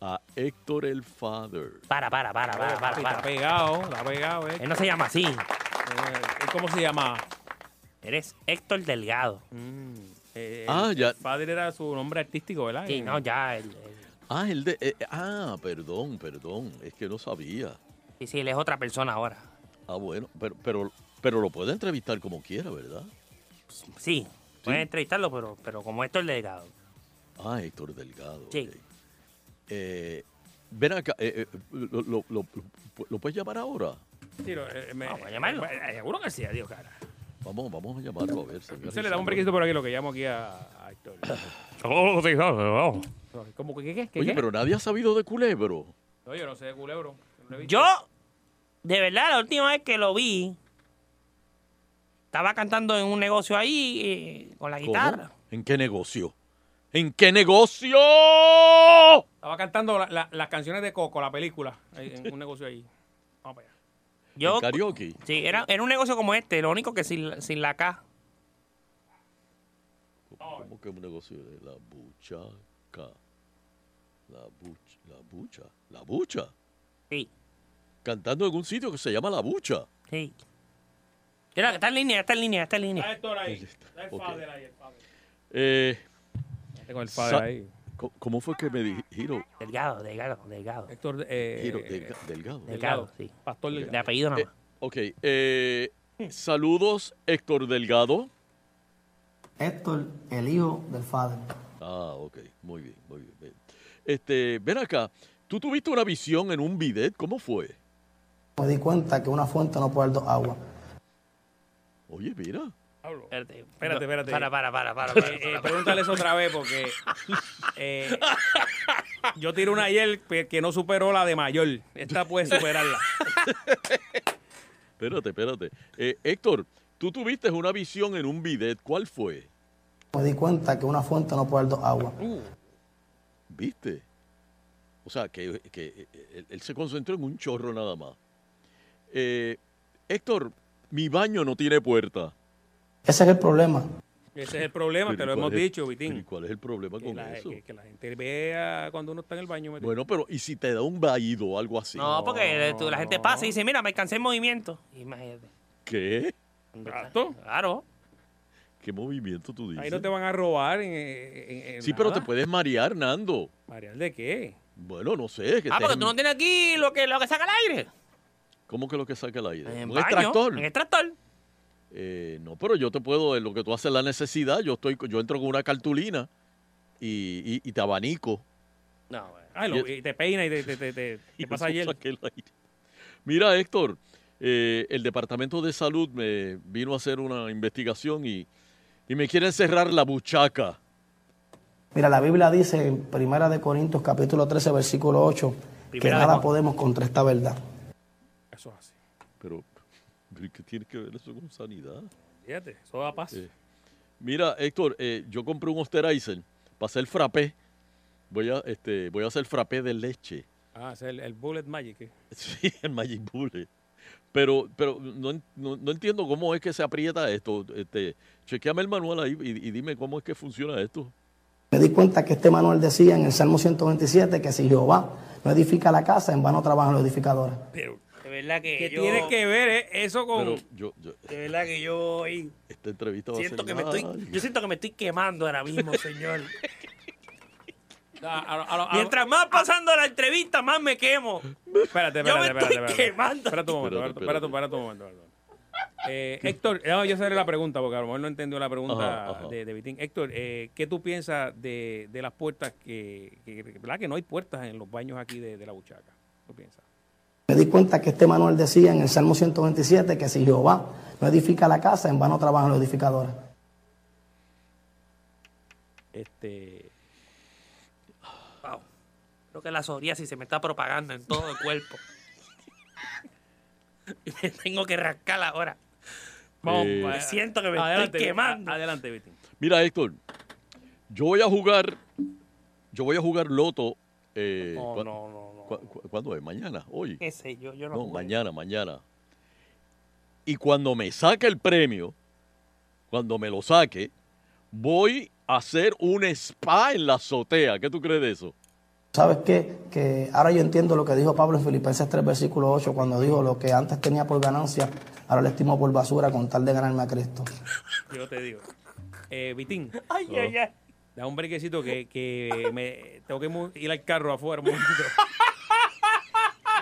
Speaker 21: A Héctor el Father.
Speaker 10: Para, para, para, para, para.
Speaker 4: Está pegado, está pegado, eh.
Speaker 10: Él no se llama así.
Speaker 4: ¿Cómo se llama? Mm,
Speaker 10: Eres Héctor Delgado.
Speaker 21: Ah, ya.
Speaker 4: eh, Padre era su nombre artístico, ¿verdad? Eh,
Speaker 10: Sí, no, ya. él-
Speaker 21: Ah, el de. eh, ah, perdón, perdón. Es que no sabía.
Speaker 10: Sí, sí, él es otra persona ahora.
Speaker 21: Ah, bueno, pero, pero, pero lo puede entrevistar como quiera, ¿verdad?
Speaker 10: Sí, pueden entrevistarlo, pero, pero como Héctor Delgado.
Speaker 21: Ah, Héctor Delgado.
Speaker 10: Sí.
Speaker 21: ok. Eh, ven acá, eh, eh, lo, lo- lo- lo puedes llamar ahora?
Speaker 4: Vamos
Speaker 10: a llamarlo.
Speaker 4: eh, Seguro que sí, adiós, cara.
Speaker 21: Vamos, vamos a llamarlo a ver.
Speaker 4: Se le da un Oh, brequito por aquí, lo que llamo aquí a, a Héctor. ¿Cómo que qué? qué, qué,
Speaker 21: Oye,
Speaker 4: qué?
Speaker 21: pero nadie ha sabido de Culebro.
Speaker 4: No, yo no sé de culebro. No he visto.
Speaker 10: Yo, de verdad, la última vez que lo vi, estaba cantando en un negocio ahí eh, con la
Speaker 21: ¿Cómo?
Speaker 10: guitarra.
Speaker 21: ¿En qué negocio? ¿En qué negocio?
Speaker 4: Estaba cantando la- la- las canciones de Coco, la película, ahí, en un negocio ahí. Vamos para allá.
Speaker 10: Yo,
Speaker 21: karaoke?
Speaker 10: Sí, era, era un negocio como este, lo único que sin, la- sin la K.
Speaker 21: ¿Cómo que un negocio de la buchaca? La bucha, la bucha, la bucha.
Speaker 10: Sí.
Speaker 21: Cantando en un sitio que se llama La Bucha.
Speaker 10: Sí. Era, está en línea, está en línea, está en línea.
Speaker 4: Está el
Speaker 21: Ok.
Speaker 4: padre ahí, el padre.
Speaker 21: Eh,
Speaker 4: con el
Speaker 10: padre ahí.
Speaker 21: ¿Cómo fue que me
Speaker 10: Ah.
Speaker 21: dijeron?
Speaker 10: Delgado, delgado, delgado.
Speaker 4: Héctor, eh,
Speaker 21: delgado. Delgado,
Speaker 10: Delgado, sí.
Speaker 4: Pastor
Speaker 10: De apellido nada
Speaker 21: Eh,
Speaker 10: más.
Speaker 21: ok, eh, saludos Héctor Delgado.
Speaker 15: Héctor, el hijo del Father.
Speaker 21: Ah, ok, muy bien, muy bien. bien. Este, ven acá, tú tuviste una visión en un bidet, ¿cómo fue?
Speaker 15: Me di cuenta que una fuente no puede dar dos aguas.
Speaker 21: Oye, mira.
Speaker 10: Espérate,
Speaker 4: Espérate, espérate.
Speaker 10: Para, para, para, para.
Speaker 4: Eh, eh, pregúntale eso otra vez porque eh, yo tiré una ayer que que no superó la de mayor. Esta puede superarla.
Speaker 21: Espérate, espérate. Eh, Héctor, tú tuviste una visión en un bidet, ¿cuál fue?
Speaker 15: Me di cuenta que una fuente no puede dar dos aguas.
Speaker 21: ¿Viste? O sea, que, que, eh, él, él se concentró en un chorro nada más. Eh, Héctor, mi baño no tiene puerta.
Speaker 15: Ese es el problema.
Speaker 4: Ese es el problema, te
Speaker 21: Pero
Speaker 4: lo
Speaker 21: ¿y
Speaker 4: hemos
Speaker 21: cuál es-
Speaker 4: dicho,
Speaker 21: pero ¿y
Speaker 4: Vitín.
Speaker 21: ¿Cuál es el problema
Speaker 4: Que
Speaker 21: con
Speaker 4: la,
Speaker 21: eso?
Speaker 4: que- que la gente vea cuando uno está en el baño. metido.
Speaker 21: Bueno, pero ¿y si te da un vaído o algo así?
Speaker 10: No, porque tú- la gente pasa y dice, mira, me cansé en movimiento. Imagínate.
Speaker 21: ¿Qué?
Speaker 10: Claro.
Speaker 21: ¿Qué movimiento tú dices?
Speaker 4: Ahí no te van a robar. En, en- en
Speaker 21: sí, pero te
Speaker 4: nada.
Speaker 21: puedes marear, Nando.
Speaker 4: ¿Marear de qué?
Speaker 21: Bueno, no sé. Que estés
Speaker 10: Ah, porque
Speaker 21: en-
Speaker 10: tú no tienes aquí lo que, lo que saca el aire.
Speaker 21: ¿Cómo que lo que saca el aire?
Speaker 10: En
Speaker 21: Un
Speaker 10: baño,
Speaker 21: extractor.
Speaker 10: En extractor.
Speaker 21: Eh, no, pero yo te puedo, en lo que tú haces la necesidad, yo estoy, yo entro con una cartulina y, y- y te abanico.
Speaker 10: No, bueno.
Speaker 4: Ah, lo- y te peina y te, te, te, te- te
Speaker 21: Y
Speaker 4: pasa
Speaker 21: eso
Speaker 4: ayer.
Speaker 21: saca el aire. Mira, Héctor, eh, el Departamento de Salud me vino a hacer una investigación y, y me quieren cerrar la buchaca.
Speaker 15: Mira, la Biblia dice en Primera de Corintios capítulo 13 versículo 8 que
Speaker 21: Primera de
Speaker 15: nada
Speaker 21: Juan.
Speaker 15: podemos contra esta verdad.
Speaker 4: Eso es así.
Speaker 21: Pero, pero ¿qué tiene que ver eso con sanidad?
Speaker 4: Fíjate, eso da paz.
Speaker 21: Eh, mira, Héctor, eh, yo compré un Osterizer para hacer frappé. Voy a, este, voy a hacer frappé de leche.
Speaker 4: Ah, ese es el, el Bullet Magic. eh.
Speaker 21: Sí, el Magic Bullet. Pero, pero no, en- no- no entiendo cómo es que se aprieta esto. Este, chequeame el manual ahí y, y dime cómo es que funciona esto.
Speaker 15: Me di cuenta que este manual decía en el Salmo 127 que si Jehová no edifica la casa, en vano trabajan los edificadores.
Speaker 10: De verdad que
Speaker 4: ¿Qué
Speaker 10: yo...
Speaker 4: tiene que ver eh, eso con...?
Speaker 21: Pero yo, yo-
Speaker 10: De verdad que yo hoy
Speaker 21: esta entrevista va
Speaker 10: siento
Speaker 21: a ser
Speaker 10: que me estoy...
Speaker 21: larga.
Speaker 10: Yo siento que me estoy quemando ahora mismo, señor.
Speaker 4: A- a- a- a-
Speaker 10: Mientras más pasando la entrevista, más me quemo.
Speaker 4: ah. Espérate,
Speaker 10: Yo me
Speaker 4: espérate, espérate.
Speaker 10: estoy
Speaker 4: espérate.
Speaker 10: quemando.
Speaker 4: Espérate un momento, espérate,
Speaker 10: Espérate,
Speaker 4: espérate, espérate un momento. espérate. Eh, Héctor, no, yo sabré la pregunta porque a lo mejor no entendió la pregunta
Speaker 21: Ajá, ajá.
Speaker 4: de, de Vitín. Héctor, eh, ¿qué tú piensas de, de las puertas que, que- ¿Verdad que no hay puertas en los baños aquí de, de la buchaca? ¿Qué piensas?
Speaker 15: Me di cuenta que este manual decía en el Salmo 127 que si Jehová no edifica la casa, en vano trabajan los edificadores.
Speaker 4: Este...
Speaker 10: Wow. Creo que la psoriasis se me está propagando en todo el cuerpo. Y me tengo que rascar ahora.
Speaker 21: Vamos,
Speaker 10: Eh,
Speaker 21: pa-
Speaker 10: siento que me
Speaker 4: adelante,
Speaker 10: estoy quemando.
Speaker 4: a- adelante, Vitín.
Speaker 21: Mira, Héctor, yo voy a jugar, yo voy a jugar loto. eh,
Speaker 10: No,
Speaker 21: cuan-
Speaker 10: no, no, no.
Speaker 21: cu- cu- ¿Cuándo es? ¿Mañana? ¿Hoy?
Speaker 10: Qué sé yo, yo no,
Speaker 21: No,
Speaker 10: jugué.
Speaker 21: mañana, mañana. Y cuando me saque el premio, cuando me lo saque, voy a hacer un spa en la azotea. ¿Qué tú crees de eso?
Speaker 15: ¿Sabes qué? Que ahora yo entiendo lo que dijo Pablo en Filipenses 3, versículo 8, cuando dijo lo que antes tenía por ganancia, ahora lo estimo por basura con tal de ganarme a Cristo.
Speaker 4: Yo te digo. Eh, Vitín.
Speaker 10: Ay, ay, ay.
Speaker 4: Da un brequecito que, que me tengo que mu- ir al carro afuera un momentito.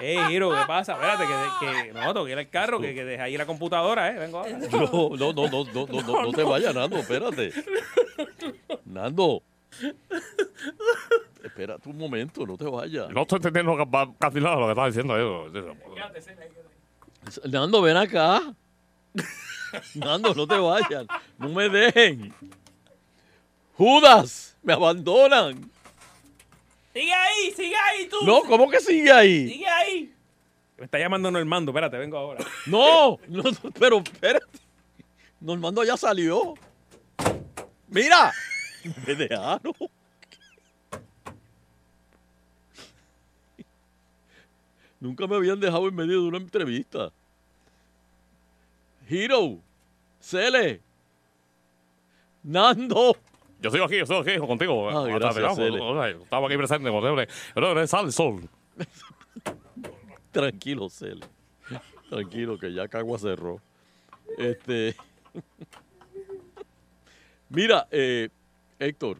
Speaker 4: Eh, Giro, ¿qué pasa? Espérate, que, que no, tengo que ir al carro, que, que dejé ahí la computadora, eh. Vengo ahora.
Speaker 21: No, no, no, no, no, no, no, no te vayas, Nando, espérate. Nando. Espérate un momento, no te vayas.
Speaker 22: No estoy entendiendo ca- pa- casi nada de lo que estás diciendo. eh.
Speaker 21: Nando, ven acá. Nando, no te vayas. No me dejen. Judas, me abandonan.
Speaker 10: Sigue ahí, sigue ahí tú.
Speaker 21: No, ¿cómo que sigue ahí?
Speaker 10: Sigue ahí.
Speaker 4: Me está llamando Normando, espérate, vengo ahora.
Speaker 21: No, no, no, pero espérate. Normando ya salió. Mira. Me dejaron. Nunca me habían dejado en medio de una entrevista. Hero, Cele, Nando.
Speaker 22: Yo sigo aquí, yo sigo aquí hijo, contigo.
Speaker 21: Ah,
Speaker 22: Hasta
Speaker 21: gracias,
Speaker 22: pegamos,
Speaker 21: Cele.
Speaker 22: o sea, yo Estaba aquí presente. con Cele. Pero no, sale el sol.
Speaker 21: Tranquilo, Cele. Tranquilo, que ya Cagua cerró. Este. Mira, eh, Héctor,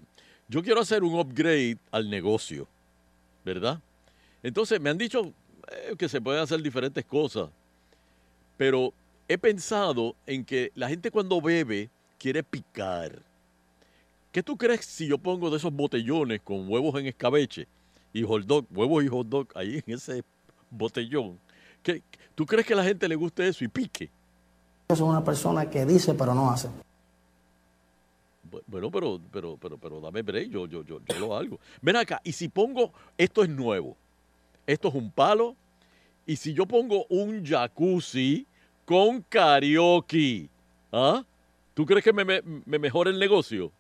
Speaker 21: yo quiero hacer un upgrade al negocio, ¿verdad? Entonces, me han dicho eh, que se pueden hacer diferentes cosas, pero he pensado en que la gente cuando bebe quiere picar. ¿Qué tú crees si yo pongo de esos botellones con huevos en escabeche y hot dog, huevos y hot dog ahí en ese botellón? ¿Qué- ¿Tú crees que a la gente le guste eso y pique?
Speaker 15: Yo soy una persona que dice pero no hace.
Speaker 21: Bu- Bueno, pero, pero, pero, pero dame break, yo, yo, yo, yo lo hago. Ven acá, y si pongo, esto es nuevo, esto es un palo, y si yo pongo un jacuzzi con karaoke, ¿ah? ¿Tú crees que me, me, me mejora el negocio?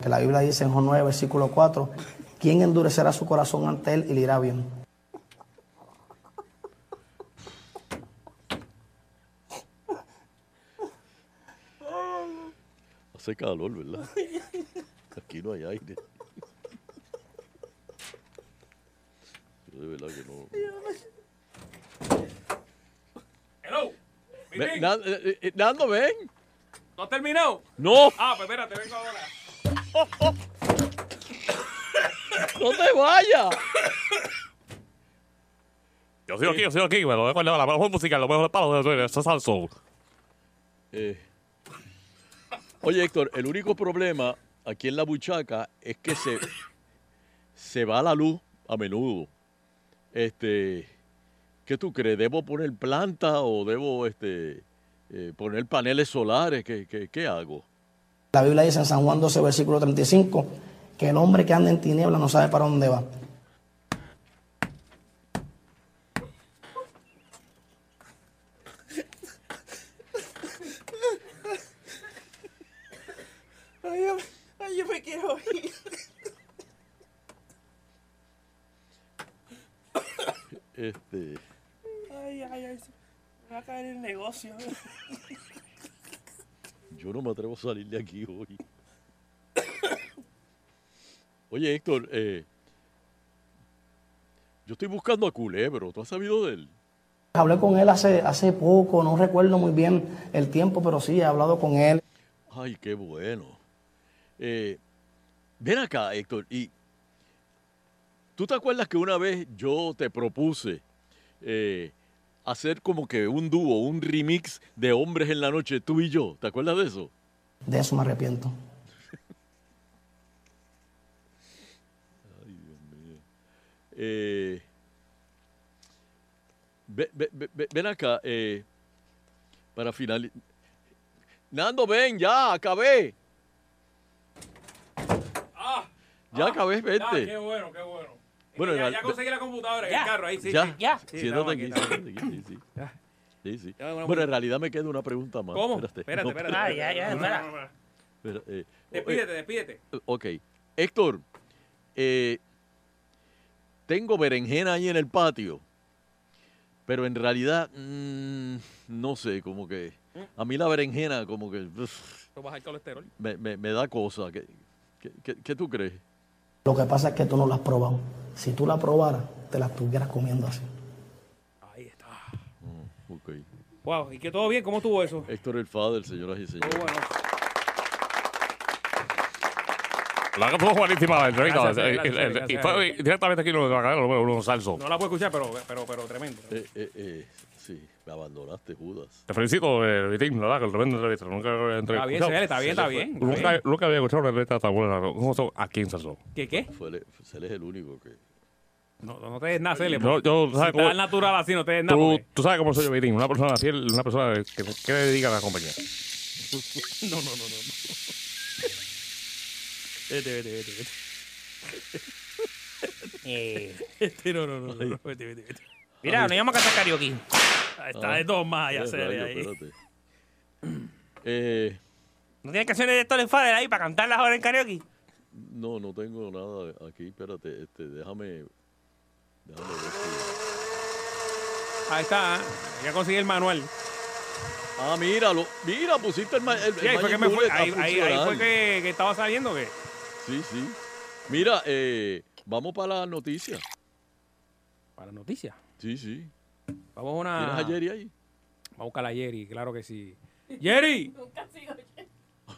Speaker 15: Que la Biblia dice en Juan 9, versículo 4, ¿quién endurecerá su corazón ante él y le irá bien?
Speaker 21: Hace calor, ¿verdad? Aquí no hay aire. Yo de verdad que no.
Speaker 4: Hello.
Speaker 21: Ve- Nan- eh, eh, Nando, ven.
Speaker 4: ¿No has terminado?
Speaker 21: No.
Speaker 4: Ah, pues espérate, vengo ahora.
Speaker 21: ¡No te vayas!
Speaker 22: Yo sigo aquí, yo sigo aquí. Me lo dejo en la mejor música, lo mejor palo. Eso es al sol.
Speaker 21: Eh, Oye, Héctor, el único problema aquí en la buchaca es que se, se va la luz a menudo. Este, ¿qué tú crees? ¿Debo poner planta o debo este, eh, poner paneles solares? ¿Qué, qué, qué hago?
Speaker 15: La Biblia dice en San Juan 12, versículo 35, que el hombre que anda en tinieblas no sabe para dónde va.
Speaker 3: Ay, yo- ay, yo me quiero ir.
Speaker 21: Este,
Speaker 10: Ay, ay, ay. se- Me va a caer el negocio.
Speaker 21: yo no me atrevo a salir de aquí hoy. Oye, Héctor, eh, yo estoy buscando a Culebro. ¿Tú has sabido de él?
Speaker 15: Hablé con él hace, hace poco, no recuerdo muy bien el tiempo, pero sí he hablado con él.
Speaker 21: Ay, qué bueno. Eh, ven acá, Héctor, y tú te acuerdas que una vez yo te propuse eh, hacer como que un dúo, un remix de hombres en la noche, tú y yo. ¿Te acuerdas de eso?
Speaker 15: De eso me arrepiento.
Speaker 21: Eh, ve- ve- ve- ve- ven acá, eh, para finalizar. Nando, ven, ya, acabé. ya acabé, vete.
Speaker 4: Ah, qué bueno, qué bueno.
Speaker 21: Bueno,
Speaker 4: ya,
Speaker 21: Iván,
Speaker 4: ya conseguí la computadora, en
Speaker 10: Ya.
Speaker 4: el carro, ahí sí.
Speaker 21: ya,
Speaker 4: sí.
Speaker 10: ya.
Speaker 4: Sí,
Speaker 21: Siéntate
Speaker 4: estamos aquí,
Speaker 21: aquí,
Speaker 4: estamos aquí.
Speaker 21: siéntate aquí, sí, sí. Sí, sí.
Speaker 4: Ya, bueno,
Speaker 21: Bueno, en realidad me queda una pregunta más.
Speaker 4: ¿Cómo?
Speaker 21: Espérate,
Speaker 4: Espérate, espérate.
Speaker 21: no,
Speaker 10: Ah, ya,
Speaker 4: No,
Speaker 10: ya,
Speaker 4: no, no,
Speaker 10: espera.
Speaker 4: no, no.
Speaker 21: espera, eh,
Speaker 4: Despídete, despídete.
Speaker 21: eh, ok. Héctor, eh, tengo berenjena ahí en el patio, pero en realidad, mm, no sé, como que a mí la berenjena como que uf,
Speaker 4: Esto baja el colesterol.
Speaker 21: Me, me- me da cosa. ¿Qué, qué- qué- qué tú crees?
Speaker 15: Lo que pasa es que tú no las has probado. Si tú la probaras, te las estuvieras comiendo así.
Speaker 21: Ok.
Speaker 4: Wow, y que todo bien, ¿cómo estuvo eso? Oh,
Speaker 21: Héctor el Fader, señoras y señores.
Speaker 22: La que estuvo buenísima la entrevista.
Speaker 4: Gracias,
Speaker 22: eh,
Speaker 4: gracias,
Speaker 22: eh, eh,
Speaker 4: gracias.
Speaker 22: y fue eh, directamente aquí en la cadena número uno, Salso.
Speaker 4: No la puedo escuchar, pero, pero, pero tremendo.
Speaker 21: Eh, eh, eh, sí, me abandonaste, Judas.
Speaker 22: Te felicito, eh, Vitín, la verdad, que el tremendo entrevista. Nunca había
Speaker 21: Está bien,
Speaker 22: escuchado.
Speaker 21: señores, está bien, está bien, está
Speaker 22: Nunca,
Speaker 21: bien.
Speaker 22: nunca había escuchado una entrevista tan buena como son aquí en Salso.
Speaker 4: ¿Qué qué?
Speaker 21: él es el único que...
Speaker 4: No, no te des nada, Cele.
Speaker 22: No,
Speaker 4: porque
Speaker 22: yo,
Speaker 4: pues. si
Speaker 22: ¿sabes
Speaker 4: te
Speaker 22: cómo-
Speaker 4: das natural así, no te des nada.
Speaker 22: Tú,
Speaker 4: porque-
Speaker 22: tú sabes cómo soy yo, Vitín. Una persona fiel, una persona que, que le dedica a la compañía.
Speaker 4: No, no, no, no. no. Vete, vete, vete, vete. Este, no, no, no, no, no. Vete, vete, vete.
Speaker 10: Mira, nos íbamos a cantar karaoke.
Speaker 4: Ahí
Speaker 21: Ah.
Speaker 4: Está de dos más allá,
Speaker 10: Qué
Speaker 4: Cele.
Speaker 10: rayo,
Speaker 4: ahí.
Speaker 21: Espérate. Eh,
Speaker 10: ¿No tienes canciones de Héctor el Fader ahí para cantarlas ahora en karaoke?
Speaker 21: no, no tengo nada aquí. Espérate, este, déjame... Déjame ver si...
Speaker 4: Ahí está. ¿eh? Ya conseguí el manual.
Speaker 21: Ah, míralo. Mira, pusiste el, ma- el, el
Speaker 4: Sí, ahí
Speaker 21: Magic
Speaker 4: fue que me fue.
Speaker 21: Bullet a
Speaker 4: Ahí, ahí- ahí fue
Speaker 21: funcionar.
Speaker 4: que, que estaba saliendo. que
Speaker 21: Sí, sí. Mira, eh, vamos para las noticias.
Speaker 4: Para noticias.
Speaker 21: Sí, sí.
Speaker 4: Vamos a una.
Speaker 21: ¿Tienes a Jerry ahí?
Speaker 4: Vamos a buscar a Jerry, claro que sí. ¡Jerry!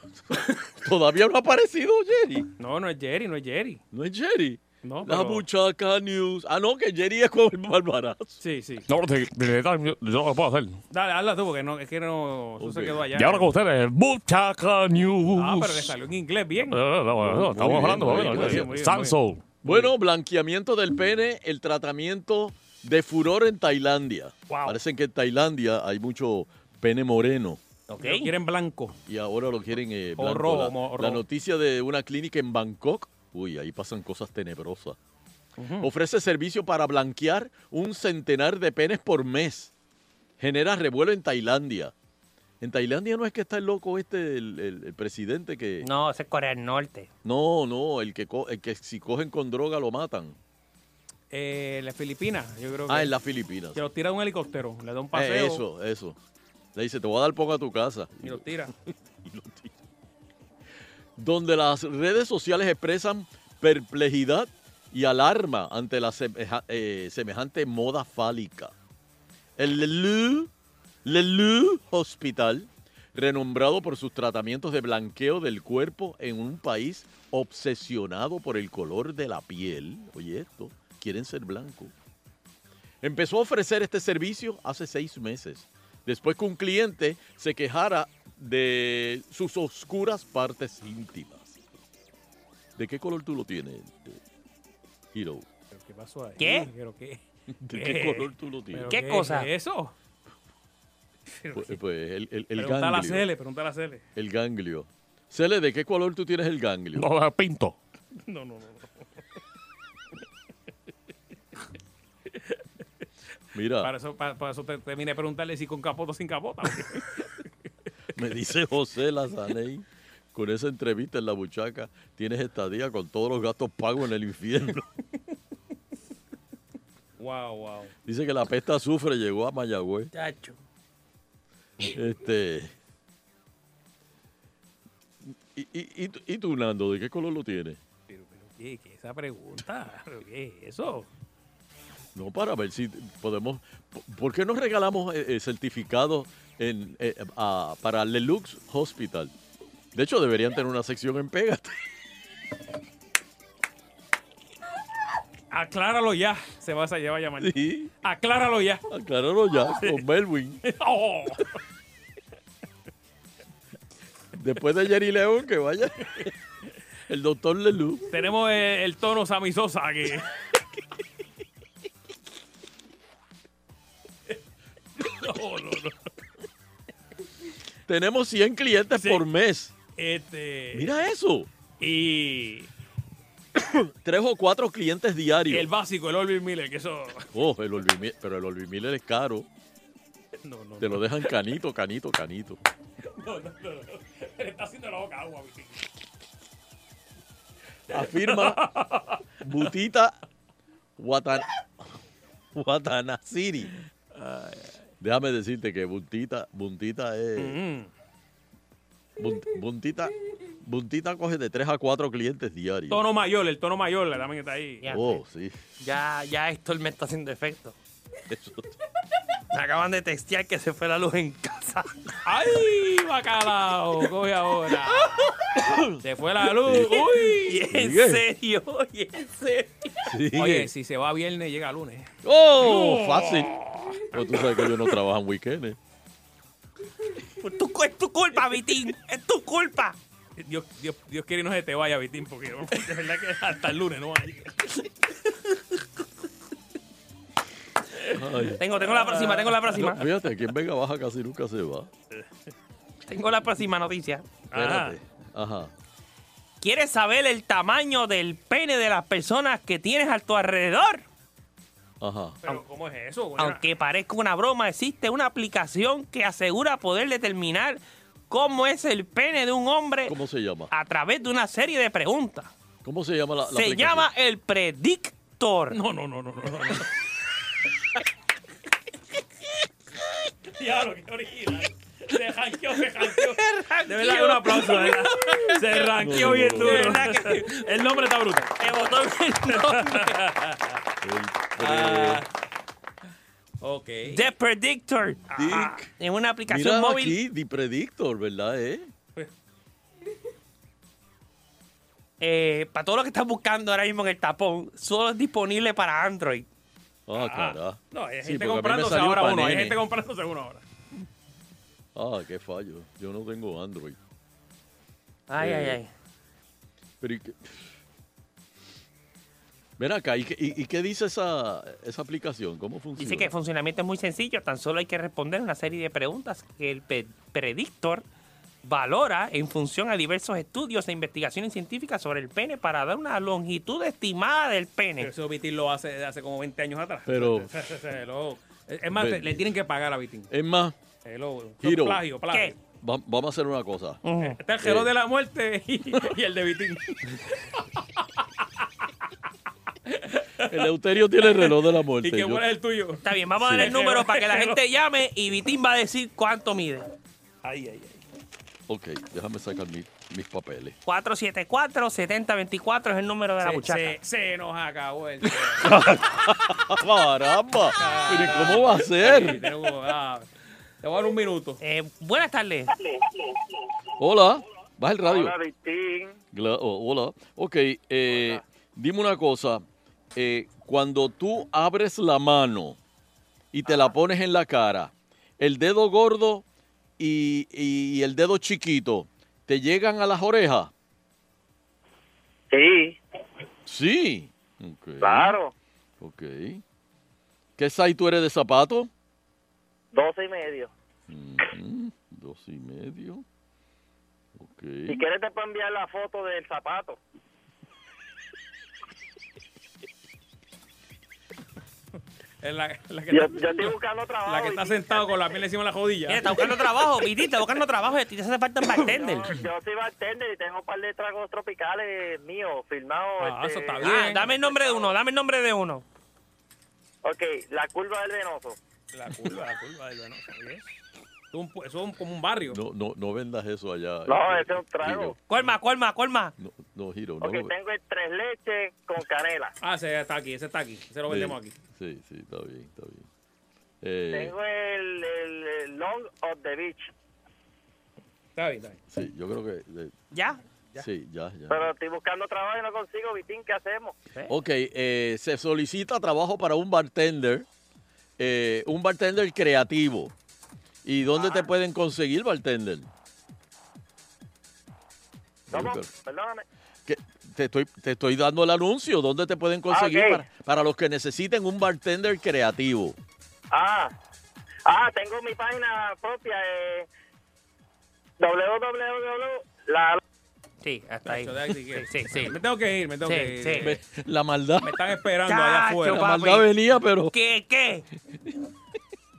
Speaker 21: Todavía no ha aparecido Jerry.
Speaker 4: No, no es Jerry, no es Jerry.
Speaker 21: No es Jerry.
Speaker 4: No,
Speaker 21: La
Speaker 4: pero-
Speaker 21: muchacha news. Ah, no, que Jerry es con el Barbarazo.
Speaker 4: Sí, sí.
Speaker 22: No, te- te- yo, yo lo puedo hacer.
Speaker 4: Dale, hazla tú, porque no, es que no. Eso se quedó allá.
Speaker 22: Y ahora con ustedes, Buchaca News.
Speaker 4: Ah, pero le salió en inglés bien.
Speaker 22: No, no, no, no, Eh, estamos hablando,
Speaker 21: muy
Speaker 22: bueno,
Speaker 21: bien,
Speaker 22: eh,
Speaker 21: muy bien, muy bien.
Speaker 22: Salso.
Speaker 21: Bueno, blanqueamiento del pene, el tratamiento de furor en Tailandia. Parece que en Tailandia hay mucho pene moreno.
Speaker 4: Lo quieren blanco.
Speaker 21: Y ahora lo quieren eh,
Speaker 4: O
Speaker 21: blanco.
Speaker 4: rojo,
Speaker 21: la,
Speaker 4: mo- o
Speaker 21: la
Speaker 4: rojo.
Speaker 21: noticia de una clínica en Bangkok. Uy, ahí pasan cosas tenebrosas.
Speaker 4: Hmm.
Speaker 21: Ofrece servicio para blanquear un centenar de penes por mes. Genera revuelo en Tailandia. En Tailandia no es que está el loco este, el, el- el presidente que...
Speaker 10: No, ese es Corea del Norte.
Speaker 21: No, no, el que, co- el que si cogen con droga lo matan.
Speaker 4: Eh, la Filipina, yo creo que.
Speaker 21: Ah, en las Filipinas.
Speaker 4: Que los tira de un helicóptero, le da un
Speaker 21: Eh,
Speaker 4: paseo.
Speaker 21: eso, eso. Le dice, te voy a dar poco a tu casa.
Speaker 4: Y los tira.
Speaker 21: donde las redes sociales expresan perplejidad y alarma ante la semeja- eh, semejante moda fálica. El Lelou, Lelou Hospital, renombrado por sus tratamientos de blanqueo del cuerpo en un país obsesionado por el color de la piel, oye esto, quieren ser blancos, empezó a ofrecer este servicio hace seis meses, después que un cliente se quejara de sus oscuras partes íntimas. ¿De qué color tú lo tienes, eh, Hiro?
Speaker 4: ¿Pero ¿Qué pasó ahí?
Speaker 21: ¿Qué?
Speaker 4: ¿Pero qué?
Speaker 21: ¿De qué color tú lo tienes?
Speaker 4: ¿Pero
Speaker 21: ¿Qué cosa?
Speaker 4: es eso?
Speaker 21: Pues, pues, el, el, el
Speaker 4: Pregunta a la
Speaker 21: ganglio.
Speaker 4: Cele, pregunta a la Cele.
Speaker 21: El ganglio. Cele, ¿de qué color tú tienes el ganglio?
Speaker 22: No, la pinto.
Speaker 4: No, no, no. no.
Speaker 21: Mira.
Speaker 4: Para eso, para, para eso te, terminé de preguntarle si con capota o sin capota.
Speaker 21: Me dice José Lazaney, con esa entrevista en la buchaca, tienes estadía con todos los gastos pagos en el infierno.
Speaker 4: wow, wow.
Speaker 21: Dice que la pesta azufre llegó a Mayagüez.
Speaker 10: Chacho.
Speaker 21: Este. ¿Y, y, y tú- y tú, Nando, de qué color lo tienes?
Speaker 4: ¿Qué, qué esa pregunta? ¿Pero ¿Qué es eso?
Speaker 21: No, para ver si podemos. po- ¿Por qué no regalamos eh, eh, certificados en, eh, a- para Lelux Hospital? De hecho, deberían tener una sección en Pégate.
Speaker 4: Acláralo ya. Se va a, ya va a llamar.
Speaker 21: Sí.
Speaker 4: Acláralo ya.
Speaker 21: Acláralo ya, con Melwin.
Speaker 4: Oh.
Speaker 21: Después de Jerry León, que vaya el doctor Lelú.
Speaker 4: Tenemos eh, el, tono Sammy Sosa aquí. no, no, no.
Speaker 21: Tenemos 100 clientes por mes.
Speaker 4: Este.
Speaker 21: Mira eso.
Speaker 4: Y.
Speaker 21: Tres o cuatro clientes diarios.
Speaker 4: El básico, el Olvin Miller, que eso.
Speaker 21: Oh, el Olvi Mi- pero el Olvi Miller es caro.
Speaker 4: No, no.
Speaker 21: Te lo
Speaker 4: no.
Speaker 21: dejan canito, canito, canito.
Speaker 4: No, no, no. no. Le está haciendo la boca agua, Vitín.
Speaker 21: Afirma Butita Watana, Watanasiri. Déjame decirte que Butita, Butita es, Bun- Buntita, Buntita coge de 3 a 4 clientes diarios.
Speaker 10: Tono mayor, el tono mayor también está ahí.
Speaker 21: Oh, sí.
Speaker 4: pues, Ya, ya esto me está haciendo efecto. Me acaban de textear que se fue la luz en casa.
Speaker 10: ¡Ay, bacalao! Coge ahora. Se fue la luz. ¡Uy!
Speaker 4: Y en Sigue. serio, y en serio.
Speaker 21: Sigue.
Speaker 10: Oye, si se va viernes, llega lunes.
Speaker 21: ¡Oh! Fácil. Pero tú sabes que yo no trabajo en weekends.
Speaker 4: Pues tu cu- es tu culpa, Vitín. Es tu culpa.
Speaker 10: Dios, Dios, Dios quiere y no se te vaya, Vitín, porque de verdad que hasta el lunes no hay.
Speaker 21: Ay.
Speaker 4: Tengo- tengo la próxima, tengo la próxima.
Speaker 21: No, fíjate, quien venga baja casi nunca se va.
Speaker 4: Tengo la próxima noticia.
Speaker 21: Espérate. Ajá.
Speaker 4: ¿Quieres saber el tamaño del pene de las personas que tienes a tu alrededor?
Speaker 21: Ajá.
Speaker 10: Pero, ¿cómo es eso? güey?
Speaker 4: Aunque parezca una broma, existe una aplicación que asegura poder determinar cómo es el pene de un hombre
Speaker 21: ¿Cómo se llama?
Speaker 4: a través de una serie de preguntas.
Speaker 21: ¿Cómo se llama la, la
Speaker 4: se
Speaker 21: aplicación?
Speaker 4: llama el predictor.
Speaker 10: No, no, no, no, no. Diablo, qué original. Se janqueó, se janqueó. De verdad que un aplauso, de verdad. Se ranqueó bien duro.
Speaker 4: De verdad que-
Speaker 10: El nombre está bruto.
Speaker 4: Te botó el nombre.
Speaker 21: Eh,
Speaker 10: Ah, ok.
Speaker 4: The Predictor. Ajá. Es una aplicación
Speaker 21: Mira
Speaker 4: móvil.
Speaker 21: aquí, The Predictor, ¿verdad? Eh?
Speaker 4: eh, para todo lo que estás buscando ahora mismo en el tapón, solo es disponible para Android.
Speaker 21: Ah,
Speaker 10: Ah,
Speaker 21: cara.
Speaker 10: no, hay
Speaker 21: Sí, porque a
Speaker 10: gente
Speaker 21: mí me
Speaker 10: comprándose
Speaker 21: salió
Speaker 10: ahora
Speaker 21: pa'
Speaker 10: uno. Hay
Speaker 21: nene.
Speaker 10: gente comprándose uno ahora.
Speaker 21: Ah, qué fallo. Yo no tengo Android.
Speaker 4: Ay,
Speaker 21: Eh,
Speaker 4: ay, ay.
Speaker 21: Pero ¿y qué? Ven acá, ¿y qué, y- y qué dice esa, esa aplicación? ¿Cómo funciona?
Speaker 4: Dice que el funcionamiento es muy sencillo, tan solo hay que responder una serie de preguntas que el pe- predictor valora en función a diversos estudios e investigaciones científicas sobre el pene para dar una longitud estimada del pene.
Speaker 10: Eso Vitín lo hace desde hace como 20 años atrás.
Speaker 21: Pero-
Speaker 10: Se- se- se lo- Es más,
Speaker 21: Ven.
Speaker 10: le tienen que pagar a Vitín.
Speaker 21: Es más,
Speaker 10: Hello.
Speaker 21: Giro.
Speaker 10: Plagio, plagio.
Speaker 21: va- vamos a hacer una cosa.
Speaker 10: Está el gelo
Speaker 21: Eh,
Speaker 10: de la muerte y, y el de Vitín.
Speaker 21: El Euterio tiene el reloj de la muerte.
Speaker 10: ¿Y qué
Speaker 21: Yo-
Speaker 10: cuál es el tuyo?
Speaker 4: Está bien, vamos a dar el número para que la gente llame y Vitín va a decir cuánto mide.
Speaker 10: Ay, ay,
Speaker 4: ay.
Speaker 21: Ok, déjame sacar mi- mis papeles.
Speaker 4: 474-7024 es el número de la
Speaker 10: Se-
Speaker 4: muchacha.
Speaker 10: se, se nos acabó el tiempo.
Speaker 21: ¡Caramba! ¿Pero ¿y cómo va a
Speaker 10: Sí,
Speaker 21: ser?
Speaker 10: tenemos- ah, Te voy a dar un minuto.
Speaker 4: Eh, buenas tardes.
Speaker 21: Hola, baja el radio.
Speaker 8: Hola, Vitín.
Speaker 21: Gla- oh, hola. Ok, eh, dime una cosa. Eh, cuando tú abres la mano y te la pones en la cara, el dedo gordo y, y el dedo chiquito, ¿te llegan a las orejas?
Speaker 8: Sí.
Speaker 21: Sí. Ok.
Speaker 8: Claro.
Speaker 21: Ok. ¿Qué size tú eres de zapato?
Speaker 8: Doce y medio.
Speaker 21: Ujú, mm, Dos y medio. Ok.
Speaker 8: Si quieres te puedo enviar la foto del zapato.
Speaker 10: Es la, la que
Speaker 8: Yo-
Speaker 10: está-
Speaker 8: yo estoy buscando trabajo,
Speaker 10: La que está sentado con la piel encima de la jodilla.
Speaker 4: Mira, está buscando trabajo, Vitín, está buscando trabajo y a ti te hace falta un bartender.
Speaker 8: Yo soy bartender y tengo un par de tragos tropicales míos firmados.
Speaker 4: Ah,
Speaker 8: este,
Speaker 4: Ah, dame el nombre de uno, dame el nombre de uno.
Speaker 8: Ok, la curva del venoso.
Speaker 10: La curva, la curva del venoso. Eso es un pu- eso es un- como un barrio.
Speaker 21: No, no, no vendas eso allá.
Speaker 8: No,
Speaker 21: eh,
Speaker 8: ese es un trago.
Speaker 21: Giro.
Speaker 4: ¿Cuál más, cuál más, cuál más?
Speaker 21: No, no, Giro, no
Speaker 8: Ok,
Speaker 21: lo-
Speaker 8: tengo el tres leches con canela.
Speaker 10: Ah, ese está aquí, ese está aquí. Ese lo
Speaker 21: Sí,
Speaker 10: vendemos aquí.
Speaker 21: Sí, sí, está bien, está bien. Eh,
Speaker 8: Tengo el, el- el long of the beach.
Speaker 10: Está bien, está bien.
Speaker 21: sí, yo creo que... eh,
Speaker 4: ¿Ya?
Speaker 21: Sí, ya, ya.
Speaker 8: Pero estoy buscando trabajo y no consigo, Vitín, ¿qué hacemos?
Speaker 21: Ok, eh, se solicita trabajo para un bartender, eh, un bartender creativo. ¿Y dónde
Speaker 8: Ah.
Speaker 21: te pueden conseguir bartender?
Speaker 8: ¿Cómo?
Speaker 21: Pero-
Speaker 8: Perdóname.
Speaker 21: que- te, estoy, te estoy dando el anuncio, ¿dónde te
Speaker 10: Ah,
Speaker 21: pueden conseguir
Speaker 8: ok.
Speaker 21: para, para los que necesiten un bartender creativo?
Speaker 8: Ah, ah, tengo mi página propia, eh, www. La...
Speaker 4: Sí, hasta ahí.
Speaker 10: Eso, de ahí si quieres.
Speaker 4: Sí, sí.
Speaker 10: Me tengo que ir, me tengo
Speaker 4: Sí,
Speaker 10: que ir.
Speaker 4: sí.
Speaker 10: Me-
Speaker 21: La maldad.
Speaker 10: Me están esperando allá
Speaker 4: Chacho,
Speaker 10: afuera.
Speaker 21: La maldad venía, pero...
Speaker 4: ¿Qué, qué?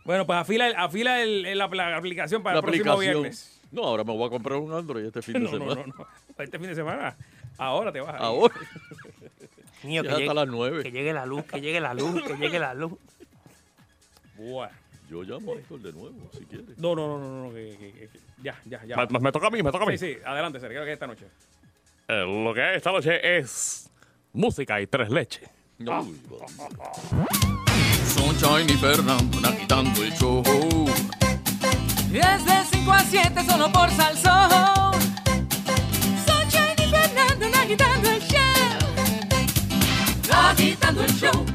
Speaker 10: Bueno, pues afila, el- afila el- el- la, la aplicación para
Speaker 21: la
Speaker 10: el próximo
Speaker 21: aplicación.
Speaker 10: viernes.
Speaker 21: No, ahora me voy a comprar un Android este fin de
Speaker 10: No, no,
Speaker 21: semana.
Speaker 10: no, no. Este fin de semana. Ahora te vas. a ir.
Speaker 21: Ahora.
Speaker 4: Niño,
Speaker 21: Ya hasta las nueve.
Speaker 4: Que llegue la luz, que llegue la luz, que llegue la luz.
Speaker 10: Bueno.
Speaker 21: Yo llamo a Héctor de nuevo, si quiere.
Speaker 4: No, no, no, no, no, que, que- que- que- ya, ya, ya.
Speaker 6: Me- me toca a mí, me toca a mí.
Speaker 4: Sí, sí, adelante, Sergio, que es esta noche.
Speaker 6: Eh, lo que hay esta noche es música y tres leches.
Speaker 23: Sunshine y Fernando agitando el show.
Speaker 3: Es de 5 a 7 solo por Salsón. Sunshine y Fernando agitando el show. Agitando el show.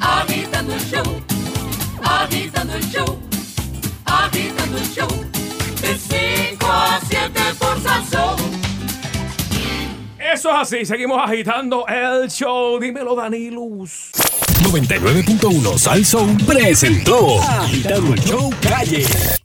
Speaker 3: Agitando el show. Agitando el show. Agitando el show. De 5 a 7 por Salsón.
Speaker 4: Eso es así, seguimos agitando el show. Dímelo, Danilus.
Speaker 10: 99.1 Sal Soul presentó Agitando el Show Calle.